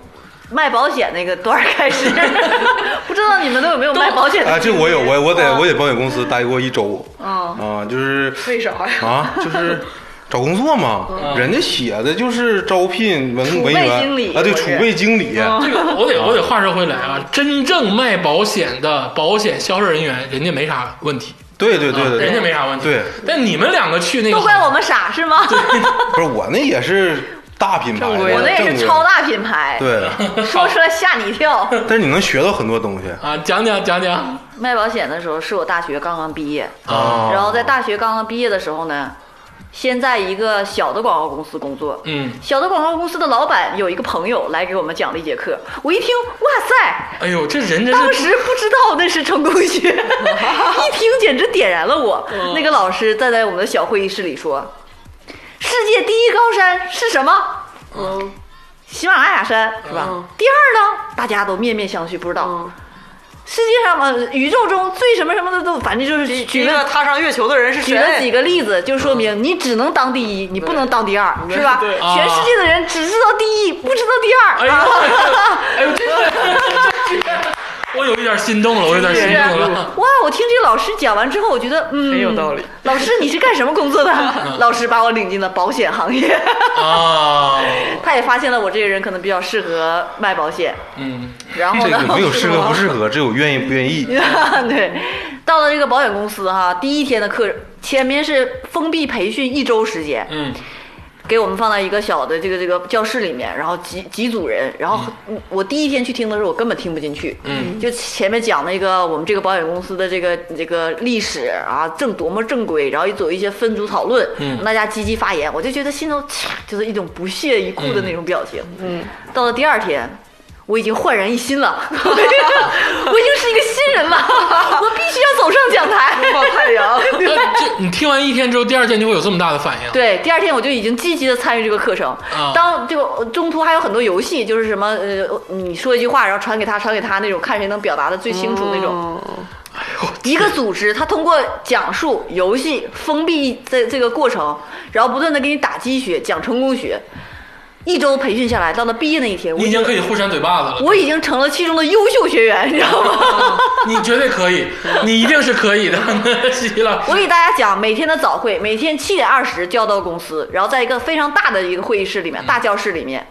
卖保险那个段儿开始， (laughs) 不知道你们都有没有卖保险的？
啊，这我有，我我在我在保险公司待过一周，
嗯，
啊，就是
为啥呀？
啊，就是找工作嘛，人家写的就是招聘文
嗯储
文
备
员
经理
啊，对，
我嗯
储
是
备经理，
这个我
(laughs)
得我得话说回来啊，真正卖保险的保险销售人员，人家没啥问题，
对对对
啊
对
人家
对，
没啥问题。
对，
但你们两个去那个
都
行
怪
业，
我们傻是吗？
不是我那也是大品牌的，
正规
我那也
正规
是超大品牌，
对，
说出来吓你一跳。
但是你能学到很
(laughs)
多东西
啊，讲讲讲讲
卖保险的时候是我大学刚刚毕业，
啊。
然后在大学刚刚毕业的时候呢，先在一个小的广告公司工作。
嗯，
小的广告公司的老板有一个朋友来给我们讲了一节课，我一听，哇塞！
哎呦，这人真
当
是
时不知道那是成功学，一听简直点燃了我。那个老师站在我们的小会议室里说：“世界第一高山是什么？”
嗯
喜马拉雅山是吧？
嗯
第二呢，大家都面面相觑，不知道、
嗯，
世界上嘛，宇宙中最什么什么的都，反正就是
第
举
第一个
了
踏上月球的人是谁？
举了几个例子，就说明你只能当第一，你不能当第二，
对
是吧？
对
啊
全世界的人只知道第一，不知道第
哎
二。
呦，
啊
哎呦，这我有一点心动了，我有点心动了。
哇！我听这个老师讲完之后，我觉得嗯，
很有道理。
老师，你是干什么工作的？
(laughs)
老师把我领进了保险行业， (laughs)
啊，
他也发现了我这个人可能比较适合卖保险。
嗯，
然后
啊这
呢，
个没有适合不适合，只有愿意不愿意。
(laughs) 对，到了这个保险公司哈，第一天的课前面是封闭培训一周时间，
嗯，
给我们放在一个小的这个这个教室里面，然后几几组人，然后我我第一天去听的时候，我根本听不进去，
嗯，
就前面讲那个我们这个保险公司的这个这个历史啊，正多么正规，然后有一些分组讨论，
嗯
大家积极发言，我就觉得心头嚓就是一种不屑一顾的那种表情，嗯，到了第二天。我已经焕然一新了，我已经是一个新人了，我必须要走上讲台。
冒太阳，
那哎这你听完一天之后，第二天就会有这么大的反应。
对，第二天我就已经积极的参与这个课程。
啊
当这个中途还有很多游戏，就是什么呃，你说一句话，然后传给他，传给他那种，看谁能表达的最清楚那种。
哦
哎
哎
一个组织，它通过讲述、游戏、封闭这这个过程，然后不断的给你打鸡血，讲成功学。一周培训下来，到了毕业那一天，我
你已经可以互扇嘴巴
(laughs)
子了，
我已经成了其中的优秀学员，你知道吗？
你绝对可以，你一定是可以的， (laughs) 西西老师
我。给大家讲，每天的早会，每天七点二十就要到公司，然后在一个非常大的一个会议室里面，大教室里面，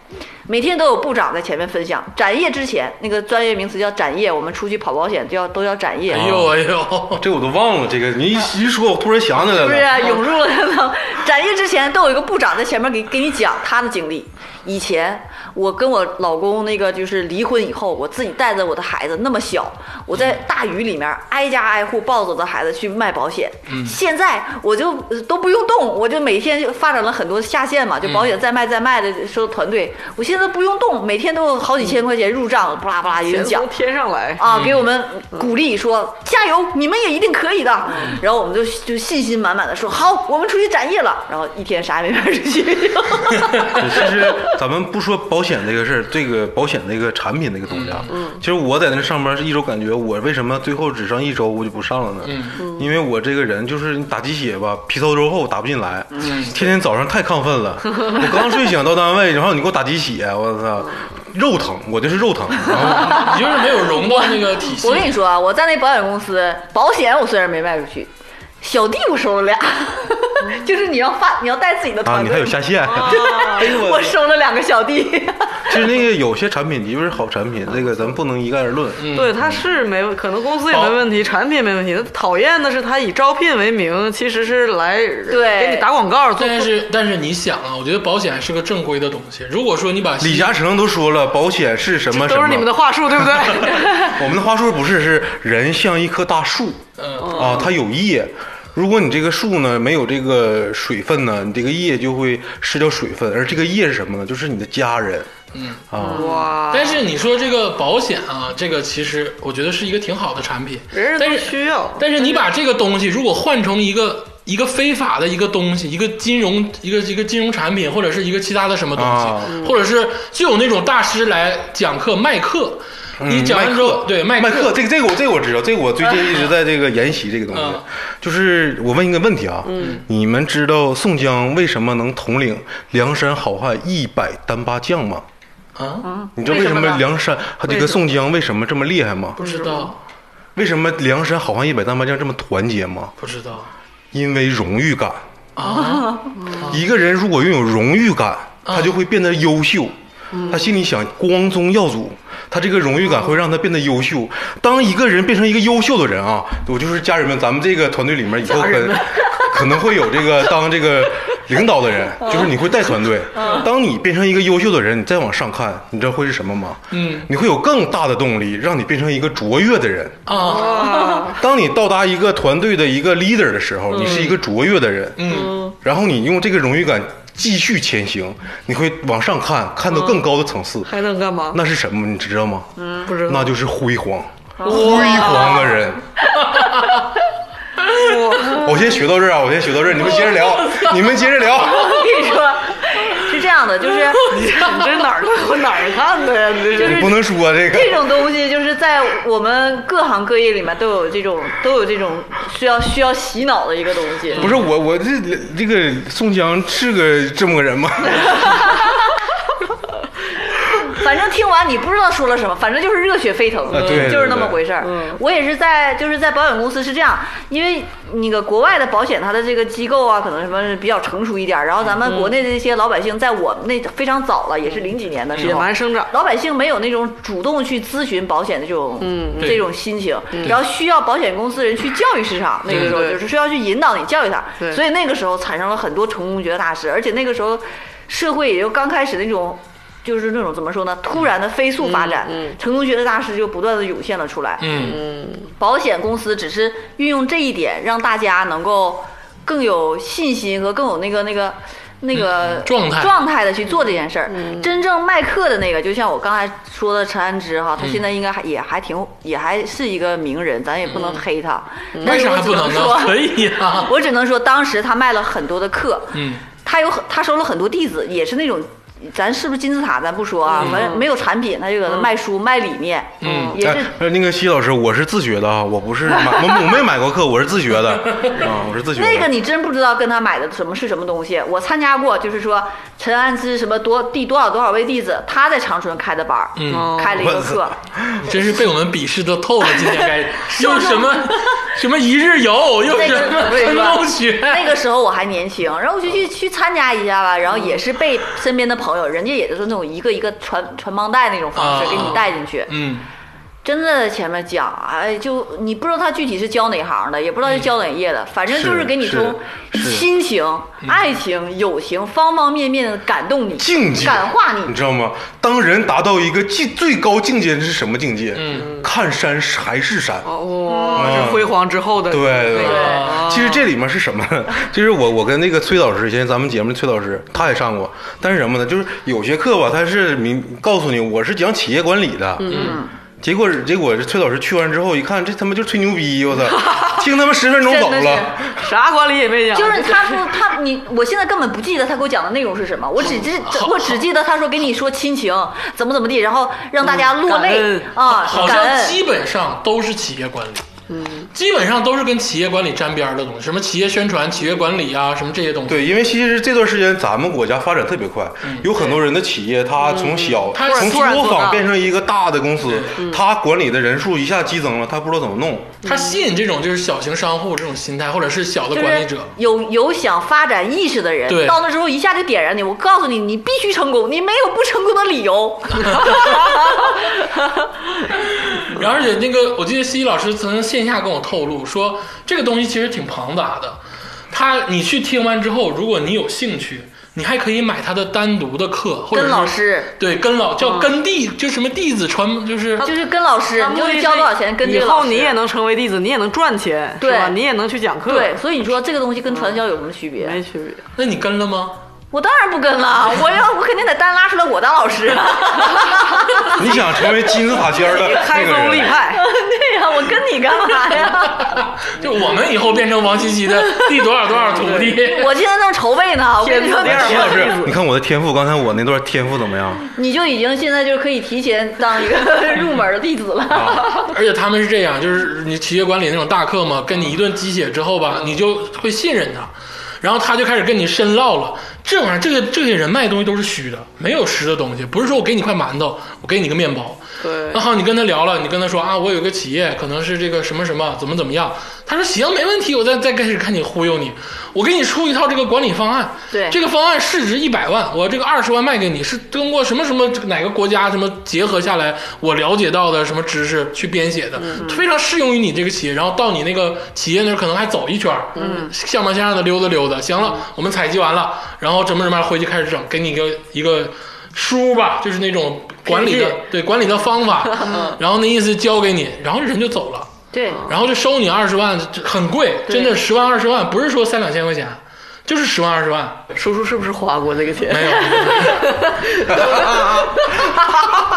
每天都有部长在前面分享。展业之前，那个专业名词叫展业，我们出去跑保险就要都要展业，
哎呦哎呦，
这我都忘了，这个你一一说，我突然想起来
是不啊是、
了。
涌入了？展业之前都有一个部长在前面给给你讲他的经历。以前我跟我老公那个就是离婚以后，我自己带着我的孩子那么小，我在大雨里面挨家挨户抱着我的孩子去卖保险。现在我就呃都不用动，我就每天就发展了很多下线嘛，就保险再卖再卖的说团队，我现在不用动，每天都有好几千块钱入账，巴拉巴拉一
人
人讲
从。天上来，
啊，给我们鼓励说加油，你们也一定可以的。
嗯
然后我们就就信心满满的说好，我们出去展业了。然后一天啥也没卖出
(laughs)
去。
(laughs) 其实咱们不说保险这个事儿，这个保险这个产品这个东西啊，
嗯
其实我在那上班是一周，感觉我为什么最后只上一周我就不上了
嗯
呢？因为我这个人就是你打鸡血吧，皮糙肉厚打不进来，
嗯
天天早上太亢奋了，我刚睡醒到单位，然后你给我打鸡血，我操，肉疼，我就是肉疼，然后
哎你就是没有融到那个体系
我。跟你说啊，我在那保险公司，保险我虽然没卖出去，小弟我收了俩，(laughs)
嗯
就是你要发你要带自己的
啊，
团
你还
队 (laughs)
有，下线，哎呦
我收了两个小
(laughs)
弟。
(laughs) 其实那个有些产品的确是好产品，这个咱不能一概而论。
(laughs) 对，他是没问，可能公司也没问题，产品没问题。那讨厌的是他以招聘为名，其实是来
对
给你打广告，做
但是但是你想啊，我觉得保险是个正规的东西。如果说你把
李嘉诚都说了，保险是什么什么，
都是你们的话术，对不对？
我们的话术不是，是人像一棵大树
嗯
啊，它有叶。如果你这个树呢没有这个水分呢，你这个叶就会失掉水分，而这个叶是什么呢？就是你的家人
嗯，
啊。
(laughs) 哇，
但是你说这个保险啊，这个其实我觉得是一个挺好的产品，
人人
但
都
是
需要。
但是你把这个东西如果换成一个一个非法的一个东西，一个金融一个一个金融产品，或者是一个其他的什么东西，
啊
或者是就有那种大师来讲课卖课，你讲完之后，对嗯卖
麦克，这个这个我这个我知道，这个我最近一直在这个研习这个东西
嗯。
(laughs) 就是我问一个问题啊，你们知道宋江为什么能统领梁山好汉一百单八将吗？
啊，
你知道为
为
什
什么
么
呢
梁山他这个宋江为什么这么厉害吗？
不知道
为什么梁山好汉一百单八将这么团结吗？
不知道
因为荣誉感。
啊、
一个人如果拥有荣誉感，他就会变得优秀。他心里想光宗耀祖，他这个荣誉感会让他变得优秀。当一个人变成一个优秀的人啊，我就是家人们，咱们这个团队里面以后可可能会有这个当这个领导的人，就是你会带团队。当你变成一个优秀的人，你再往上看，你知道会是什么吗？
嗯
你会有更大的动力，让你变成一个卓越的人。
啊，
啊，
当你到达一个团队的一个 leader 的时候，你是一个卓越的人，
嗯，
然后你用这个荣誉感继续前行，你会往上看，看到更高的层次。
还能干嘛？
那是什么？你知道吗？
不知道
那就是辉煌，辉煌的人。我先学到这儿啊，我先学到这儿，你们接着聊，你们接着聊。
我跟你说，是这样的，就是
你这哪儿我哪儿看的呀？你这
你
是
不能说这个
这种东西就是在我们各行各业里面都有这种都有这种需要需要洗脑的一个东西。 (laughs)
不是我，我这这个宋江是个这么个人吗？
反正听完你不知道说了什么，反正就是热血沸腾，
啊对
就是
对
那么回事儿。
嗯
我也是在就是在保险公司是这样，因为那个国外的保险它的这个机构啊，可能什么比较成熟一点儿，然后咱们国内的这些老百姓，在我们那非常早了，也是零几年的时
野
候，
蛮生长。
老百姓没有那种主动去咨询保险的这种、
嗯
对
这种心情，然后需要保险公司人去教育市场。那个时候
对
就是需要去引导你、教育他
对，
所以那个时候产生了很多成功学大师，而且那个时候社会也就刚开始那种。就是那种怎么说呢？突然的飞速发展，
嗯嗯
成功学的大师就不断的涌现了出来。
嗯，
保险公司只是运用这一点，让大家能够更有信心和更有那个那个那个
嗯状态
状态的去做这件事儿。真正卖课的那个，就像我刚才说的陈安之哈，
嗯
他现在应该还也还挺也还是一个名人，咱也不能黑他。但
为
是我
啥
只
不能呢
说？
可以啊呀，
(laughs) 我只能说，当时他卖了很多的课，
嗯，
他有很他收了很多弟子，也是那种。咱是不是金字塔？咱不说啊，反正没有产品，他就搁那卖书、卖理念，
嗯
也是
哎，那个西老师，我是自学的啊，我不是买， (laughs) 我我没买过课，我是自学的啊，我是自学的。
那个你真不知道跟他买的什么是什么东西。我参加过，就是说陈安之什么多第多少多少位弟子，他在长春开的班儿，
嗯
开了一个课。
你真是被我们鄙视的透了。今天 (laughs) 开始又什么什么一日游，又
那
什
个
么
我跟你
春
说
宫学，
(laughs) 那个时候我还年轻，然后我就去去参加一下吧，然后也是被身边的朋友，人家也就是那种一个一个传传帮带那种方式给你带进去。
嗯
真的在前面讲，哎，就你不知道他具体是教哪行的，也不知道是教哪业的，反正就是给你从
是是
亲情、爱情、友情方方面面的感动你、
境界
感化你
你。知道吗？当人达到一个境最高境界是什么境界？
嗯，
看山是还是山。
哦，是辉煌之后的
对对
啊
其实这里面是什么？ (laughs) 就是我我跟那个崔老师，以前咱们节目的崔老师，他也上过。但是什么呢？就是有些课吧，他是明告诉你我是讲企业管理的，嗯，结果结果这崔老师去完之后一看，这他妈就吹牛逼，我操！听他妈十分钟走
真的是
了。
啥管理也没讲，
就是他说他你，我现在根本不记得他给我讲的内容是什么，我只记我只记得他说给你说亲情怎么怎么地，然后让大家落泪
嗯
啊，
好
感
像
恩。
基本上都是企业管理。嗯，基本上都是跟企业管理沾边儿的东西，什么企业宣传、企业管理啊，什么这些东西。
对，因为其实这段时间咱们国家发展特别快，
嗯
有很多人的企业，他从小、
他
从
突然
作
做嗯
坊
大
变成一个大的公司，他管理的人数一下激增了，他不知道怎么弄。
它吸引这种就是小型商户这种心态，或者是小的
就
管理
是
者。
有有想发展意识的人
对，
到那之后一下就点燃你。我告诉你，你必须成功，你没有不成功的理由。
然后而且那个，我记得西西老师曾经线下跟我透露说，这个东西其实挺庞大的。他你去听完之后，如果你有兴趣，你还可以买他的单独的课，或者
跟
是
老师，嗯
对跟老叫跟弟，就什么弟子传，就是
就是跟老师，你就是交多少钱跟这
以
个老
后
师。
你也能成为弟子，你也能赚钱，是
对
吧？你也能去讲课，
对，，所以你说这个东西跟传销有什么区别？
没区别。
那你跟了吗？
我当然不跟了，我要我肯定得单拉出来我当老师。
你想成为金字塔尖儿
(laughs)
的那
开
个
宗立
人，
(laughs)
派，
对呀、我跟你干嘛
(laughs)
呀？
就我们以后变成王七七
(laughs)
的第多少多少徒弟，
我现在正筹备呢，我跟你说，
天
哎
赋
齐
第二
老师
开宗，
你看我的天赋，刚才我那段天赋怎么样？
你就已经现在就可以提前当一
(laughs)
个入门的弟子了。
啊
(laughs) 而且他们是这样，就是你企业管理那种大课嘛，跟你一顿鸡血之后吧，你就会信任他，然后他就开始跟你深唠了。这玩意儿，这个这些人卖的东西都是虚的，没有实的东西。不是说我给你块馒头，我给你个面包。
对
那好，你跟他聊了，你跟他说啊，我有个企业，可能是这个什么什么，怎么怎么样。他说行，没问题，我再再开始看你忽悠你。我给你出一套这个管理方案，
对
这个方案市值一百万，我这个二十万卖给你，是通过什么什么这个哪个国家什么结合下来，我了解到的什么知识去编写的，非常适用于你这个企业，然后到你那个企业那儿可能还走一圈，嗯，像模像样的溜达溜达，行了，我们采集完了，然后怎么怎么样回去开始整，给你一个一个书吧，就是那种管理的
笔记
对管理的方法， (laughs) 然后那意思交给你，然后人就走了。
(laughs) 对，
然后就收你二十万，这很贵，真的十万二十万，不是说三两千块钱，就是十万二十万，
叔叔是不是花过这个钱？
没有， (laughs)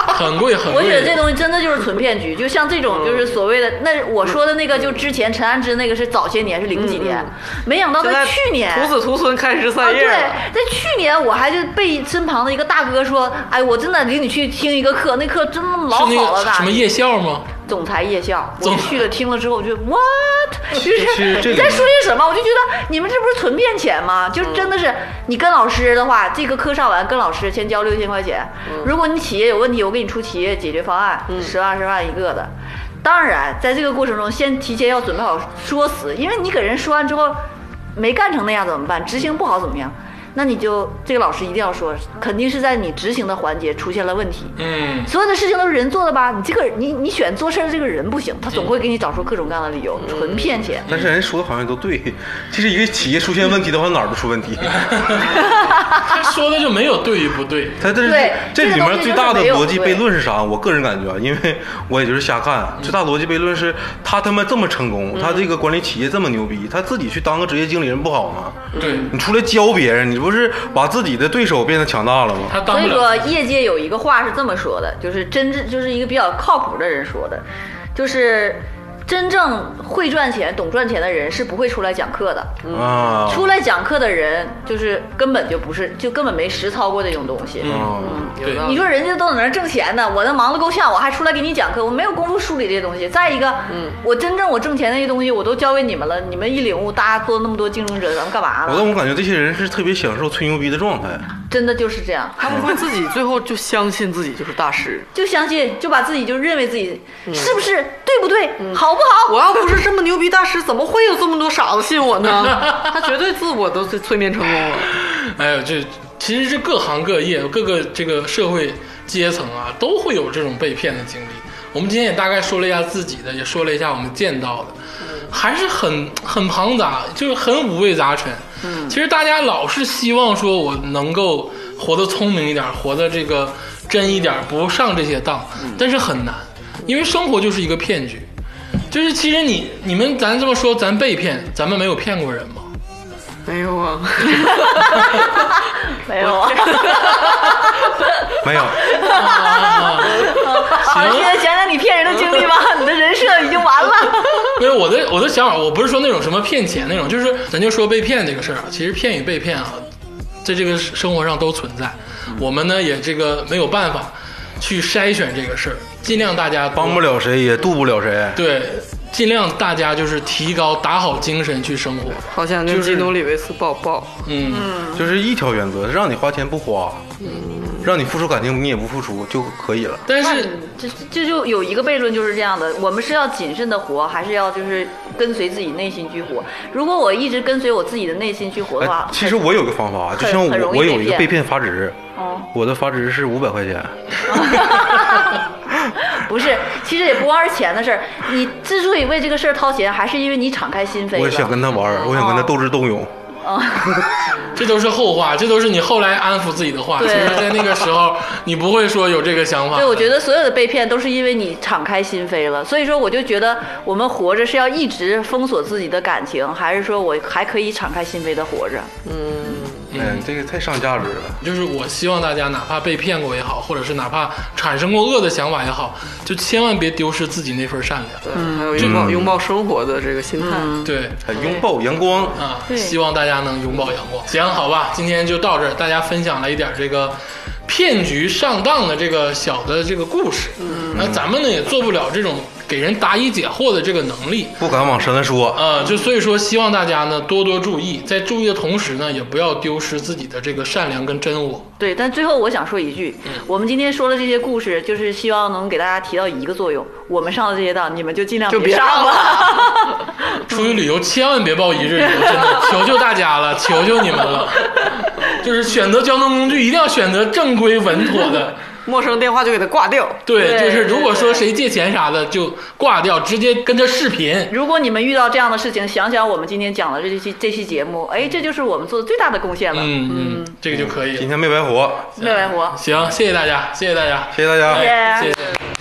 很贵很贵。
我觉得这东西真的就是纯骗局，就像这种
嗯
就是所谓的那我说的那个，就之前陈安之那个是早些年是零几年，没想到
嗯现
他
在
去年
徒子徒孙开枝
啊，
散叶
对
了。，
在去年我还就被身旁的一个大哥说，哎，我真的领你去听一个课，那课真的
是
老好
那
了
个
的，
什么夜校吗？
总裁夜校，我
总
去了听了之后，我就 what，就是
实这
你
里
在说些什么？我就觉得你们这不是纯骗钱吗？就真的是你跟老师的话，这个课上完跟老师先交六千块钱，如果你企业有问题，我给你出企业解决方案，十万十万一个的。当然，在这个过程中，先提前要准备好说辞，因为你给人说完之后没干成那样怎么办？执行不好怎么样？那你就这个老师一定要说，肯定是在你执行的环节出现了问题。
嗯，
所有的事情都是人做的吧？你这个你你选做事儿的这个人不行，他总会给你找出各种各样的理由，纯骗钱。
但是人说的好像都对，其实一个企业出现问题的话，哪儿都出问题。
他说的就没有对与不对，
它但是
对
这
这个
里
东
面
西
最
就是
大的
没有
逻辑
对嗯
悖论是啥？我个人感觉，啊，因为我也就是瞎看，最大逻辑悖论是他他妈这么成功，他这个管理企业这么牛逼，他自己去当个职业经理人不好吗？
对
你出来教别人，你不是把自己的对手变得强大了吗？
他当不
所以
了
说，。业界有一个话是这么说的，就是真正就是一个比较靠谱的人说的，就是真正会赚钱、懂赚钱的人是不会出来讲课的。
啊，
嗯出来讲课的人，就是根本就不是，就根本没实操过这种东西。嗯
啊，
对，
你说人家都在那儿挣钱呢，我那忙得够呛，我还出来给你讲课，我没有功夫梳理这些东西。再一个，我真正我挣钱那些东西我都交给你们了，你们一领悟，大家做那么多竞争者，咱们干嘛
我
了？
但我感觉这些人是特别享受吹牛逼的状态。
真的就是这样，
他们会自己最后就相信自己就是大师。
就相信，就把自己就认为自己、是不是对不对，好不好？
我要不是这么牛逼大师，怎么会有这么多傻子信我呢？他绝对自我都是催眠成功了。
哎呦，这其实是各行各业、各个这个社会阶层啊，都会有这种被骗的经历。我们今天也大概说了一下自己的，也说了一下我们见到的，还是很很庞杂，就是很五味杂陈。嗯，其实大家老是希望说我能够活得聪明一点，活得这个真一点，不上这些当，但是很难，因为生活就是一个骗局。就是其实你你们咱这么说，咱被骗，咱们没有骗过人吗？
没有啊，
没有啊，
没有，
好，现在讲讲你骗人的经历吧，你的人设已经完了。
(laughs) 没有，我的我的想法，我不是说那种什么骗钱那种，就是咱就说被骗这个事儿啊，其实骗与被骗啊，在这个生活上都存在。我们呢也这个没有办法去筛选这个事儿，尽量大家
帮不了谁，也渡不了谁。
对，尽量大家就是提高打好精神去生活。
好像就
就是是
基努里维斯抱抱。
嗯，
就是一条原则，让你花钱不花，
嗯
让你付出感情你也不付出就可以了。
但
那
是
你这这就有一个悖论，就是这样的：我们是要谨慎的活，还是要就是跟随自己内心去活？如果我一直跟随我自己的内心去活的话
哎，，其实我有个方法，就像
很
我
容易
我有一个
被
被
骗
骗阀值，
哦，
我的阀值是五百块钱。
(laughs) 不是，其实也不光是钱的事儿。你之所以为这个事儿掏钱，还是因为你敞开心扉
我
了。
想跟他玩
哦
儿，我想跟他斗智斗勇。
这都是后话，这都是你后来安抚自己的话。其
对
实，在那个时候，你不会说有这个想法。
对，我觉得所有的被骗都是因为你敞开心扉了。所以说，我就觉得我们活着是要一直封锁自己的感情，还是说我还可以敞开心扉的活着？
嗯，这个太上价值了。
就是我希望大家哪怕被骗过也好，或者是哪怕产生过恶的想法也好，就千万别丢失自己那份善良。
嗯，还有拥抱拥抱生活的这个心态。
嗯
对
哎拥抱阳光，
啊，
对
希望大家能拥抱阳光。行，好吧，今天就到这儿，大家分享了一点这个骗局上当的这个小的这个故事。那咱们呢也做不了这种。给人答疑解惑的这个能力。
不敢往深了说。
呃，就所以说，希望大家呢多多注意，在注意的同时呢，也不要丢失自己的这个善良跟真我。
对，但最后我想说一句，我们今天说的这些故事，就是希望能给大家提到一个作用：我们上的这些当，你们就尽量
就别
上
上
了。
出去旅游千万别报一日游，真的，求求大家了，求求你们了。就是选择交通工具，一定要选择正规稳妥的。
陌生电话就给他挂掉。
对，
对
就是如果
对
说谁借钱啥的，就挂掉，直接跟他视频。
如果你们遇到这样的事情，想想我们今天讲的这期这期节目，哎，这就是我们做的最大的贡献了。
嗯嗯，这个就可以
今
了。
天没白活，
没白活。
行，谢谢大家，谢谢大家，哎
谢谢大家。
谢谢
谢谢。